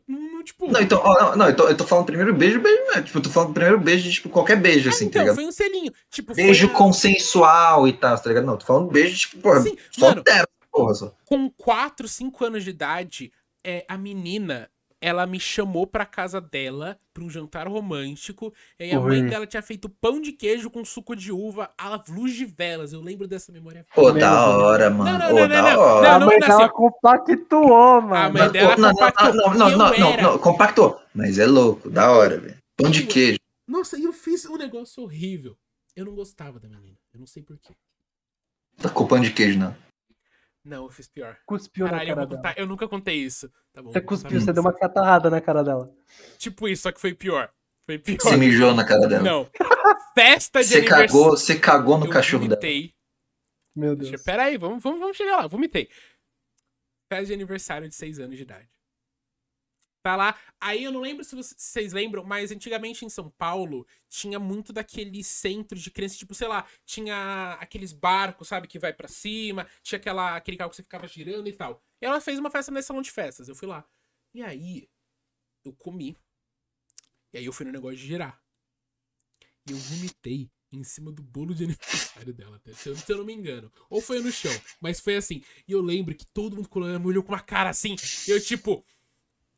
S1: Não, não, tipo.
S2: Não, então, ó, não, não, eu tô, eu tô falando primeiro beijo, beijo, né? tipo, eu tô falando primeiro beijo de, tipo, qualquer beijo,
S1: Ah,
S2: assim, tá
S1: então,
S2: ligado?
S1: foi um selinho. Tipo, foi
S2: Beijo
S1: a-
S2: consensual e tal, tá ligado? Não, tô falando beijo, tipo, porra,
S1: Sim,
S2: só
S1: mano.
S2: dela, porra, só.
S1: com 4, 5 anos de idade, é, a menina, ela me chamou pra casa dela, pra um jantar romântico, e aí a
S3: Oi.
S1: mãe dela tinha feito pão de queijo com suco de uva à luz de velas. Eu lembro dessa memória.
S2: Pô,
S3: Meu
S2: da
S3: Deus.
S2: hora, mano.
S1: não,
S2: Ô,
S1: não,
S2: da
S1: não,
S2: hora.
S3: a
S1: não,
S3: mãe
S1: não,
S3: dela
S1: assim,
S3: compactuou, mano.
S1: mãe dela
S2: Ô, não, não,
S1: compactou,
S2: não, não,
S1: eu
S2: não, não,
S1: era.
S2: não, não, compactou. Mas é louco, da hora, velho. Pão de queijo.
S1: Nossa, e eu fiz um negócio horrível. Eu não gostava da menina. Eu não sei porquê.
S2: Tá com pão de queijo, não.
S1: Não, eu fiz pior.
S3: Cuspiu na
S1: Caralho, eu,
S3: cara
S1: vou
S3: dela.
S1: contar- eu nunca contei isso. Tá bom.
S3: Você
S1: vou contar
S3: cuspiu, você
S1: pra
S3: deu uma catarrada na cara dela.
S1: Tipo isso, só que foi pior. Foi pior.
S2: Você mijou na cara dela.
S1: Não. Festa de
S2: Você
S1: aniversário.
S2: cagou, você cagou no
S1: eu
S2: cachorro dela.
S1: vomitei.
S3: Meu
S1: Deixa,
S3: Deus.
S1: pera aí, vamos, vamos, vamos chegar lá. Vomitei. Festa de aniversário de 6 anos de idade. Tá lá. Aí eu não lembro se vocês, se vocês lembram, mas antigamente em São Paulo tinha muito daquele centro de criança, tipo, sei lá, tinha aqueles barcos, sabe, que vai pra cima, tinha aquela, aquele carro que você ficava girando e tal. E ela fez uma festa nesse salão de festas. Eu fui lá. E aí, eu comi. E aí eu fui no negócio de girar. E eu vomitei em cima do bolo de aniversário dela, até, se eu, se eu não me engano. Ou foi no chão, mas foi assim. E eu lembro que todo mundo colando me olhou com uma cara assim. E eu, tipo,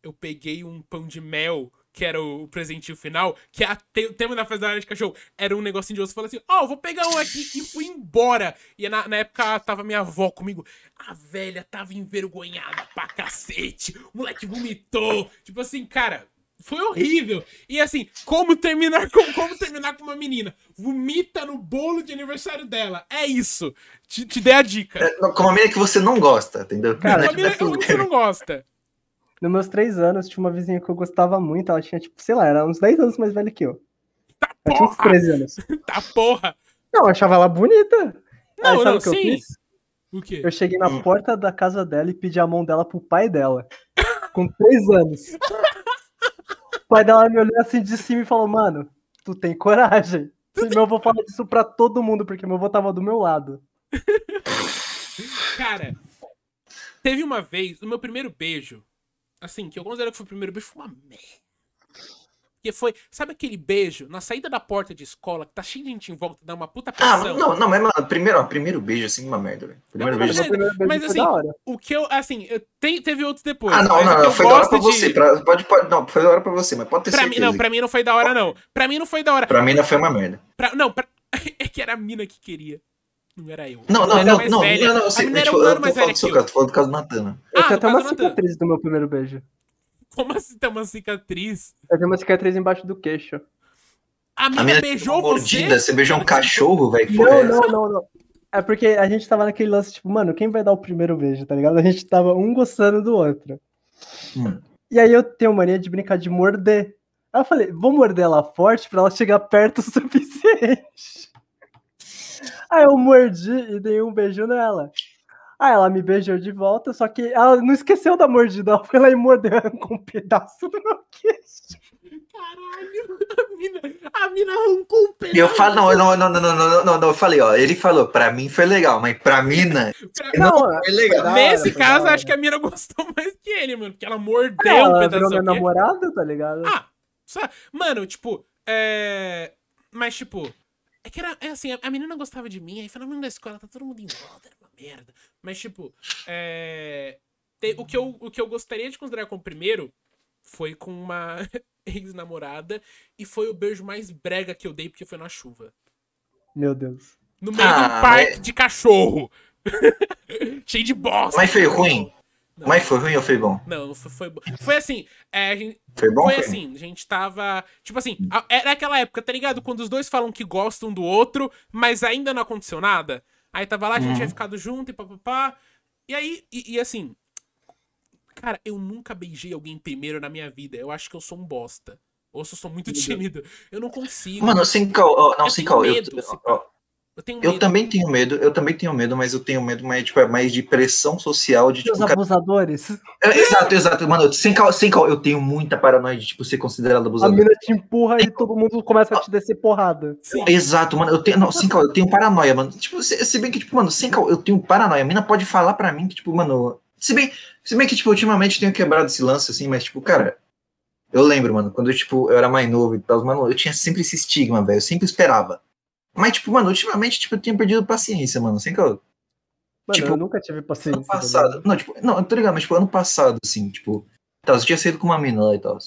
S1: eu peguei um pão de mel, que era o presentinho final, que é a te- o tema da festa da área de cachorro era um negocinho de osso. Eu falei assim, ó, vou pegar um aqui e fui embora. E na, na época tava minha avó comigo. A velha tava envergonhada pra cacete. O moleque vomitou. Tipo assim, cara, foi horrível. E assim, como terminar com, como terminar com uma menina? Vomita no bolo de aniversário dela. É isso. Te, te dei a dica.
S2: É, não, Com uma menina que você não gosta, entendeu?
S3: Cara,
S2: Não é
S1: Uma
S2: tipo
S1: menina que
S2: assim,
S1: você não gosta.
S3: Nos meus três anos, tinha uma vizinha que eu gostava muito. Ela tinha, tipo, sei lá, era uns 10 anos mais velha que eu.
S1: Tá
S2: é tipo
S3: Ela tinha uns
S1: porra!
S3: 13 anos.
S1: Tá porra!
S3: Não, eu achava ela bonita.
S1: Não,
S3: Aí, sabe
S1: não,
S3: o que eu
S1: sim.
S3: fiz?
S1: O quê?
S3: Eu cheguei na
S2: Hum.
S3: porta da casa dela e pedi a mão dela pro pai dela. Com três anos. O pai dela me olhou assim de cima e falou, mano, tu tem coragem. Se meu avô fala isso pra todo mundo, porque meu avô tava do meu lado.
S1: Cara, teve uma vez, o meu primeiro beijo, assim, que eu considero que foi o primeiro beijo, foi uma merda. Porque foi, sabe aquele beijo na saída da porta de escola, que tá cheio de gente em volta, dá uma puta
S2: Ah,
S1: pressão?
S2: não, não, mas mano, primeiro, ó, primeiro beijo assim, uma merda, velho. Primeiro
S1: Não,
S2: beijo.
S1: mas-
S3: Meu primeiro beijo
S1: mas
S3: foi
S1: assim,
S3: da hora.
S1: O que eu, assim, eu- tem- teve outros depois.
S2: Ah, não,
S1: mas o
S2: não,
S1: que
S2: não,
S1: eu
S2: foi da hora
S1: gosto
S2: pra
S1: de-
S2: você. pra- pode, pode, não, foi da hora pra você, mas pode ter
S1: Pra mim,
S2: certeza.
S1: não, pra mim não foi da hora, não. Pra mim não foi da hora.
S2: que pra mim não foi uma merda.
S1: Pra- não, pra- é que era a mina que queria. Não era eu.
S2: Não,
S1: Ela
S2: não,
S1: era
S2: não,
S1: mais
S2: não,
S1: velha.
S2: não, não, eu sei,
S1: a
S2: mas,
S1: menina era
S2: tipo,
S1: um
S2: eu
S1: ano
S2: tô
S1: mais
S2: falando
S1: velha
S2: do
S1: que
S2: seu
S1: eu.
S2: caso, tô falando do caso do Natana.
S3: Eu
S1: Ah,
S3: tenho
S1: no
S3: até
S1: caso
S3: uma
S1: do Natan.
S3: cicatriz do meu primeiro beijo.
S1: Como assim tem uma cicatriz?
S3: Eu tenho uma cicatriz embaixo do queixo.
S1: A
S2: A
S1: mina
S2: mina deu
S1: beijou
S2: uma
S1: você?
S2: mordida, você beijou um cachorro, velho. que porra é
S3: Não,
S2: essa?
S3: não, não, não. É porque a gente tava naquele lance, tipo, mano, quem vai dar o primeiro beijo, tá ligado? A gente tava um gostando do outro.
S2: Hum.
S3: E aí eu tenho mania de brincar de morder. Aí eu falei, vou morder ela forte pra ela chegar perto o suficiente. Aí eu mordi e dei um beijo nela. Aí ela me beijou de volta, só que ela não esqueceu da mordida, ela foi lá e mordeu com um pedaço do meu queixo.
S1: Caralho, a mina, a mina arrancou um pedaço.
S2: E eu falo, não, não, não, não, não, não, não, não, eu falei, ó, ele falou, pra mim foi legal, mas pra mina
S1: Pra-
S2: não
S3: Não,
S2: foi legal.
S3: da
S1: Nesse
S3: hora, foi
S1: caso,
S3: da hora.
S1: acho que a mina gostou mais que ele, mano. Porque ela mordeu um
S3: ela
S1: pedaço.
S3: virou minha
S1: aqui.
S3: namorada, tá ligado?
S1: Ah, sa- mano, tipo, é. Mas, tipo, é que era é assim, a- a menina gostava de mim, aí foi na menina da escola, tá todo mundo em volta, era uma merda. Mas, tipo, é. te- O, que eu, o que eu gostaria de considerar como primeiro foi com uma ex-namorada e foi o beijo mais brega que eu dei, porque foi na chuva.
S3: Meu Deus.
S1: No meio de
S2: Ah,
S1: um parque de cachorro. Cheio de bosta.
S2: Mas foi ruim?
S1: Não,
S2: Mas foi ruim ou foi bom?
S1: não, foi, foi, bo- foi assim. é, a gente,
S2: Foi bom?
S1: foi
S2: ou ruim?
S1: assim, a gente tava. Tipo assim, a- era aquela época, tá ligado? Quando os dois falam que gostam do outro, mas ainda não aconteceu nada. Aí tava lá, a gente
S2: Uhum.
S1: tinha ficado junto e papapá. E aí, e, e assim. Cara, eu nunca beijei alguém primeiro na minha vida. Eu acho que eu sou um bosta. Ou se eu sou muito tímido. Eu não consigo.
S2: Mano, sem cal, ó, não,
S1: Eu
S2: sem
S1: tenho
S2: cal, eu,
S1: medo, se
S2: ó,
S1: pá.
S2: ó,
S1: eu tenho medo.
S2: eu também tenho medo, eu também tenho medo, mas eu tenho medo mais, tipo, é mais de pressão social, de tipo,
S3: Os
S2: cara-
S3: abusadores.
S2: É, Exato, exato, mano, sem cal, sem cal, eu tenho muita paranoia de, tipo, ser considerado
S3: A
S2: abusador.
S3: mina te empurra e todo mundo começa a te descer porrada.
S1: Sim.
S2: Exato, mano. Eu tenho. Não, sem cal, eu tenho paranoia, mano. Tipo, se, se bem que, tipo, mano, sem cal, eu tenho paranoia. A mina pode falar pra mim que, tipo, mano. Se bem, se bem que, tipo, ultimamente eu tenho quebrado esse lance, assim, mas, tipo, cara. Eu lembro, mano, quando eu, tipo, eu era mais novo e tal, mano, eu tinha sempre esse estigma, velho. Eu sempre esperava. Mas, tipo, mano, ultimamente, tipo, eu tenho perdido paciência, mano. Sem cal.
S3: Mano,
S2: Tipo,
S3: eu nunca tive paciência.
S2: Ano passado.
S3: velho.
S2: Não, tipo, não, eu tô ligado, mas, tipo, ano passado, assim, tipo. Tal, eu tinha saído com uma mina lá e tal.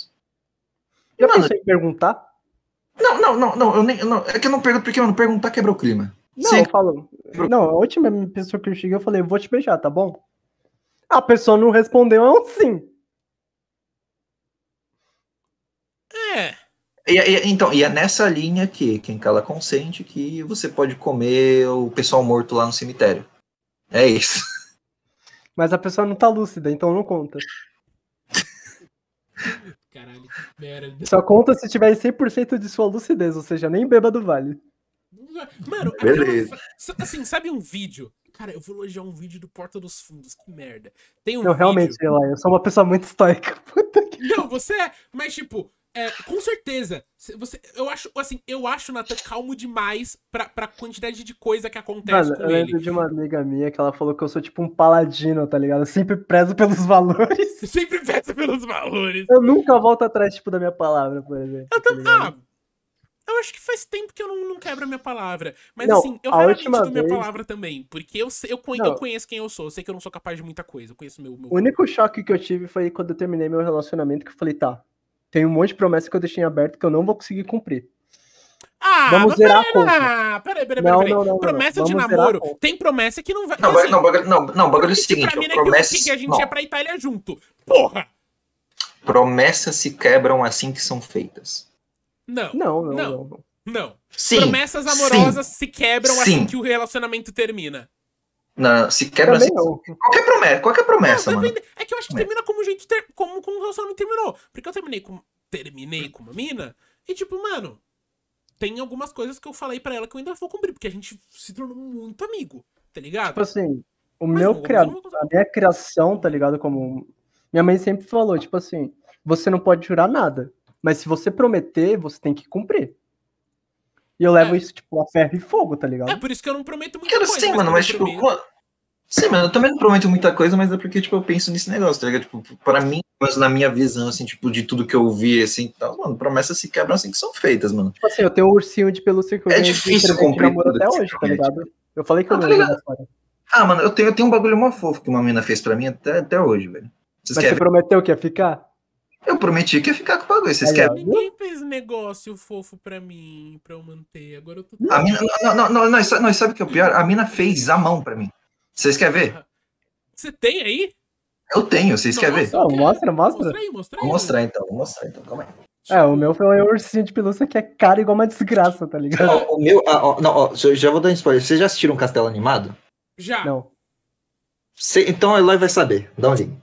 S3: Já
S2: Mano,
S3: pensou em perguntar?
S2: não, não, não, não, eu nem. Não, é que eu não pergunto porque, mano, perguntar quebra o clima.
S3: Não,
S2: Sim.
S3: eu falo. Não, a última pessoa que eu cheguei, eu falei, vou te beijar, tá bom? A pessoa não respondeu, é um sim.
S1: É.
S2: E, e- então, e é nessa linha que quem cala consente que você pode comer o pessoal morto lá no cemitério. É isso.
S3: Mas a pessoa não tá lúcida, então não conta.
S1: Caralho, que merda.
S3: Só conta se tiver 100% de sua lucidez, ou seja, nem bêbado vale.
S1: Mano,
S2: Beleza.
S1: aquela- sa- assim, sabe um vídeo? Cara, eu vou elogiar um vídeo do Porta dos Fundos, que merda. Tem um
S3: Eu
S1: vídeo.
S3: realmente, sei lá, eu sou uma pessoa muito estoica. Puta que...
S1: Não, você é. Mas, tipo, é, com certeza. se Você, eu acho, assim, eu acho o Nathan calmo demais pra, pra quantidade de coisa que acontece
S3: Mano, é eu
S1: com ele.
S3: lembro de uma amiga minha que ela falou que eu sou tipo um paladino, tá ligado? Eu sempre prezo pelos valores.
S1: Você sempre peça pelos valores.
S3: Eu nunca volto atrás, tipo, da minha palavra, por exemplo.
S1: Eu
S3: tá
S1: também.
S3: ligado?
S1: Ah, eu acho que faz tempo que eu não, não quebro a minha palavra. Mas,
S3: Não,
S1: assim, eu
S3: a
S1: raramente
S3: última
S1: dou minha
S3: vez-
S1: palavra também. Porque eu, sei- eu, conhe- eu
S3: Não.
S1: conheço quem eu sou. Eu sei que eu não sou capaz de muita coisa. Eu conheço meu. meu...
S3: O único choque que eu tive foi quando eu terminei meu relacionamento, que eu falei, tá, tem um monte de promessa que eu deixei em aberto que eu não vou conseguir cumprir.
S1: Ah,
S3: Vamos
S1: mas
S3: zerar a conta.
S1: Ah, peraí, peraí, peraí.
S3: Não,
S1: peraí.
S3: não, não, não.
S1: Promessa de
S3: Vamos zerar a
S1: namoro.
S3: conta.
S1: Tem promessa que não vai.
S2: Não,
S1: que, assim,
S2: bagulho, não, bagulho, não, não, bagulho é o
S1: promessa
S2: seguinte,
S1: pra mim
S2: ó,
S1: é que, eu- que,
S2: promessas,
S1: que a gente
S2: não,
S1: ia pra Itália junto. Porra!
S2: promessas se quebram assim que são feitas.
S1: Não,
S3: Não, não,
S1: Não.
S3: não. não.
S1: não.
S2: Sim.
S1: Promessas amorosas se quebram assim
S2: Sim.
S1: que o relacionamento termina.
S2: Não, não, se quebra
S3: Também
S2: assim.
S3: não.
S2: Qualquer promessa, qualquer promessa, mano.
S1: Depende- É que eu acho que termina como o jeito ter- como, como o relacionamento terminou. Porque eu terminei com. Terminei com uma mina e, tipo, mano, tem algumas coisas que eu falei pra ela que eu ainda vou cumprir, porque a gente se tornou muito amigo, tá ligado?
S3: Tipo assim, o
S1: Mas
S3: meu
S1: não,
S3: criado, tá
S1: vamos-
S3: a minha criação, tá ligado? Como. Minha mãe sempre falou, tipo assim, você não pode jurar nada. Mas se você prometer, você tem que cumprir. E eu
S2: É.
S3: levo isso, tipo, a ferro e fogo, tá ligado?
S1: É por isso que eu não prometo muita
S2: Cara,
S1: coisa.
S2: sim,
S1: mas tá
S2: mano,
S1: eu
S2: mas tipo.
S1: prometo-
S2: mano, Sim, mano, eu também não prometo muita coisa, mas é porque, tipo, eu penso nesse negócio, tá ligado? Tipo, pra mim, mas na minha visão, assim, tipo, de tudo que eu vi, assim, e tal, mano, promessas se quebram assim que são feitas, mano.
S3: Tipo assim, eu tenho um ursinho de pelúcia que eu
S2: É
S3: ganhei de
S2: difícil
S3: presente de
S2: cumprir
S3: namoro
S2: tudo
S3: até
S2: que você
S3: hoje, tá
S2: promete.
S3: ligado? Eu falei que eu
S2: Ah, tá
S3: não ia
S2: ligado.
S3: jogar fora.
S2: Ah, mano, eu tenho, eu tenho um bagulho mó fofo que uma mina fez pra mim até, até hoje, velho. Vocês
S3: Mas
S2: querem
S3: você prometeu que ia ficar?
S2: Eu prometi que ia ficar com o bagulho. Vocês
S3: Aí,
S2: querem?
S3: ó.
S1: Ninguém fez negócio fofo pra mim, pra eu manter. Agora eu tô.
S2: A mina. Não, não, não, não, sabe- não, sabe o que é o pior? A mina fez a mão pra mim. Vocês querem ver?
S1: Você tem aí?
S2: Eu tenho, vocês querem ver?
S1: Nossa,
S3: Não,
S1: eu quero.
S3: mostra, mostra.
S1: Mostra aí, mostra aí.
S2: Vou mostrar então, vou mostrar então, calma aí.
S3: É, o meu foi um ursinho de pelúcia que é caro igual uma desgraça, tá ligado?
S2: Ó, o meu. ah, ó, não, ó, eu já vou dar um spoiler. Vocês já assistiram um castelo animado?
S1: Já.
S3: Não.
S2: Cê- então a Eloy vai saber. Dá um link.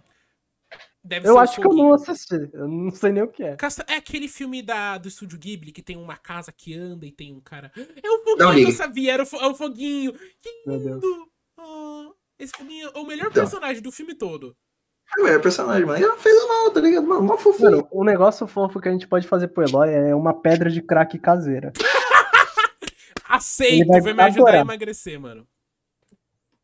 S1: Deve
S3: Eu
S1: ser um
S3: acho que eu
S1: pouquinho.
S3: não assisti. Eu não sei nem o que é.
S1: Casta- É aquele filme da, do Estúdio Ghibli que tem uma casa que anda e tem um cara. É o foguinho,
S2: Não ligue.
S1: eu sabia, era o, fo- é o foguinho. Que
S3: Meu Deus.
S1: lindo! Ah, esse foguinho é o melhor
S2: Então.
S1: personagem do filme todo.
S2: É o melhor personagem, mano. Ela fez a mão, tá ligado? Mano, mó fofinho.
S3: Mano, um negócio fofo que a gente pode fazer pro Eloy é uma pedra de crack caseira.
S1: Aceito,
S3: Ele vai
S1: vai me ajudar a
S3: adorar.
S1: emagrecer, mano.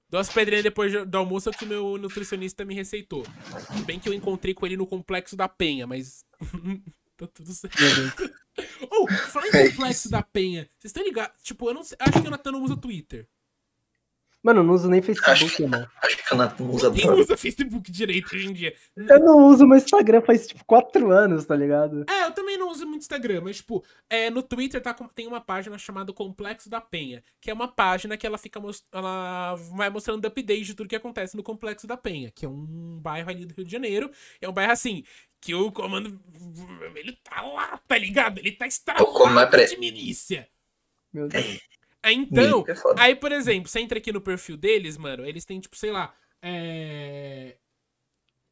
S1: Duas pedrinhas depois de- do almoço é o que meu nutricionista me receitou. Tudo Bem que eu encontrei com ele no Complexo da Penha, mas. tá tudo certo.
S3: Meu Deus.
S1: Ou, fala em
S2: É
S1: Complexo da Penha. Vocês estão ligados? Tipo, eu não sei. Acho que o Natan não usa Twitter.
S3: Mano, eu não uso nem Facebook, irmão.
S2: Acho que o Nathan usa
S1: Quem
S2: droga.
S1: usa Facebook direito hoje em dia?
S3: Eu não uso meu Instagram faz tipo 4 anos, tá ligado?
S1: É, eu também não uso muito Instagram, mas, tipo, é, no Twitter tá, com- tem uma página chamada Complexo da Penha, que é uma página que ela fica mos- ela vai mostrando updates de tudo que acontece no Complexo da Penha, que é um bairro ali do Rio de Janeiro. É um bairro assim, que o comando. Ele tá lá, tá ligado? Ele tá
S2: comando-
S1: estralado
S2: peraí.
S1: de milícia.
S3: Meu Deus.
S1: Aí, Então,
S2: é foda.
S1: Aí, por exemplo, você entra aqui no perfil deles, mano, eles têm, tipo, sei lá, é...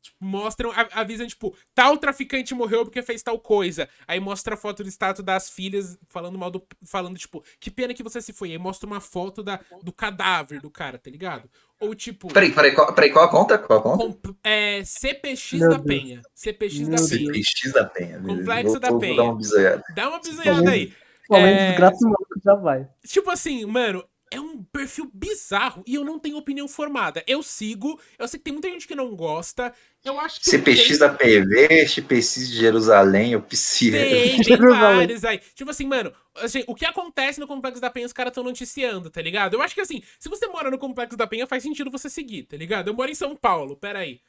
S1: Tipo, mostram, a- avisam, tipo, tal traficante morreu porque fez tal coisa. Aí mostra a foto do status das filhas falando mal do... Falando, tipo, que pena que você se foi. Aí mostra uma foto da, do cadáver do cara, tá ligado? Ou, tipo,
S2: Peraí, peraí, qual, peraí, qual a conta? Qual a conta?
S1: comp- é, CPX
S3: Meu
S1: da
S3: Deus.
S1: Penha. CPX da
S3: Meu
S1: Penha.
S2: CPX da Penha. beleza.
S1: Complexo
S2: Vou-
S1: da
S2: vou-
S1: Penha.
S2: Vou dar uma bisoiada.
S1: Dá uma
S3: Então,
S1: bisanhada aí.
S3: Falando
S1: É.
S3: é... desgraça, o maluco já vai.
S1: Tipo assim, mano, é um perfil bizarro e eu não tenho opinião formada. Eu sigo, eu sei que tem muita gente que não gosta. Eu acho que.
S2: CPX
S1: tem,
S2: da PV, CPX de Jerusalém, o PC.
S1: Tem, tem
S3: Jerusalém.
S1: vários aí. Tipo assim, mano, assim, o que acontece no Complexo da Penha, os caras estão noticiando, tá ligado? Eu acho que assim, se você mora no Complexo da Penha, faz sentido você seguir, tá ligado? Eu moro em São Paulo, peraí.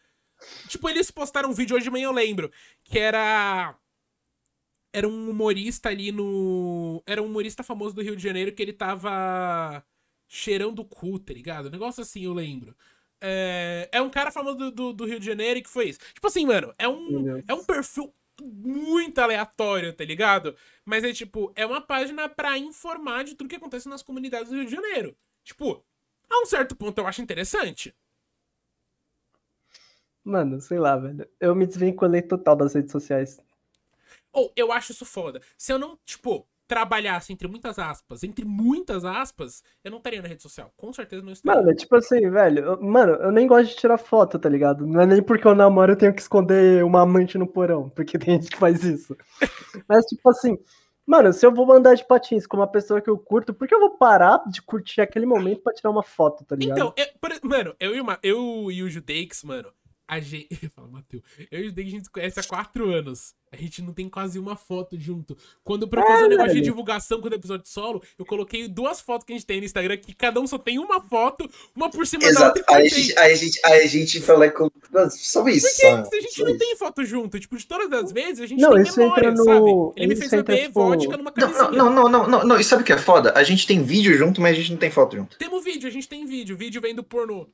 S1: Tipo, eles postaram um vídeo hoje de manhã, eu lembro, que era. Era um humorista ali no. Era um humorista famoso do Rio de Janeiro que ele tava cheirando o cu, tá ligado? Um negócio assim, eu lembro. É, é um cara famoso do, do, do Rio de Janeiro e que foi isso. Tipo assim, mano, é um.
S3: Meu Deus.
S1: É um perfil muito aleatório, tá ligado? Mas é tipo, é uma página pra informar de tudo que acontece nas comunidades do Rio de Janeiro. Tipo, a um certo ponto eu acho interessante.
S3: Mano, sei lá, velho. Eu me desvinculei total das redes sociais.
S1: Ou eu acho isso foda. Se eu não, tipo, trabalhasse entre muitas aspas, entre muitas aspas, eu não estaria na rede social. Com certeza não estaria.
S3: Mano, é tipo assim, velho. eu- mano, eu nem gosto de tirar foto, tá ligado? Não é nem porque eu namoro eu tenho que esconder uma amante no porão, porque tem gente que faz isso. Mas, tipo assim, mano, se eu vou andar de patins com uma pessoa que eu curto, por que eu vou parar de curtir aquele momento pra tirar uma foto, tá ligado?
S1: Então, eu- por- mano, eu e, uma, eu e o Judeix, mano, a gente. Fala, Matheus. Eu e o Judeix, a gente se conhece há quatro anos. A gente não tem quase uma foto junto. Quando eu propus o negócio de
S3: velho.
S1: divulgação com o episódio solo, eu coloquei duas fotos que a gente tem no Instagram, que cada um só tem uma foto, uma por cima da outra
S2: Exato.
S1: e
S2: Aí a
S1: por
S2: gente, aí a gente, aí a gente fala com. Mano, Só isso. mano,
S1: a gente
S2: só
S1: não
S2: isso.
S1: tem foto junto. Tipo, de todas as vezes, a gente
S3: É, Não,
S1: tem
S3: isso
S1: memória,
S3: entra no-
S1: sabe? Ele me
S3: isso
S1: fez
S3: entra,
S1: beber
S3: tipo-
S1: vodka numa
S2: Não,
S1: camisinha.
S2: Não, não, não, não, não. E sabe o que é foda? A gente tem vídeo junto, mas a gente não tem foto junto.
S1: Temos vídeo, a gente tem vídeo. O vídeo vem do pornô.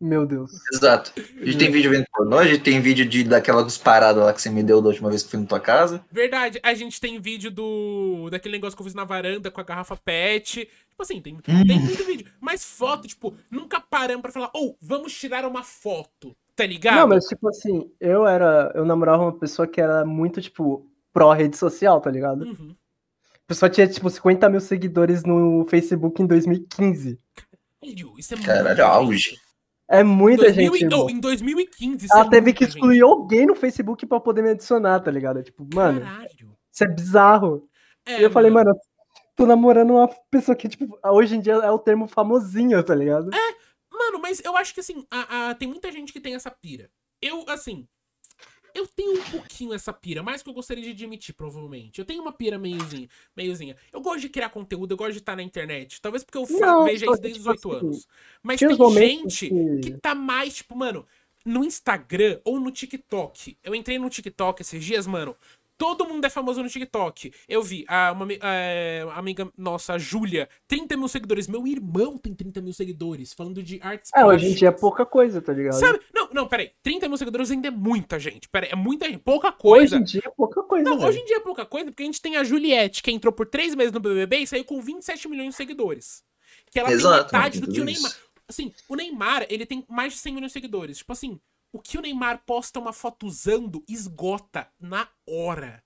S3: Meu Deus.
S2: Exato. A gente tem vídeo vendo pornô, a gente tem vídeo de, daquelas paradas lá que você me deu da última vez que fui na tua casa.
S1: Verdade, a gente tem vídeo do. daquele negócio que eu fiz na varanda com a garrafa pet. Tipo assim, tem, tem muito vídeo. Mas foto, tipo, nunca paramos pra falar, ou vamos tirar uma foto, tá ligado?
S3: Não, mas tipo assim, eu era. Eu namorava uma pessoa que era muito, tipo, pró-rede social, tá ligado?
S1: Uhum.
S3: A pessoa tinha, tipo, 50 mil seguidores no Facebook em 2015.
S1: Caralho, isso é muito.
S2: Caralho, auge.
S3: É muita
S1: 2000
S3: gente.
S1: e-
S3: irmão.
S1: oh, em 2015, isso
S3: Ela
S1: é
S3: teve
S1: muita
S3: que excluir alguém no Facebook pra poder me adicionar, tá ligado? Tipo,
S1: gente.
S3: mano,
S1: Caralho.
S3: isso é bizarro.
S1: É,
S3: e eu falei, mano, tô namorando uma pessoa que, tipo, hoje em dia é o termo famosinho, tá ligado?
S1: Mano, mas eu acho que assim, a, a- tem muita gente que tem essa pira. Eu, assim. Eu tenho um pouquinho essa pira, mais que eu gostaria de admitir, provavelmente. Eu tenho uma pira meiozinha. meiozinha. Eu gosto de criar conteúdo, eu gosto de estar na internet. Talvez porque eu fa-
S3: Não,
S1: veja
S3: só
S1: isso
S3: que,
S1: desde os
S3: tipo
S1: 8
S3: assim,
S1: anos. Mas
S3: tinha
S1: tem
S3: uns momentos
S1: gente
S3: que-
S1: que tá mais, tipo, mano, no Instagram ou no TikTok. Eu entrei no TikTok esses dias, mano. Todo mundo é famoso no TikTok. Eu vi a, uma ami- é, uma amiga nossa, a Júlia, 30 mil seguidores. Meu irmão tem 30 mil seguidores, falando de artes
S3: É, hoje em dia é
S1: plásticas.
S3: pouca coisa, tá ligado?
S1: Sabe? Não, não, peraí. 30 mil seguidores ainda é muita gente. Peraí, é muita gente. Pouca
S3: hoje
S1: coisa.
S3: em dia é pouca coisa,
S1: não,
S3: velho.
S1: hoje em dia é pouca coisa, porque a gente tem a Juliette, que entrou por três meses no BBB e saiu com 27 milhões de seguidores. Que ela
S2: Exato,
S1: tem metade
S2: mano,
S1: do que o
S2: tudo isso.
S1: Neymar. Assim, o Neymar, ele tem mais de 100 milhões de seguidores. Tipo assim, o que o Neymar posta uma foto usando esgota na hora.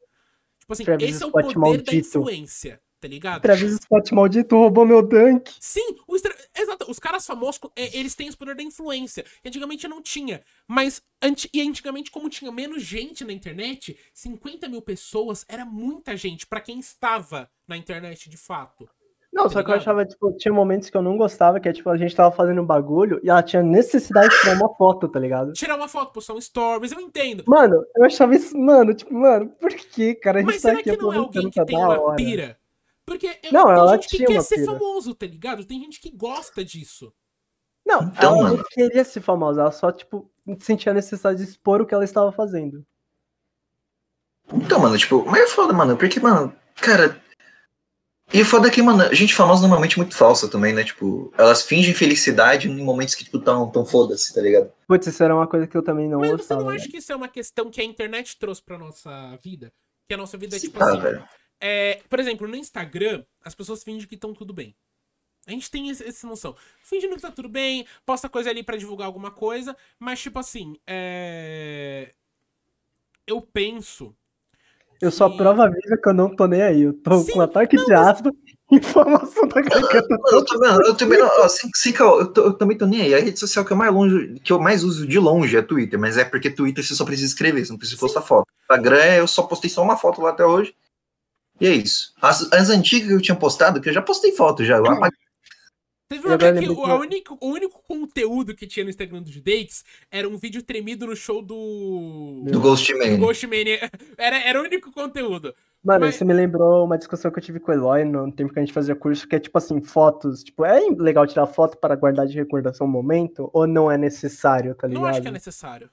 S1: Tipo assim,
S3: Travis
S1: esse é o
S3: Scott
S1: poder da
S3: maldito.
S1: influência, tá ligado?
S3: Travis Scott maldito roubou meu dunk.
S1: Sim, o estra- exato, os caras famosos, é, eles têm esse poder da influência. E antigamente não tinha. Mas, anti- e antigamente, como tinha menos gente na internet, 50 mil pessoas era muita gente pra quem estava na internet de fato.
S3: Não,
S1: Tá
S3: só que eu
S1: ligado?
S3: achava, tipo, tinha momentos que eu não gostava, que é tipo, a gente tava fazendo um bagulho e ela tinha necessidade de tirar uma foto, tá ligado?
S1: Tirar uma foto, postar um stories, eu entendo.
S3: Mano, eu achava isso, mano, tipo, mano, por que, cara? A gente
S1: Mas
S3: tá
S1: será
S3: aqui
S1: que não é alguém
S3: aproveitando pra
S1: que tem
S3: dar a
S1: uma
S3: hora.
S1: pira? Porque eu-
S3: Não,
S1: tem
S3: ela
S1: gente que
S3: tinha
S1: quer
S3: uma
S1: ser
S3: pira.
S1: famoso, tá ligado? Tem gente que gosta disso.
S3: Não,
S2: Então,
S3: ela não
S2: mano.
S3: queria se famosa, ela só, tipo, sentia a necessidade de expor o que ela estava fazendo.
S2: Então, mano, tipo, mas é foda, mano, porque, mano, cara. E o foda é que, mano, gente famosa normalmente é muito falsa também, né? Tipo, elas fingem felicidade em momentos que, tipo, tão, tão foda-se, tá ligado?
S3: Putz, isso era uma coisa que eu né? também não
S1: Mas você
S3: gostava.
S1: não
S3: velho.
S1: acha que isso é uma questão que a internet trouxe pra nossa vida? Que a nossa vida é tipo
S2: Ah,
S1: assim.
S2: velho.
S1: É, por exemplo, no Instagram, as pessoas fingem que estão tudo bem. A gente tem esse- essa noção. Fingindo que tá tudo bem, posta coisa ali pra divulgar alguma coisa, mas tipo assim, é... eu penso.
S3: Eu só
S1: que-
S3: prova viva que eu não tô nem aí. Eu tô
S1: Sim,
S3: com um ataque de asma, informação da garganta.
S2: Mano, eu também, eu também, ó, sem, sem caô, eu, tô- eu também tô nem aí. A rede social que eu mais longe, que eu mais uso de longe é Twitter, mas é porque Twitter você só precisa escrever, você não precisa
S1: Sim.
S2: postar foto. Instagram é- eu só postei só uma foto lá até hoje. E é isso. As, as antigas que eu tinha postado, que eu já postei foto já, eu apaguei.
S1: Teve uma
S3: Eu agora
S1: vez que
S3: lembrei
S1: o,
S3: que
S1: a
S3: eu-
S1: único, o único conteúdo que tinha no Instagram dos dates era um vídeo tremido no show do.
S2: do Ghostman.
S1: Ghostmania. Era, era o único conteúdo.
S3: Mano,
S1: Mas-
S3: isso me lembrou uma discussão que eu tive com o Eloy no tempo que a gente fazia curso, que é tipo assim, fotos. Tipo, é legal tirar foto para guardar de recordação um momento? Ou não é necessário, tá ligado?
S1: Não acho que é necessário.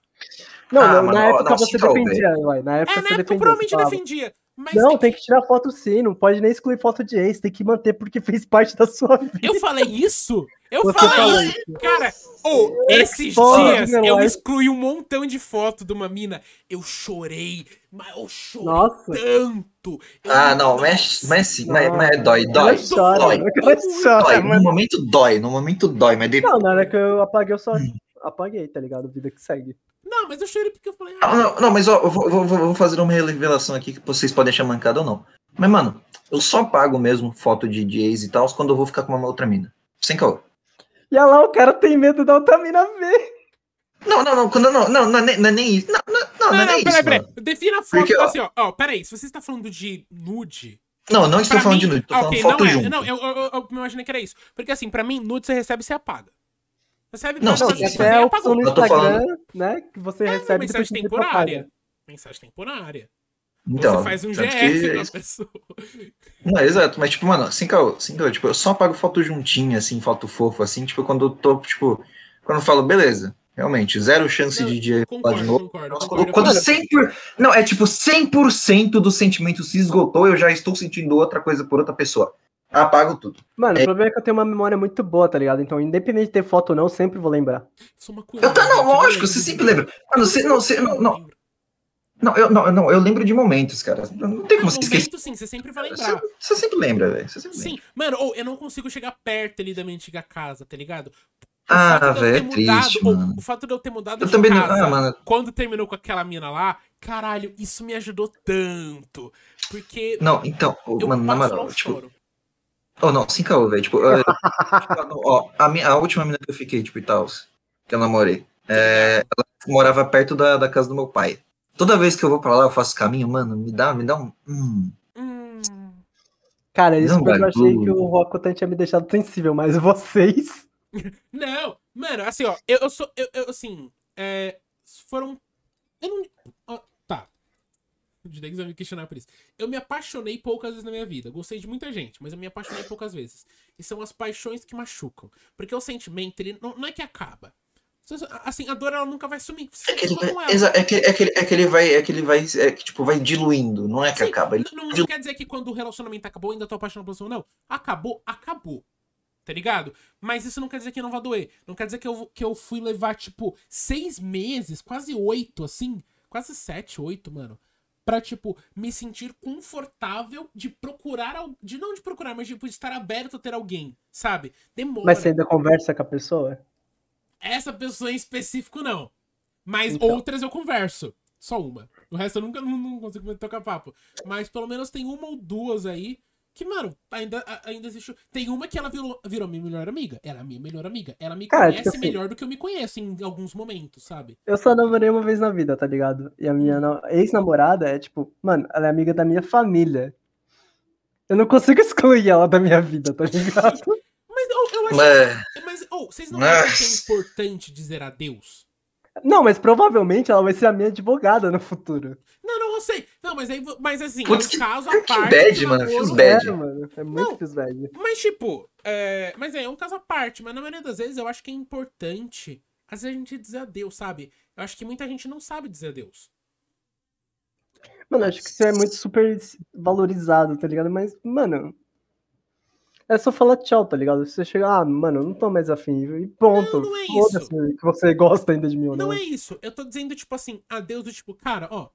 S3: Não,
S2: Ah,
S3: não,
S2: mano,
S3: na
S2: ó,
S3: época
S2: não,
S3: você
S2: se calma,
S3: defendia, Eloy. Na época
S1: É,
S3: você
S1: na época eu
S3: defendia.
S1: provavelmente
S3: você falava,
S1: defendia. Mas
S3: Não,
S1: é
S3: tem que tirar foto sim, não pode nem excluir foto de ex, tem que manter porque fez parte da sua vida.
S1: Eu falei isso? Eu
S3: Você
S1: falei
S3: falou
S1: isso? Cara, ou esses
S3: foda,
S1: dias
S3: meu
S1: eu
S3: life.
S1: excluí um montão de foto de uma mina. Eu chorei, mas eu chorei
S3: Nossa.
S1: tanto. Eu-
S2: Ah, não,
S1: Nossa.
S2: mas, mas sim, mas,
S3: Não.
S2: mas é dói, dói.
S3: Ela chora,
S2: dói.
S3: mano, ela
S2: Dói,
S3: chora,
S2: no
S3: mano.
S2: momento dói, no momento dói, mas depois.
S3: Não, na hora que eu apaguei, eu só apaguei, tá ligado? Vida que segue.
S1: Não, mas eu chorei porque eu falei.
S2: Ah,
S1: Ah,
S2: Não, não, mas ó, eu vou, vou- vou- vou fazer uma revelação aqui que vocês podem achar mancada ou não. Mas, mano, eu só pago mesmo foto de de ex e tal quando eu vou ficar com uma outra mina. Sem caô.
S3: E olha lá, o cara tem medo da Altamira ver.
S2: Não, não, não, quando não, não, não, é nem- não é nem isso. Não, não, não,
S1: não,
S2: não é
S1: não,
S2: nem
S1: peraí,
S2: isso.
S1: peraí.
S2: mano.
S1: Defina a foto
S2: Porque, ó-
S1: assim, ó. Ó, peraí, se você está falando de nude.
S2: Não, não estou
S1: pra
S2: falando
S1: mim-
S2: de nude, estou
S1: Ah,
S2: falando
S1: ok,
S2: foto
S1: não é.
S2: junto.
S1: Não, eu, eu, eu, eu me imaginei que era isso. Porque assim, pra mim, nude você recebe e você apaga. Recebe
S2: Não,
S1: você
S3: Não,
S2: sim,
S1: pode
S3: tem
S2: sim.
S1: fazer
S3: até
S1: e
S3: a
S1: apagou.
S3: opção no
S2: Eu tô
S3: Instagram, né? Que você
S1: É,
S3: recebe depois
S1: mensagem
S3: que você apaga.
S1: temporária. Mensagem temporária.
S2: então,
S1: você faz um
S2: tanto
S1: GF
S2: que-
S1: da pessoa.
S2: Não, exato, mas tipo, mano, sem caô, sem caô, tipo, eu só pago foto juntinha, assim, foto fofa, assim, tipo, quando eu tô, tipo, quando eu falo, beleza, realmente, zero chance
S1: Não,
S2: de dia lá de
S1: Concordo,
S2: novo.
S1: concordo.
S2: Nossa,
S1: concordo.
S2: quando, quando
S1: Mano,
S2: 100%, não, é tipo 100% do sentimento se esgotou, eu já estou sentindo outra coisa por outra pessoa. Apago tudo.
S3: Mano, o problema é que eu tenho uma memória muito boa, tá ligado? Então, independente de ter foto ou não, eu sempre vou lembrar.
S1: Sou uma coisa.
S2: Eu tá, não, lógico, você sempre lembra. Mano, você não, você não, não, não, eu, não, eu não, eu lembro de momentos, cara. Não tem como
S1: No
S2: você esquecer.
S1: momento, sim, você sempre vai
S2: Você,
S1: lembrar.
S2: você sempre lembra, velho. Você sempre lembra.
S1: Sim, mano, ou eu não consigo chegar perto ali da minha antiga casa, tá ligado? O fato
S2: Ah,
S1: de eu
S2: velho,
S1: ter
S2: é triste,
S1: ou
S2: mano.
S1: o fato de eu ter mudado
S2: Eu
S1: de
S2: também não.
S1: casa
S2: Ah, mano.
S1: quando terminou com aquela mina lá, caralho, isso me ajudou tanto. Porque
S2: Não, então,
S1: eu
S2: mano, na
S1: passo lá tá
S2: moral,
S1: o
S2: tipo,
S1: choro.
S2: Oh, não, sem caô, velho. Tipo, eu- tipo, ó, a, minha, a última mina que eu fiquei, tipo, e tal, que eu namorei, é, ela morava perto da, da casa do meu pai. Toda vez que eu vou pra lá, eu faço caminho, mano, me dá, me dá um. hum.
S1: Hum,
S3: Cara, isso
S2: Não,
S3: quando eu
S2: vai,
S3: achei
S2: Bruno.
S3: que o Rokutan tinha me deixado sensível, mas vocês.
S1: Não, mano, assim, ó, eu, eu sou. Eu, eu, assim, é, foram. Eu não. ó, tá. O Didex vai me questionar por isso. Eu me apaixonei poucas vezes na minha vida. Gostei de muita gente, mas eu me apaixonei poucas vezes. E são as paixões que machucam. Porque o sentimento, ele não, não é que acaba. Só- só- Assim, a dor, ela nunca vai sumir. Você
S2: É que, ele
S1: continua com
S2: vai,
S1: ela.
S2: exa- é, que, é, que, ele- é que ele vai, é que ele vai, é que, tipo, vai diluindo, não é que
S1: Sim,
S2: acaba. Ele-
S1: assim, Não, não- não quer dizer que quando o relacionamento acabou, ainda tô apaixonado pela pessoa. Não. Acabou, acabou. Tá ligado? Mas isso não quer dizer que não vai doer. Não quer dizer que eu, que eu fui levar, tipo, seis meses, quase oito, assim. Quase sete, oito, mano. Pra, tipo, me sentir confortável de procurar. al- De não de procurar, mas, tipo, de estar aberto a ter alguém, sabe? Demora.
S3: Mas você ainda conversa com a pessoa?
S1: Essa pessoa em específico, não. Mas
S3: Então.
S1: outras eu converso. Só uma. O resto eu nunca não, não consigo tocar papo. Mas pelo menos tem uma ou duas aí que, mano, ainda, a- ainda existe. Tem uma que ela virou, virou minha melhor amiga. Ela é minha melhor amiga. Ela me
S3: Cara,
S1: conhece
S3: tipo assim-
S1: melhor do que eu me conheço em alguns momentos, sabe?
S3: Eu só namorei uma vez na vida, tá ligado? E a
S1: Hum.
S3: minha na- ex-namorada é tipo, mano, ela é amiga da minha família. Eu não consigo excluir ela da minha vida, tá ligado?
S1: Mas oh, eu acho.
S2: Mas,
S1: Mas, oh, vocês não
S2: Mas-
S1: acham que é importante dizer adeus?
S3: Não, mas provavelmente ela vai ser a minha advogada no futuro.
S1: Não, não, eu sei. Não, mas aí. Mas assim,
S2: Putz,
S1: é um
S2: que-
S1: caso à
S2: que
S1: parte.
S2: bad,
S1: de
S2: mano,
S1: namoro.
S2: fiz bad.
S3: Sério, mano. É muito
S1: Não.
S3: fiz bad.
S1: Mas, tipo, é... mas é, é um caso à parte, mas na maioria das vezes eu acho que é importante às vezes a gente dizer adeus, sabe? Eu acho que muita gente não sabe dizer adeus.
S3: Mano, acho que isso é muito super valorizado, tá ligado? Mas, mano. É só falar tchau, tá ligado? Você chega, ah, mano, eu não tô mais afim. E pronto.
S1: Não, não é
S3: Foda-se que você gosta ainda de mim ou não.
S1: Não é isso. Eu tô dizendo, tipo assim, adeus do tipo, cara, ó.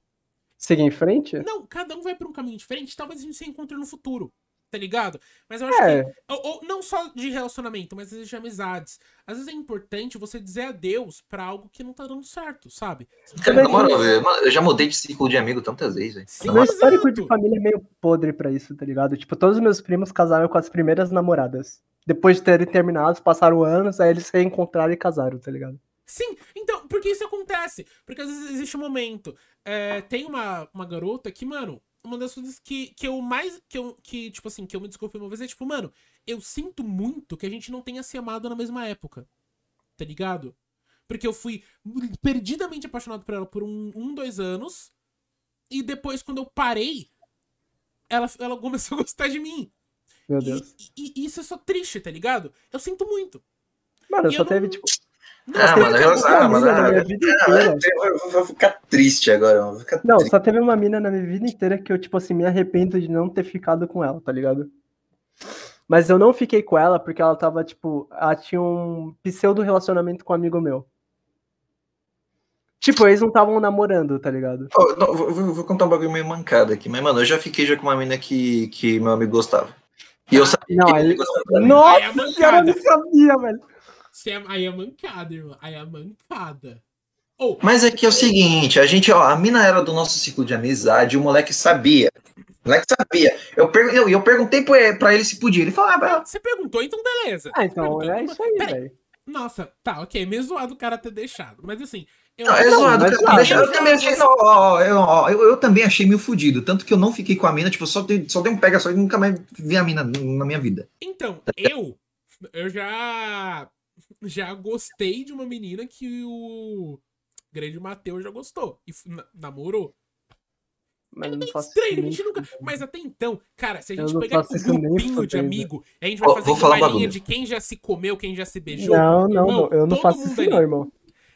S3: Seguir em frente?
S1: Não, cada um vai pra um caminho diferente, talvez a gente se encontre no futuro. Tá ligado? Mas eu acho que
S3: É,
S1: Ou, ou não só de relacionamento, mas às vezes de amizades. Às vezes é importante você dizer adeus pra algo que não tá dando certo, sabe?
S2: cara, na
S3: Também-
S2: moral, velho, mano, eu já mudei de círculo de amigo tantas vezes, velho.
S1: Sim,
S2: Na
S3: Meu
S2: moral.
S1: Exato.
S3: um histórico de família é meio podre pra isso, tá ligado? Tipo, todos os meus primos casaram com as primeiras namoradas. Depois de terem terminado, passaram anos, aí eles se reencontraram e casaram, tá ligado?
S1: Sim, então, porque isso acontece. Porque às vezes existe um momento. É, tem uma, uma garota que, mano, uma das coisas que, que eu mais. Que, eu, que, tipo assim, que eu me desculpe uma vez é tipo, mano, eu sinto muito que a gente não tenha se amado na mesma época. Tá ligado? Porque eu fui perdidamente apaixonado por ela por um, um dois anos. E depois, quando eu parei, ela, ela começou a gostar de mim.
S3: Meu
S1: E,
S3: Deus.
S1: e- e isso é só triste, tá ligado? Eu sinto muito. é
S3: Mano, só
S1: eu não-
S3: teve, tipo,
S2: Ah, mano,
S1: eu-
S2: relação- ah, mano,
S3: família na
S2: ah,
S3: minha vida
S2: ah,
S3: inteira.
S2: eu vou- vou ficar triste agora, mano. Vou ficar
S3: Não,
S2: triste.
S3: só teve uma mina na minha vida inteira que eu, tipo assim, me arrependo de não ter ficado com ela, tá ligado? Mas eu não fiquei com ela porque ela tava, tipo, ela tinha um pseudo relacionamento com um amigo meu. Tipo, eles não estavam namorando, tá ligado?
S2: Ó, não, vou, vou- vou contar um bagulho meio mancado aqui, mas, mano, eu já fiquei já com uma mina que, que meu amigo gostava. E eu sabia
S3: Não,
S2: que
S3: aí-
S2: ele gostava. da mina.
S1: Aí é
S3: Nossa,
S1: mancada.
S3: senhora, eu não sabia, velho.
S1: Você é- aí é mancada, irmão. Aí é mancada. Ou,
S2: Mas é que é o seguinte, a gente, ó, a mina era do nosso ciclo de amizade, o moleque sabia. O moleque sabia. Eu, pergu- eu, eu perguntei pra ele- pra ele se podia. Ele falou, ah, vai lá.
S1: você perguntou, então beleza.
S3: Ah,
S1: Você
S3: então
S1: perguntou,
S3: é isso aí,
S1: peraí.
S3: velho.
S1: Nossa, tá, ok. Meio zoado o cara ter deixado. Mas assim, eu.
S2: Não, é
S3: Não,
S2: zoado,
S3: mas
S2: cara.
S3: claro.
S2: Deixa- eu, também achei, não, ó, ó, eu, ó, eu- eu também achei meio fudido. Tanto que eu não fiquei com a mina, tipo, só dei, só dei um pega só e nunca mais vi a mina na minha vida.
S1: Então, eu. Eu já. Já gostei de uma menina que o. Grande Mateus já gostou. E f- na- namorou. É
S3: Mas eu não faço isso
S1: Estranho, a
S3: nem
S1: gente nunca.
S3: fudendo.
S1: Mas até então, cara, se a
S3: Eu
S1: gente
S3: não
S1: pegar
S3: faço isso
S1: um
S3: nem
S1: grupinho de
S3: fudendo.
S1: amigo, a gente vai
S2: Ó,
S1: fazer
S2: vou falar um
S1: uma linha
S2: bagulho.
S1: de quem já se comeu, quem já se beijou.
S3: Não, não,
S1: Irmão,
S3: não, eu não
S1: todo
S3: faço
S1: mundo
S3: isso
S1: ali.
S3: não, irmão.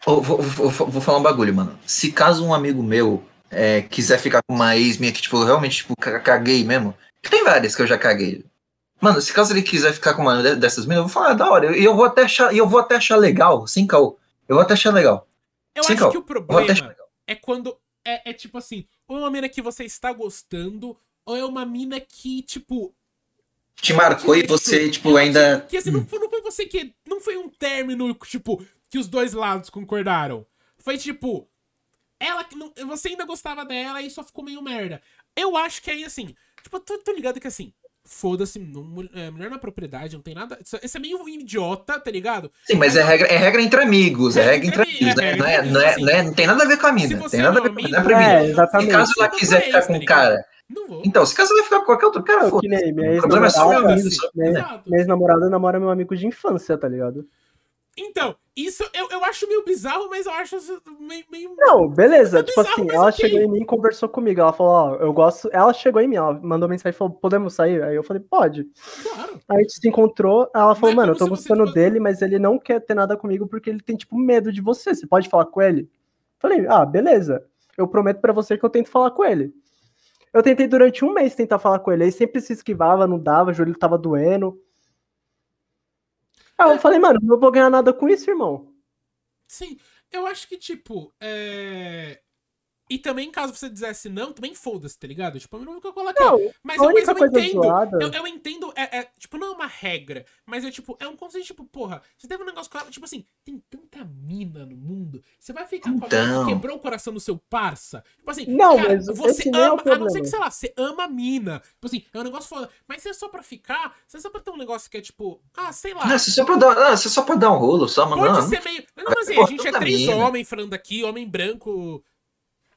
S2: Ô, vou, vou- vou- vou falar um bagulho, mano. Se caso um amigo meu é, quiser ficar com uma ex minha que, tipo, eu realmente, tipo, ca- caguei mesmo. que Tem várias que eu já caguei. Mano, se caso ele quiser ficar com uma de- dessas minas, eu vou falar, "Ah, da hora. E eu, eu vou até achar, e eu vou até achar legal, sem caô. Eu vou até achar legal.
S1: Eu
S2: Sim,
S1: acho
S2: Cal,
S1: que o
S2: Eu vou até achar
S1: problema
S2: legal.
S1: é quando. É, é tipo assim, ou é uma mina que você está gostando, ou é uma mina que, tipo. é,
S2: Te marcou e você, tipo, ainda.
S1: Que assim, não, foi, não foi você que. Não foi um término, tipo, que os dois lados concordaram. Foi tipo. Ela que não. Você ainda gostava dela e só ficou meio merda. Eu acho que aí, assim. Tipo, eu tô, tô ligado que assim. Foda-se, não- é, mulher na propriedade, não tem nada. Isso, isso é meio idiota, tá ligado?
S2: Sim, mas é regra, é regra entre amigos, é regra entre amigos, né? Não, é, não, é, não, é- não tem nada a ver com a
S1: Se
S2: mina,
S1: você
S2: tem nada a
S1: não é
S2: ver com a mina,
S1: amigo,
S2: não é pra mina.
S3: É, exatamente.
S2: Se caso ela
S1: Não
S2: quiser
S1: é
S2: ficar
S1: isso,
S2: com
S1: tá
S2: um
S1: ligado?
S2: cara
S1: Não vou.
S2: Então, se caso vai ficar com qualquer outro cara,
S3: Não,
S2: foda
S3: que nem minha
S2: O problema é só
S3: ex-namorada.
S1: isso,
S3: minha-
S1: Exato.
S3: Minha ex-namorada namora meu amigo de infância, tá ligado?
S1: Então, isso eu, eu acho meio bizarro, mas eu acho isso meio. meio...
S3: Não, beleza.
S1: É
S3: tipo
S1: bizarro,
S3: assim,
S1: mas
S3: ela
S1: ok.
S3: chegou em mim e conversou comigo. Ela falou, ó, eu gosto. Ela chegou em mim, ela mandou mensagem e falou, podemos sair? Aí eu falei, pode.
S1: Claro.
S3: Aí a gente se encontrou, ela falou,
S1: é como
S3: mano, eu tô
S1: se você
S3: gostando
S1: tivesse-
S3: dele, mas ele não quer ter nada comigo porque ele tem, tipo, medo de você. Você pode falar com ele? Falei, ah, beleza. Eu prometo pra você que eu tento falar com ele. Eu tentei durante um mês tentar falar com ele, ele sempre se esquivava, não dava, o joelho tava doendo. Aí eu falei, mano, não vou ganhar nada com isso, irmão.
S1: Sim. Eu acho que, tipo, é. E também, caso você dissesse não, também foda-se, tá ligado? Tipo, eu não vou colocar.
S3: Não,
S1: mas,
S3: a
S1: eu, mas
S3: única
S1: eu
S3: coisa
S1: entendo.
S3: zoada...
S1: Eu, eu entendo, é, é, tipo, não é uma regra, mas é tipo, é um conceito, tipo, porra, você teve um negócio com ela, tipo assim, tem tanta mina no mundo, você vai ficar com a mina
S2: Então.
S1: que quebrou o coração do seu parça? Tipo assim,
S3: Não,
S1: cara,
S3: mas
S1: você
S3: esse nem é
S1: ama,
S3: o
S1: a não ser
S3: problema.
S1: que, sei lá, você ama a mina, tipo assim, é um negócio foda, mas se é só pra ficar, se é só pra ter um negócio que é tipo, ah, sei lá,
S2: Não, isso é só pra dar, não, isso é só pra dar um rolo, só, mano.
S1: pode
S2: Não,
S1: ser meio... Não, mas assim, a
S2: Porra,
S1: gente é
S2: tanta
S1: três
S2: mina.
S1: homens falando aqui, homem branco...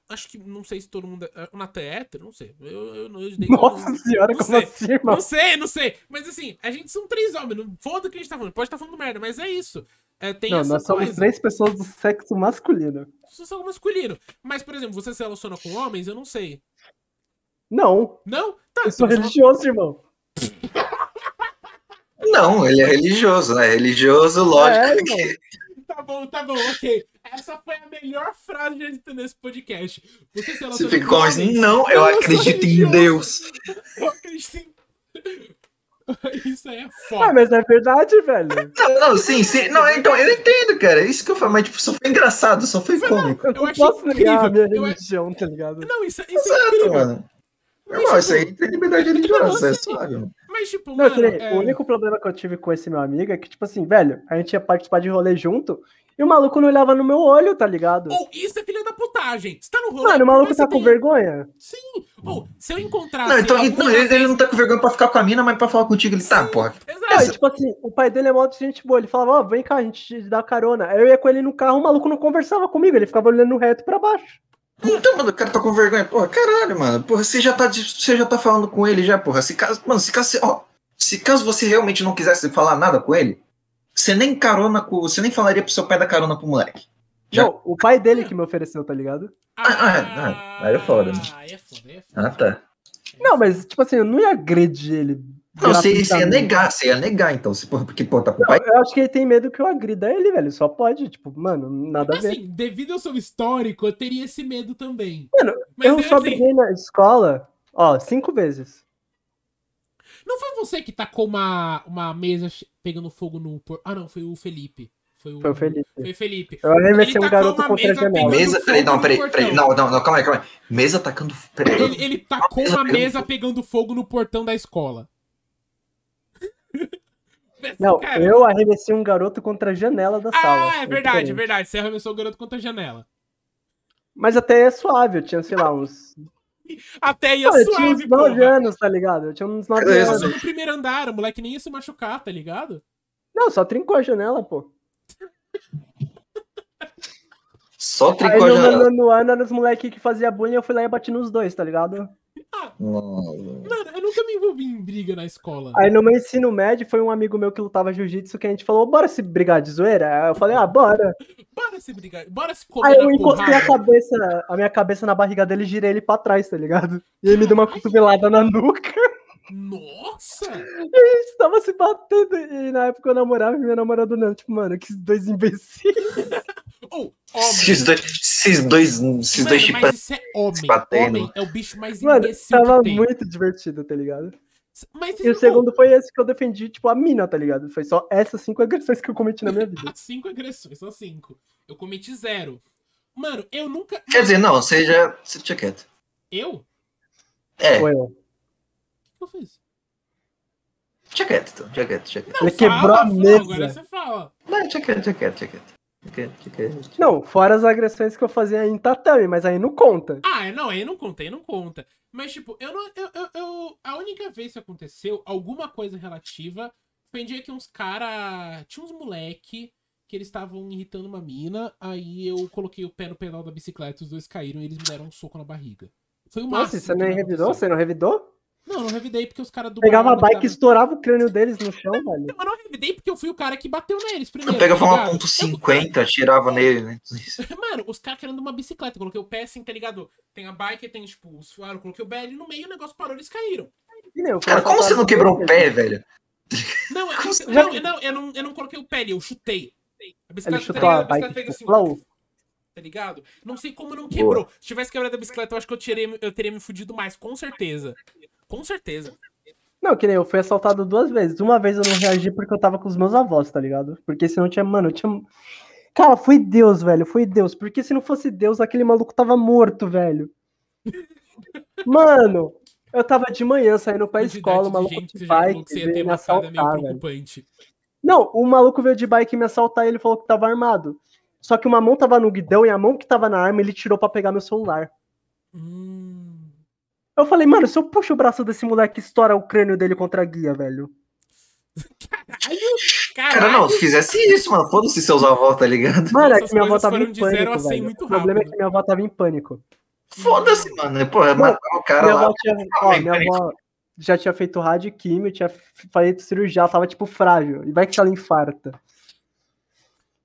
S1: Acho que, não sei se todo mundo. é- O Natan é hétero? Não sei. Eu, eu, eu, dei-
S3: Nossa senhora,
S1: não
S3: como
S1: sei.
S3: assim, irmão?
S1: Não sei, não sei. Mas assim, a gente são três homens. Não foda o que a gente tá falando. Pode estar falando merda, mas é isso. É, tem
S3: Não,
S1: essa
S3: nós somos
S1: coisa.
S3: três pessoas do sexo masculino.
S1: Vocês são masculino. Mas, por exemplo, você se relaciona com homens? Eu não sei.
S3: Não,
S1: Não? Tá,
S3: eu sou
S1: então você-
S3: religioso, irmão.
S2: não, ele é religioso, né? Religioso, lógico.
S3: É,
S2: que-
S3: irmão.
S1: tá bom, tá bom, ok. Essa foi a melhor frase de gente nesse podcast. Você se
S2: Você
S1: relaciona
S2: fica
S1: com
S2: como
S1: homens?
S2: assim, não, eu
S1: Eu sou
S2: acredito em
S1: religioso.
S2: Deus.
S1: Eu acredito em- Isso aí é
S3: Ah,
S1: foda.
S3: mas é verdade, velho.
S2: Não, não, sim, sim. Não, então, eu entendo, cara. é Isso que eu falo, mas tipo, só foi engraçado, só foi cômico.
S3: Eu,
S1: Eu
S3: não
S1: achei
S3: posso negar a minha
S1: incrível. Eu a-
S3: religião, tá ligado?
S1: Não, isso, isso é
S2: Exato,
S1: incrível.
S2: mano. Irmão, isso aí tem liberdade religiosa, é suave, mano.
S1: Mas, tipo,
S3: Não,
S1: mano.
S3: que nem-
S1: é-
S3: o único problema que eu tive com esse meu amigo é que, tipo assim, velho, a gente ia participar de rolê junto e o maluco não olhava no meu olho, tá ligado?
S1: Ou isso é filha da putagem. Você tá no rolê.
S3: Mano, o maluco
S1: mas
S3: tá
S1: você
S3: com
S1: tem-
S3: vergonha.
S1: Sim! Ou, se eu encontrasse.
S2: Não, então,
S1: alguma
S2: então ele, ele
S1: vez-
S2: não tá com vergonha pra ficar com a mina, mas pra falar contigo, ele tá,
S1: Sim.
S2: porra.
S3: Não, e,
S1: Exato.
S3: tipo assim, o pai dele é mó de gente boa. Ele falava, ó, vem cá, a gente te dá carona. Aí eu ia com ele no carro, o maluco não conversava comigo, ele ficava olhando reto pra baixo.
S2: Então, mano, o cara tá com vergonha. Porra, caralho, mano. Porra, você já tá, de- você já tá falando com ele já, porra. Se caso, mano, se caso, ó, se caso você realmente não quisesse falar nada com ele, você nem carona com, você nem falaria pro seu pai dar carona pro moleque. Já-
S3: Não, o pai
S1: É.
S3: dele que me ofereceu, tá ligado?
S2: Ah, ah, aí é foda, né?
S1: Aí é foda, aí é foda.
S2: Ah, tá.
S3: Não, mas, tipo assim, eu não ia agredir ele.
S2: Não, você, você ia
S3: gratuitamente.
S2: negar, você ia negar, então. Se, porra, porque, porra, tá com o pai.
S3: Eu acho que ele tem medo que eu agrida ele, velho. Só pode, tipo, mano, nada a ver.
S1: Assim, devido ao seu histórico, eu teria esse medo também.
S3: Mano,
S1: mas
S3: eu
S1: é
S3: só
S1: assim,
S3: briguei na escola, ó, cinco vezes.
S1: não foi você que tacou uma, uma mesa che- pegando fogo no. por- Ah, não, foi o Felipe. Foi o,
S3: Foi o Felipe.
S1: Foi o Felipe.
S3: Eu arremessei
S1: Ele
S3: um
S1: tacou
S3: garoto
S1: uma
S3: contra a
S1: mesa pegando-
S3: janela.
S2: Mesa. Peraí, não, peraí, peraí. Não, não, não, calma aí, calma aí. Mesa atacando. Peraí.
S1: Ele, ele tacou uma mesa pegando fogo no portão da escola.
S3: Não,
S1: Cara,
S3: eu arremessei um garoto contra a janela da sala.
S1: Ah, é verdade, é
S3: diferente.
S1: verdade. Você arremessou o garoto contra a janela.
S3: Mas até é suave, eu tinha, sei lá, uns.
S1: Até ia
S3: Não, eu tinha
S1: é suave,
S3: uns 9
S1: porra.
S3: anos, tá ligado? Eu tinha uns 9
S2: Beleza.
S1: Passou
S3: anos.
S1: no primeiro andar, o moleque nem ia se machucar, tá ligado?
S3: Não, só trincou a janela, pô.
S2: Só
S3: Aí
S2: trincou a
S3: no
S2: janela.
S3: nono ano eram os moleques que fazia bullying, eu fui lá e bati nos dois, tá ligado?
S2: Nossa.
S1: Mano, eu nunca me envolvi em briga na escola.
S3: Aí no meu ensino médio foi um amigo meu que lutava jiu-jitsu que a gente falou, bora se brigar de zoeira? Aí eu falei, ah, bora.
S1: Bora se brigar, bora se comer
S3: Aí eu
S1: na
S3: encostei a
S1: porrada.
S3: cabeça, a minha cabeça na barriga dele e girei ele pra trás, tá ligado? E ele me deu uma cotovelada na nuca.
S1: Nossa!
S3: A gente tava se batendo. E na época eu namorava e minha namorada não. Tipo, mano, que dois imbecis.
S1: Ou, homem.
S2: Esses dois, esses dois, esses dois
S1: Mano, mas
S2: chimpanzés.
S1: isso é homem.
S2: se batendo.
S1: Homem é o bicho mais
S3: Mano,
S1: imbecil
S3: tava
S1: que tem.
S3: muito divertido, tá ligado?
S1: Mas é
S3: E o
S1: vocês não...
S3: segundo foi esse que eu defendi, tipo, a mina, tá ligado? Foi só essas cinco agressões que eu cometi na minha vida.
S1: Há cinco agressões, só cinco. Eu cometi zero. Mano, eu nunca...
S2: Quer dizer, não, você já. Você tinha quieto.
S1: Eu? O
S2: É,
S3: Foi eu.
S1: que eu fiz?
S2: tinha quieto, então. Tinha quieto, tinha quieto.
S3: Ele quebrou a
S1: Fala, Flo, Agora
S3: mesa.
S1: você fala.
S2: Não, é tinha quieto, tinha quieto, tinha quieto. Tinha quieto, tinha quieto.
S3: Não, fora as agressões que eu fazia em tatame, mas aí não conta.
S1: Ah, não, aí não conta, aí não conta. Mas, tipo, eu não. Eu, eu, eu- a única vez que aconteceu alguma coisa relativa foi um dia que uns cara. Tinha uns moleque que eles estavam irritando uma mina, aí eu coloquei o pé no pedal da bicicleta, os dois caíram e eles me deram um soco na barriga. Foi o
S3: Nossa,
S1: máximo.
S3: você
S1: que
S2: né?
S3: não
S1: eu
S3: revidou?
S1: consegui.
S3: Você não revidou?
S1: Não, eu não revidei porque os caras do.
S3: Pegava a
S1: Barão que
S3: bike e
S1: tava-
S3: estourava o crânio deles no chão, velho.
S1: Eu não revidei porque eu fui o cara que bateu neles primeiro.
S2: Eu pegava
S1: tá
S2: uma
S1: ligado?
S2: ponto 50, atirava nele, né?
S1: Mano, os caras querendo uma bicicleta. Eu coloquei o pé assim, tá ligado? Tem a bike, tem, tipo, os faros. eu Coloquei o BL no meio, o negócio parou, eles caíram.
S3: E nem eu fui
S2: Cara, como você
S3: assaltado
S2: não quebrou o
S3: duas
S2: pé, velho?
S1: Não, eu,
S2: Como
S1: não, eu, não, eu não, eu não coloquei o pé ali, eu chutei. A
S3: vezes. Ele
S1: bicicleta,
S3: chutou a
S1: tá ligado? A bicicleta
S3: bike tipo,
S1: fez assim,
S3: flau.
S1: tá ligado? Não sei como não
S2: Boa.
S1: quebrou. Se tivesse quebrado a bicicleta, eu acho que eu, tirei, eu teria me fudido mais, com certeza. Com certeza.
S3: Não, que nem eu fui assaltado duas vezes. Uma vez eu não reagi porque eu tava com os meus avós, tá ligado? Porque senão tinha, mano, eu tinha. um- Cara, foi Deus, velho, foi Deus. Porque se não fosse Deus, aquele maluco tava morto, velho. Mano, eu tava de manhã saindo pra
S1: Quantidade
S3: escola, o
S1: de
S3: maluco
S1: gente que você
S3: de
S1: já falou
S3: bike
S1: que você ia ter
S3: veio me
S1: matado é meio
S3: assaltar, velho.
S1: preocupante.
S3: Não, o maluco veio de bike me assaltar e ele falou que tava armado. Só que uma mão tava no guidão e a mão que tava na arma ele tirou pra pegar meu celular.
S1: Hum.
S3: Eu falei, mano, se eu puxo o braço desse moleque, estoura o crânio dele contra a guia, velho.
S1: Caralho!
S2: Cara,
S1: Caralho!
S2: não, se fizesse isso, mano, foda-se seus avós, tá ligado?
S3: Mano, é
S1: Essas
S3: que minha avó
S1: coisas
S3: tava
S1: foram
S3: em
S1: de zero a
S3: pânico,
S1: cem
S3: velho.
S1: muito
S3: O problema é
S1: rápido.
S3: que minha avó tava em pânico.
S2: Foda-se, mano. Pô, é matar o cara
S3: minha
S2: lá.
S3: avó, tinha, ó,
S2: Calma aí,
S3: minha
S2: peraí.
S3: avó já tinha feito rádio e químio, tinha f- feito cirurgia, ela tava, tipo, frágil. E vai que ela infarta.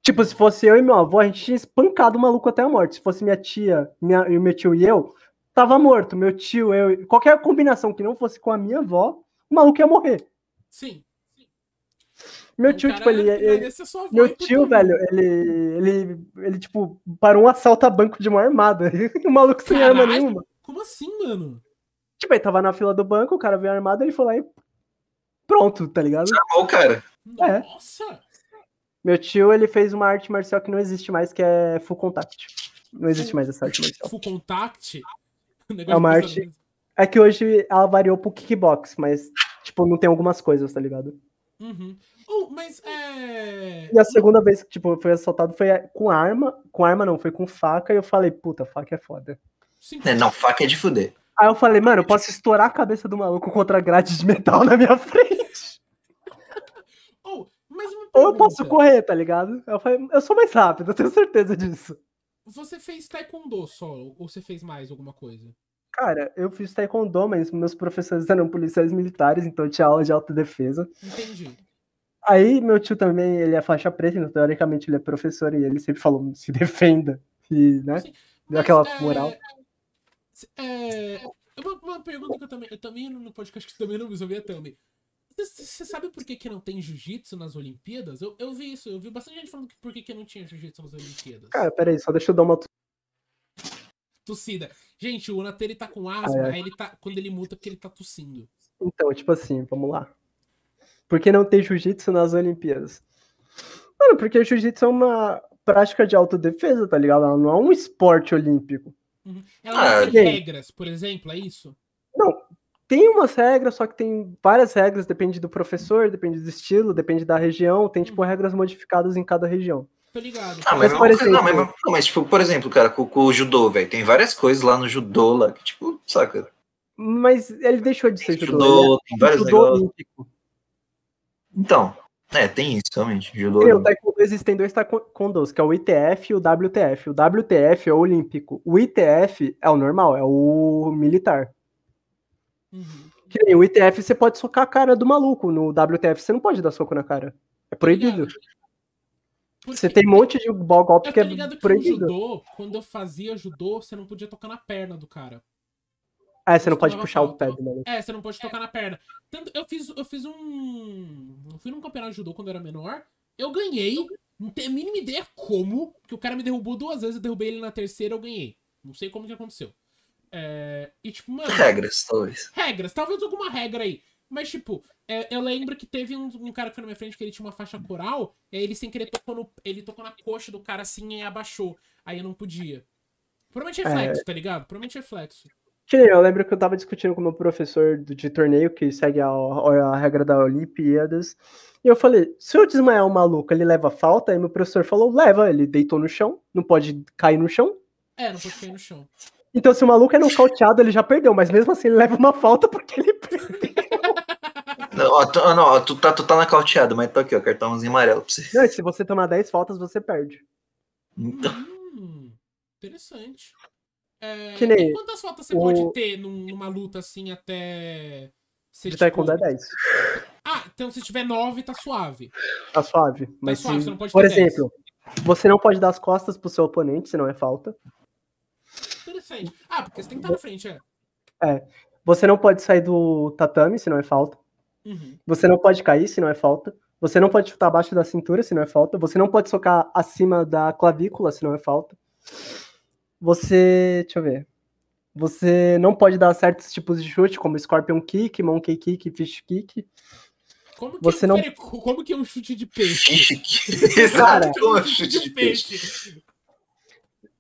S3: Tipo, se fosse eu e meu avô, a gente tinha espancado o maluco até a morte. Se fosse minha tia minha, e o meu tio e eu, tava morto. Meu tio, eu... Qualquer combinação que não fosse com a minha avó, o maluco ia morrer.
S1: Sim.
S3: Meu
S1: O
S3: tio,
S1: cara
S3: tipo, ele...
S1: ia-
S3: ele-
S1: ia ser sua avó e
S3: Meu
S1: puta
S3: tio,
S1: vida.
S3: velho, ele, ele, ele, tipo, parou um assalto a banco de mão armada. o maluco sem arma
S1: Caralho.
S3: nenhuma.
S1: Como assim, mano?
S3: Tipo, ele tava na fila do banco, o cara veio armado, ele foi lá e. Pronto, tá ligado?
S2: Ô, cara.
S3: É.
S1: Nossa!
S3: Meu tio, ele fez uma arte marcial que não existe mais, que é full contact. Não existe mais essa arte marcial.
S1: Full contact? O negócio
S3: É uma
S1: de
S3: arte-
S1: pensamento.
S3: É que hoje ela variou pro kickbox, mas, tipo, não tem algumas coisas, tá ligado?
S1: Uhum. Oh, mas é.
S3: E a segunda vez que, tipo, eu fui assaltado foi com arma. Com arma não, foi com faca, e eu falei, puta, faca é foda.
S1: Sim.
S2: É, Não, faca é de fuder.
S3: Aí eu falei, mano, eu posso estourar a cabeça do maluco contra a grade de metal na minha frente.
S1: Oh, mas uma
S3: Ou eu posso
S1: pergunta.
S3: correr, tá ligado? Eu falei, eu sou mais rápido, eu tenho certeza disso.
S1: Você fez taekwondo só? Ou você fez mais alguma coisa?
S3: Cara, eu fiz taekwondo, mas meus professores eram policiais militares, então eu tinha aula de autodefesa.
S1: Entendi.
S3: Aí meu tio também, ele é faixa preta, então teoricamente ele é professor e ele sempre falou, se defenda. E, né?
S1: Sim,
S3: Deu aquela
S1: é,
S3: moral.
S1: É, uma, uma pergunta que eu também. Eu também não- no podcast que também não resolvi a Thumb. Você você sabe por que, que não tem jiu-jitsu nas Olimpíadas? Eu, eu vi isso, eu vi bastante gente falando que por que, que não tinha jiu-jitsu nas Olimpíadas.
S3: Cara, peraí, só deixa eu dar uma. tos-
S1: Tossida. Gente, o Natê ele tá com asma,
S3: Ah, é.
S1: aí ele tá. Quando ele muta, é porque ele tá tossindo.
S3: Então, tipo assim, vamos lá. Por que não tem jiu-jitsu nas Olimpíadas? Mano, porque jiu-jitsu é uma prática de autodefesa, tá ligado? Ela não é um esporte olímpico.
S1: Uhum. Ela
S2: Ah,
S1: não tem
S3: gente.
S1: regras, por exemplo, é isso?
S3: Tem umas regras, só que tem várias regras, depende do professor, depende do estilo, depende da região, tem tipo regras modificadas em cada região.
S1: Tô ligado.
S2: Ah, mas,
S3: Mas,
S2: não,
S3: por exemplo-
S2: não, mas, não, mas, tipo, por exemplo, cara, com, com o judô, velho, tem várias coisas lá no judô, lá, que, tipo, saca?
S3: Mas ele deixou de ser
S2: Tem
S3: judô, ele
S2: judô, tem
S3: é
S2: vários
S3: judô
S2: negócios.
S3: olímpico.
S2: Então, é, tem isso, realmente, judô.
S3: Entendeu? O taekwondo existem dois taekwondos, que é o ITF e o WTF. O WTF é o olímpico, o ITF é o normal, é o militar.
S1: Uhum.
S3: Que nem o ITF você pode socar a cara do maluco, no WTF você não pode dar soco na cara. É proibido.
S1: Por
S3: Você
S1: quê?
S3: tem um monte de golpe
S1: Eu
S3: que
S1: tô
S3: é
S1: ligado que no
S3: proibido.
S1: judô, quando eu fazia judô, você não podia tocar na perna do cara.
S3: Ah, você não pode
S1: Tomava
S3: puxar o
S1: falta.
S3: pé do maluco.
S1: É, você não pode tocar na perna. Tanto, eu fiz, eu fiz um. Eu fui num campeonato de judô quando eu era menor. Eu ganhei. Não tenho a mínima ideia como. Que o cara me derrubou duas vezes, eu derrubei ele na terceira, eu ganhei. Não sei como que aconteceu. É, e tipo, mano,
S2: Regras, talvez.
S1: regras, talvez alguma regra aí. Mas, tipo, é, eu lembro que teve um, um cara que foi na minha frente que ele tinha uma faixa coral, e aí ele sem querer tocou no. Ele tocou na coxa do cara assim e abaixou. Aí eu não podia. Provavelmente
S3: É.
S1: reflexo, tá ligado? Provavelmente reflexo.
S3: Que nem Eu lembro que eu tava discutindo com o meu professor do- de torneio, que segue a, a regra da Olimpíadas, e eu falei, se eu desmaiar o maluco, ele leva falta? E meu professor falou, leva, ele deitou no chão, não pode cair no chão.
S1: É, não pode cair no chão.
S3: Então se o maluco é nocauteado, ele já perdeu, mas mesmo assim ele leva uma falta porque ele perdeu.
S2: Não, ó, tu, ó, não, ó, tu tá, tu tá na cauteada, mas tá aqui, ó, cartãozinho amarelo pra você.
S3: Não, e se você tomar 10 faltas, você perde.
S2: Então,
S1: Hum, interessante. É,
S3: Que nem
S1: e quantas faltas você pode
S3: o-
S1: ter num- numa luta assim até. Se,
S3: De
S1: tipo,
S3: Taekwondo é 10.
S1: Ah, então se tiver 9, tá suave.
S3: Tá suave. Mas
S1: suave,
S3: se-
S1: você não pode
S3: por
S1: ter 10.
S3: exemplo, você não pode dar as costas pro seu oponente, senão é falta.
S1: Interessante. Ah, porque você tem que estar na frente, é.
S3: Você não pode sair do tatame, senão é falta.
S1: Uhum.
S3: Você não pode cair, senão é falta. Você não pode chutar abaixo da cintura, senão é falta. Você não pode socar acima da clavícula, senão é falta. Você. Deixa eu ver. Você não pode dar certos tipos de chute, como Scorpion Kick, Monkey Kick, Fish Kick.
S1: Como que,
S3: Você não-
S1: peraí, co- como que é um chute de peixe?
S2: Exato,
S3: Cara,
S2: como é um chute de peixe.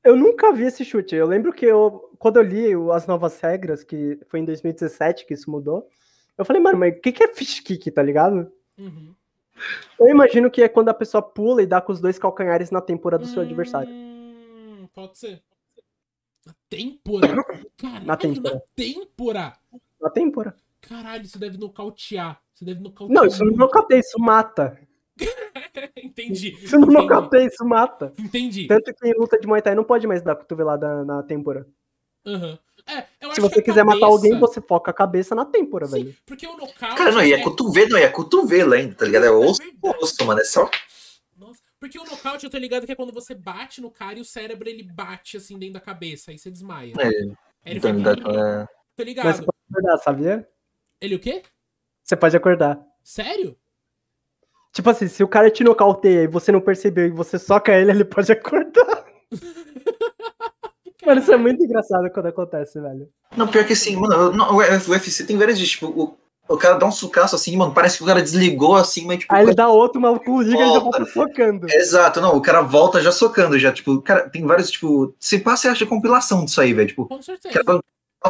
S3: Eu nunca vi esse chute. Eu lembro que eu, quando eu li o- as novas regras, que foi em 2017 que isso mudou, eu falei, mano, mas o que, que é Fish Kick, tá ligado?
S1: Uhum.
S3: Eu imagino que é quando a pessoa pula e dá com os dois calcanhares na têmpora É do seu adversário.
S1: Hum, Pode ser. Na têmpora. Caralho, na têmpora.
S3: têmpora. Na têmpora.
S1: Caralho, isso deve nocautear. Isso deve nocautear.
S3: Não, isso não
S1: muito.
S3: nocauteia, isso mata.
S1: Entendi.
S3: Isso não
S1: entendi,
S3: nocauteia, isso mata.
S1: Entendi.
S3: Tanto que em luta de Muay Thai não pode mais dar cotovelada na têmpora.
S1: Aham. É, eu
S3: Se
S1: acho que
S3: você
S1: a
S3: quiser matar alguém,
S1: cabeça-
S3: você foca a cabeça na têmpora,
S1: Sim,
S3: velho.
S1: porque o nocaute.
S2: Cara, não, e
S1: é-
S2: é cotovelo, não, e é cotovelo ainda, tá ligado? É osso, osso, mano, é só...
S1: Nossa, porque o nocaute, eu tô ligado que é quando você bate no cara e o cérebro ele bate assim dentro da cabeça, aí você desmaia.
S2: É,
S1: Aí ele
S2: então,
S1: fica-
S2: dá- é.
S1: Tô
S3: Mas
S1: ligado.
S3: você pode acordar, sabia?
S1: Ele o quê?
S3: Você pode acordar.
S1: Sério?
S3: Tipo assim, se o cara te nocauteia e você não percebeu e você soca ele, ele pode acordar. Mano, isso é muito engraçado quando acontece, velho.
S1: Tipo,
S2: Não, pior que assim, mano, eu- não, o UFC tem várias vezes, tipo, o, o cara dá um sucaço assim, mano, parece que o cara desligou assim, mas tipo...
S3: Aí
S2: o
S3: ele dá outro, o maluco liga e ele já volta
S2: Volta.
S1: É,
S3: socando.
S2: Exato, não, o cara volta já socando, já, tipo, cara, tem vários, tipo, se passa, você acha compilação disso aí, velho, tipo,
S1: Com
S2: o
S1: certeza.
S2: cara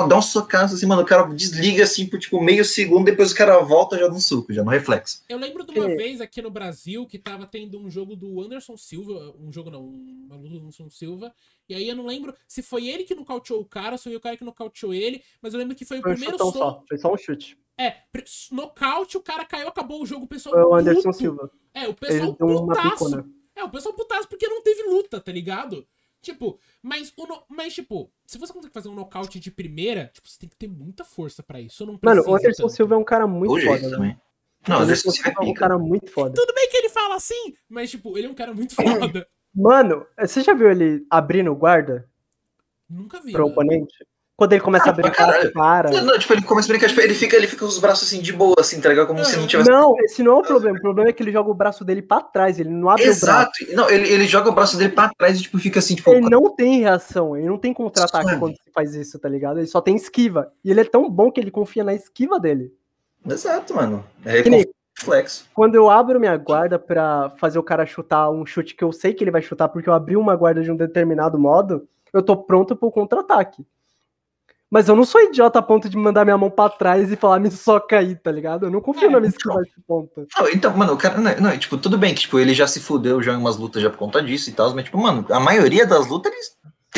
S2: dá um socaço assim, mano, o cara desliga assim por, tipo, meio segundo, depois o cara volta já no suco, já no reflexo.
S1: Eu lembro de uma
S3: Que-
S1: vez aqui no Brasil que tava tendo um jogo do Anderson Silva. Um jogo não, uma luta do Anderson Silva. E aí eu não lembro se foi ele que nocauteou o cara, ou se foi o cara que nocauteou ele. Mas eu lembro que foi o
S3: Foi um
S1: primeiro
S3: chutão
S1: soco.
S3: só. Foi só um chute.
S1: É, pr- nocaute, o cara caiu, acabou o jogo, o pessoal.
S3: Foi o
S1: É
S3: Anderson
S1: um puto.
S3: Silva.
S1: É, o
S3: Ele
S1: pessoal
S3: deu uma
S1: putaço.
S3: picona.
S1: É, o pessoal putaço porque não teve luta, tá ligado? Tipo, mas, o no- mas tipo, se você consegue fazer um nocaute de primeira, tipo, você tem que ter muita força pra isso. Eu não
S3: Mano,
S1: preciso.
S3: o Anderson
S1: tanto.
S3: Silva é um cara muito
S2: Do jeito
S3: foda. né?
S2: também. Não,
S3: O
S2: às vezes
S3: Anderson
S2: você
S3: Silva é um
S2: fica.
S3: cara muito foda.
S1: Tudo bem que ele fala assim, mas, tipo, ele é um cara muito foda.
S3: Mano, você já viu ele abrindo o guarda
S1: Nunca vi. né?
S3: pro
S1: mano.
S3: oponente? Quando ele começa a
S2: Ah, pra
S3: brincar,
S2: caralho.
S3: ele para.
S2: Não, não, tipo, ele começa a brincar, tipo, ele fica, ele fica com os braços assim de boa, assim, tá ligado? Como se não tivesse.
S3: Não, esse não é o problema. O problema é que ele joga o braço dele pra trás, ele não abre o braço.
S2: Exato. Não, ele, ele joga o braço dele pra trás e tipo, fica assim, tipo,
S3: Ele não tem reação, ele não tem contra-ataque
S2: Suave.
S3: quando se faz isso, tá ligado? Ele só tem esquiva. E ele é tão bom que ele confia na esquiva dele.
S2: Exato, mano. É
S3: Que nem-
S2: reflexo.
S3: Quando eu abro minha guarda pra fazer o cara chutar um chute que eu sei que ele vai chutar porque eu abri uma guarda de um determinado modo, eu tô pronto pro contra-ataque. Mas eu não sou idiota a ponto de mandar minha mão pra trás e falar me soca aí, tá ligado? Eu não confio
S1: É,
S3: na minha esquiva nesse ponto.
S2: Não, então, mano, o cara. Não, não, tipo, tudo bem que tipo, ele já se fudeu já em umas lutas já por conta disso e tal, mas, tipo, mano, a maioria das lutas ele,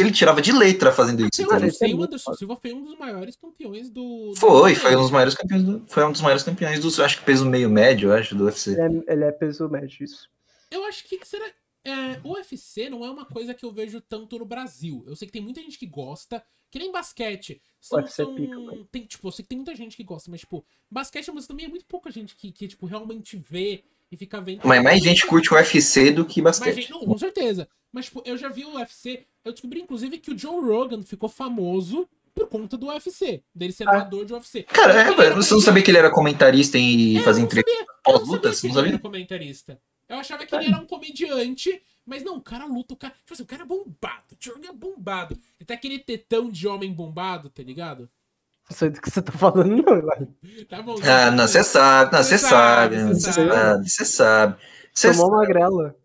S2: ele tirava de letra fazendo isso.
S1: Até
S2: tá
S1: onde eu
S2: ligado?
S3: isso é
S1: sei, o
S3: muito
S1: Anderson Silva foi um dos maiores campeões do. do
S2: Foi,
S1: UFC.
S2: foi um dos maiores campeões do, Foi um dos maiores campeões do, acho que peso meio médio, eu acho, do UFC.
S3: Ele é, ele é peso médio, isso.
S1: Eu acho que será. É, o UFC não é uma coisa que eu vejo tanto no Brasil. Eu sei que tem muita gente que gosta, que nem basquete. São,
S3: UFC é
S1: são-
S3: pica, mano.
S1: tem, tipo, eu sei que tem muita gente que gosta, mas, tipo, basquete, mas também é muito pouca gente que, que tipo, realmente vê e fica vendo.
S2: Mas é mais gente curte o UFC do que
S1: Mas,
S2: basquete.
S1: gente, não, com certeza. Mas, tipo, eu já vi o UFC. Eu descobri, inclusive, que o Joe Rogan ficou famoso por conta do UFC. Dele ser
S3: Ah.
S1: narrador de UFC.
S2: Cara,
S1: Ele
S2: é,
S1: era
S2: velho, você não
S1: comentarista.
S2: sabia que ele era comentarista e
S1: É,
S2: fazia
S1: eu não
S2: entrevista
S1: sabia. Eu não
S2: pós-luta? Você
S1: sabia
S2: não É.
S1: que ele
S2: sabia?
S1: era comentarista. Eu achava que ele era um comediante, mas não, o cara luta, o cara. Tipo assim, o cara é bombado. O Jordan é bombado. Ele tá aquele tetão de homem bombado, tá ligado?
S3: Não sei do que você tá falando, não, velho.
S1: Tá bom.
S2: Ah, não, você sabe, não,
S1: Cê
S2: você
S1: sabe,
S2: sabe,
S1: cê
S2: você
S1: sabe.
S2: sabe, ah, você sabe. Cê
S3: Tomou uma grela.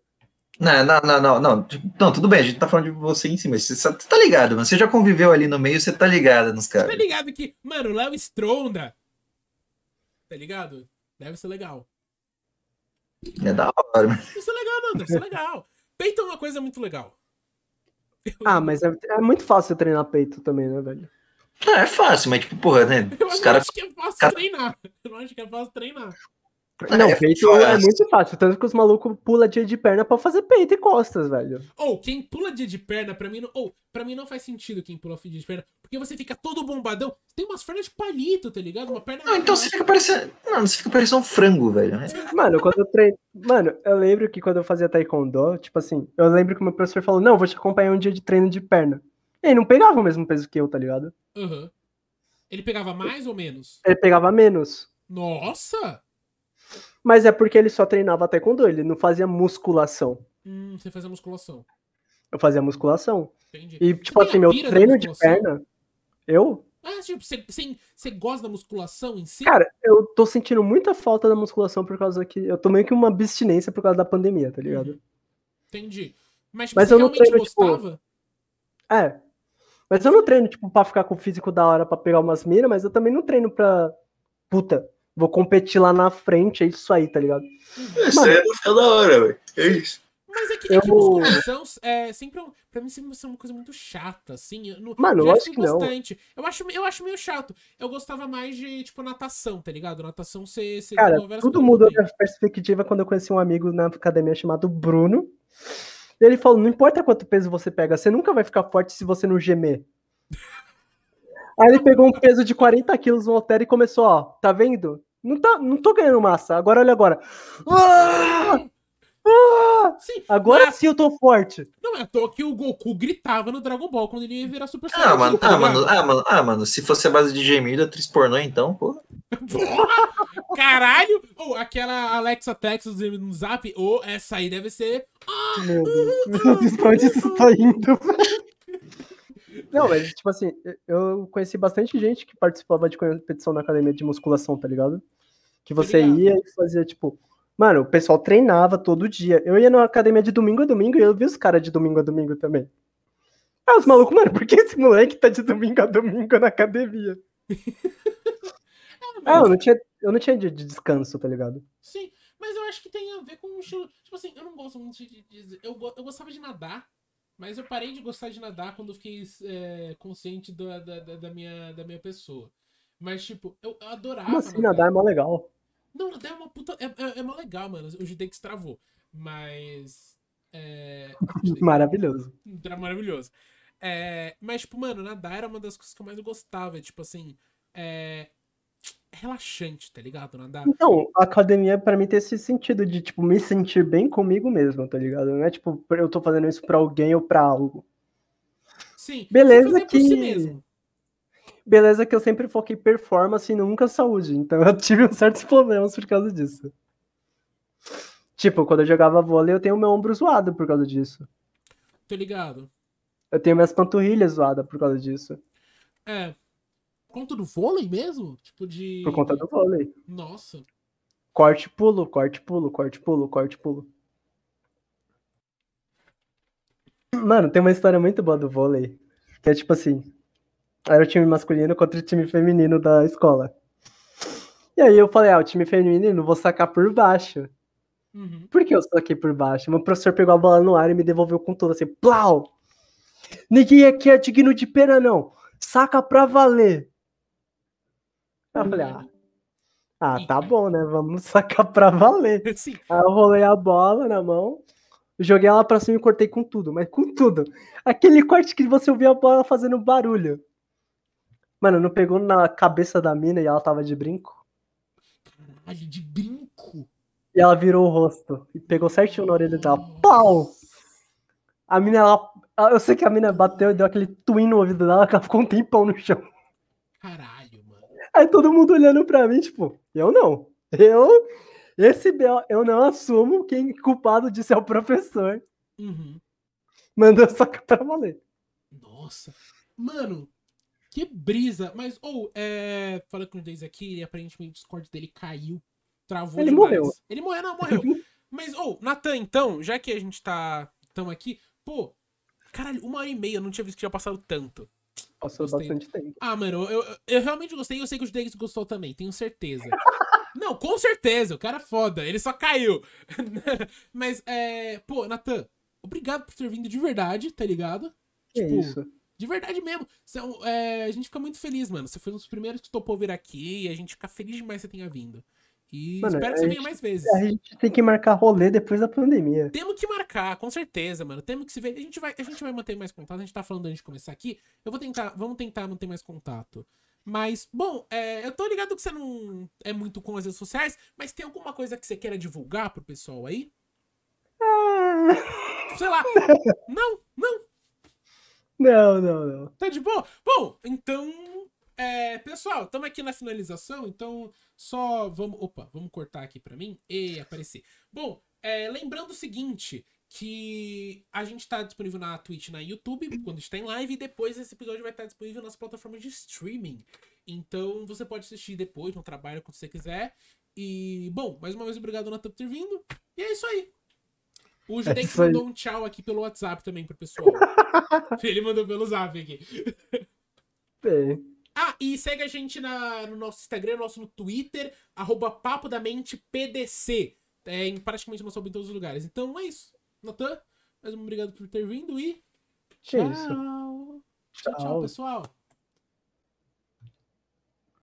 S2: Não, não, não, não, não, tipo, não, tudo bem, a gente tá falando de você em cima, você sabe- tá ligado, mano, você já conviveu ali no meio, você tá ligado nos
S1: Tá
S2: caras.
S1: ligado que, mano, o Léo Stronda. Tá ligado? Deve ser legal.
S2: É da hora, mano.
S1: Deve ser legal, não, deve ser legal. Peito é uma coisa muito legal.
S3: Ah, mas é, é muito fácil treinar peito também, né, velho?
S2: Não, é fácil, mas tipo, porra, né,
S1: Eu
S2: os
S1: não
S2: caras...
S1: acho que é fácil
S2: cara-
S1: treinar. Eu não acho que é fácil treinar.
S3: Não,
S2: É
S3: peito
S2: fácil.
S3: é muito fácil. Tanto que os malucos pulam dia de perna pra fazer peito e costas, velho.
S1: Ou quem pula dia de perna, pra mim não. Ou, pra mim não faz sentido quem pula dia de perna. Porque você fica todo bombadão. Tem umas pernas de palito, tá ligado? Uma perna.
S3: Ah,
S2: Não, então você fica parecendo. Mano, você fica parecendo um frango, velho. né?
S3: Mano, quando eu treino. Mano, eu lembro que quando eu fazia taekwondo, tipo assim, eu lembro que meu professor falou: não, vou te acompanhar um dia de treino de perna. E ele não pegava o mesmo peso que eu, tá ligado?
S1: Aham. Ele pegava mais ou menos?
S3: Ele pegava menos.
S1: Nossa!
S3: Mas é porque ele só treinava taekwondo, ele não fazia musculação.
S1: Hum, você faz a musculação.
S3: Eu fazia musculação.
S1: Entendi.
S3: E, tipo
S1: tem a
S3: assim, meu
S1: pira da
S3: treino de
S1: musculação?
S3: perna. Eu?
S1: Ah, tipo, você, você, você gosta da musculação em si?
S3: Cara, eu tô sentindo muita falta da musculação por causa que. Eu tô meio que uma abstinência por causa da pandemia, tá ligado?
S1: Entendi. Mas, tipo,
S3: Mas
S1: você
S3: eu não
S1: realmente
S3: treino, tipo,
S1: gostava?
S3: É. Mas eu não treino, tipo, pra ficar com o físico da hora pra pegar umas minas, mas eu também não treino pra. Puta, vou competir lá na frente, é isso aí, tá ligado?
S1: É,
S2: Isso aí não fica da hora, velho. É isso.
S1: Mas é que, é
S3: Eu-
S1: que musculação é sempre um, pra mim sempre é uma coisa muito chata, assim. Eu, não-
S3: Mano,
S1: eu
S3: eu
S1: já
S3: acho
S1: fui
S3: que não.
S1: bastante. Eu acho, eu acho meio chato. Eu gostava mais de, tipo, natação, tá ligado? Natação você. você
S3: Cara,
S1: desenvolve várias
S3: tudo
S1: coisas
S3: mudou
S1: também.
S3: minha perspectiva quando eu conheci um amigo na academia chamado Bruno. E ele falou: não importa quanto peso você pega, você nunca vai ficar forte se você não gemer. Aí ele pegou um peso de 40 quilos no halter e começou, ó, tá vendo? Não, tá, não tô ganhando massa. Agora olha agora. Ah! Ah!
S1: Sim,
S3: Agora
S1: mas-
S3: sim eu tô forte.
S1: Não é à toa que o Goku gritava no Dragon Ball quando ele ia virar Super Saiyajin.
S2: Ah, mano,
S1: tá
S2: ah,
S1: ligado?
S2: mano, ah, mano, ah, mano, se fosse a base de gemido, atriz pornô, então, pô.
S1: Porra! Caralho! Ou aquela Alexa Texas no zap, ou essa aí deve ser.
S3: Meu Deus, meu Deus, pra onde isso tá indo? Não, mas, tipo assim, eu conheci bastante gente que participava de competição na academia de musculação, tá ligado? Que você
S1: ligado.
S3: ia e fazia, tipo. Mano, o pessoal treinava todo dia. Eu ia na academia de domingo a domingo e eu vi os caras de domingo a domingo também. Ah, os malucos, mano, por que esse moleque tá de domingo a domingo na academia? Ah, eu não tinha, eu não tinha dia de descanso, tá ligado?
S1: Sim, mas eu acho que tem a ver com o estilo. Tipo assim, eu não gosto muito de. de- eu, go- eu gostava de nadar, mas eu parei de gostar de nadar quando eu fiquei é, consciente da, da, da- da minha, da minha pessoa. Mas, tipo, eu eu adorava
S3: Como assim, nadar é mó legal.
S1: Não, nadar é uma puta. É, é, é mó legal, mano. O Judex travou. Mas. É.
S3: Maravilhoso.
S1: Era maravilhoso. É, mas, tipo, mano, nadar era uma das coisas que eu mais gostava. Tipo assim. É. Relaxante, tá ligado? Nadar.
S3: Então, a academia pra mim tem esse sentido de, tipo, me sentir bem comigo mesmo, tá ligado? Não é tipo, eu tô fazendo isso pra alguém ou pra algo.
S1: Sim, você
S3: Beleza
S1: fazia por si
S3: que-
S1: mesmo.
S3: Beleza que eu sempre foquei performance e nunca saúde, então eu tive uns certos problemas por causa disso. Tipo, quando eu jogava vôlei, eu tenho meu ombro zoado por causa disso.
S1: Tô tá ligado.
S3: Eu tenho minhas panturrilhas zoadas por causa disso.
S1: É. Por conta do vôlei mesmo? Tipo de.
S3: Por conta do vôlei.
S1: Nossa.
S3: Corte, pulo, corte, pulo, corte, pulo, corte, pulo. Mano, tem uma história muito boa do vôlei. Que é tipo assim: era o time masculino contra o time feminino da escola. E aí eu falei: ah, o time feminino vou sacar por baixo.
S1: Uhum.
S3: Por que eu saquei por baixo? Meu professor pegou a bola no ar e me devolveu com tudo assim: plau! Ninguém aqui é digno de pena, não. Saca pra valer. Aí eu falei: ah, ah tá bom, né? Vamos sacar pra valer.
S1: Sim.
S3: Aí eu rolei a bola na mão, joguei ela pra cima e cortei com tudo, mas com tudo. Aquele corte que você ouvia a bola fazendo barulho. Mano, não pegou na cabeça da mina e ela tava de brinco.
S1: Caralho, de brinco.
S3: E ela virou o rosto e pegou certinho na orelha dela. Pau! A mina, ela. ela- Eu sei que a mina bateu e deu aquele twin no ouvido dela, que ela ficou um tempão no chão.
S1: Caralho, mano.
S3: Aí todo mundo olhando pra mim, tipo, eu não. Eu. Esse B.O. eu não assumo. Quem é culpado disso é o professor.
S1: Uhum.
S3: Mandou sacar pra valer.
S1: Nossa. Mano, que brisa. Mas, ou, é. Falei com o Days aqui e aparentemente o Discord dele caiu. Travou
S3: Ele
S1: demais.
S3: morreu.
S1: Ele morreu, não, morreu. Mas, ou, Natan, então, já que a gente tá. Tamo aqui, pô. Caralho, uma hora e meia, eu não tinha visto que tinha passado tanto.
S3: Passou
S1: Gostei.
S3: bastante tempo.
S1: Ah, mano, eu, eu, eu realmente gostei e eu sei que o Judex gostou também, tenho certeza. Não, com certeza, o cara é foda, ele só caiu. Mas, é. Pô, Natan, obrigado por ter vindo de verdade, tá ligado?
S3: Que
S1: Tipo,
S3: isso.
S1: De verdade mesmo. Você é um- é, a gente fica muito feliz, mano. Você foi um dos primeiros que topou vir aqui e a gente fica feliz demais que você tenha vindo. E
S3: Mano,
S1: espero que
S3: a
S1: você
S3: gente- é,
S1: venha mais vezes.
S3: A gente tem que marcar rolê depois da pandemia.
S1: Temos que marcar, com certeza, mano. Temos que se ver. A gente vai, a gente vai manter mais contato. A gente tá falando antes de começar aqui. Eu vou tentar, vamos tentar manter mais contato. Mas, bom, é, eu tô ligado que você não é muito com as redes sociais, mas tem alguma coisa que você queira divulgar pro pessoal aí?
S3: Ah,
S1: Sei lá. Não, não,
S3: não, não, não.
S1: tá de boa. Bom, então, é, pessoal, estamos aqui na finalização, então só vamos. Opa, vamos cortar aqui pra mim e aparecer. Bom, é, lembrando o seguinte. Que a gente tá disponível na Twitch, na YouTube, quando está em live, e depois esse episódio vai estar disponível nas plataformas de streaming. Então você pode assistir depois, no trabalho, quando você quiser. E, bom, mais uma vez, obrigado, Natan, por ter vindo. E é isso aí. O Judex
S3: isso aí.
S1: mandou um tchau aqui pelo WhatsApp também pro pessoal. Ele mandou pelo zap aqui.
S3: Bem,
S1: Ah, e segue a gente na- no nosso Instagram, nosso no Twitter, arroba Papo da Mente PDC. É, em praticamente nosso em todos os lugares. Então é isso. Natan, mais um obrigado por ter vindo e.
S3: que
S1: Tchau.
S3: isso.
S1: Tchau, tchau
S3: Tchau.
S1: pessoal.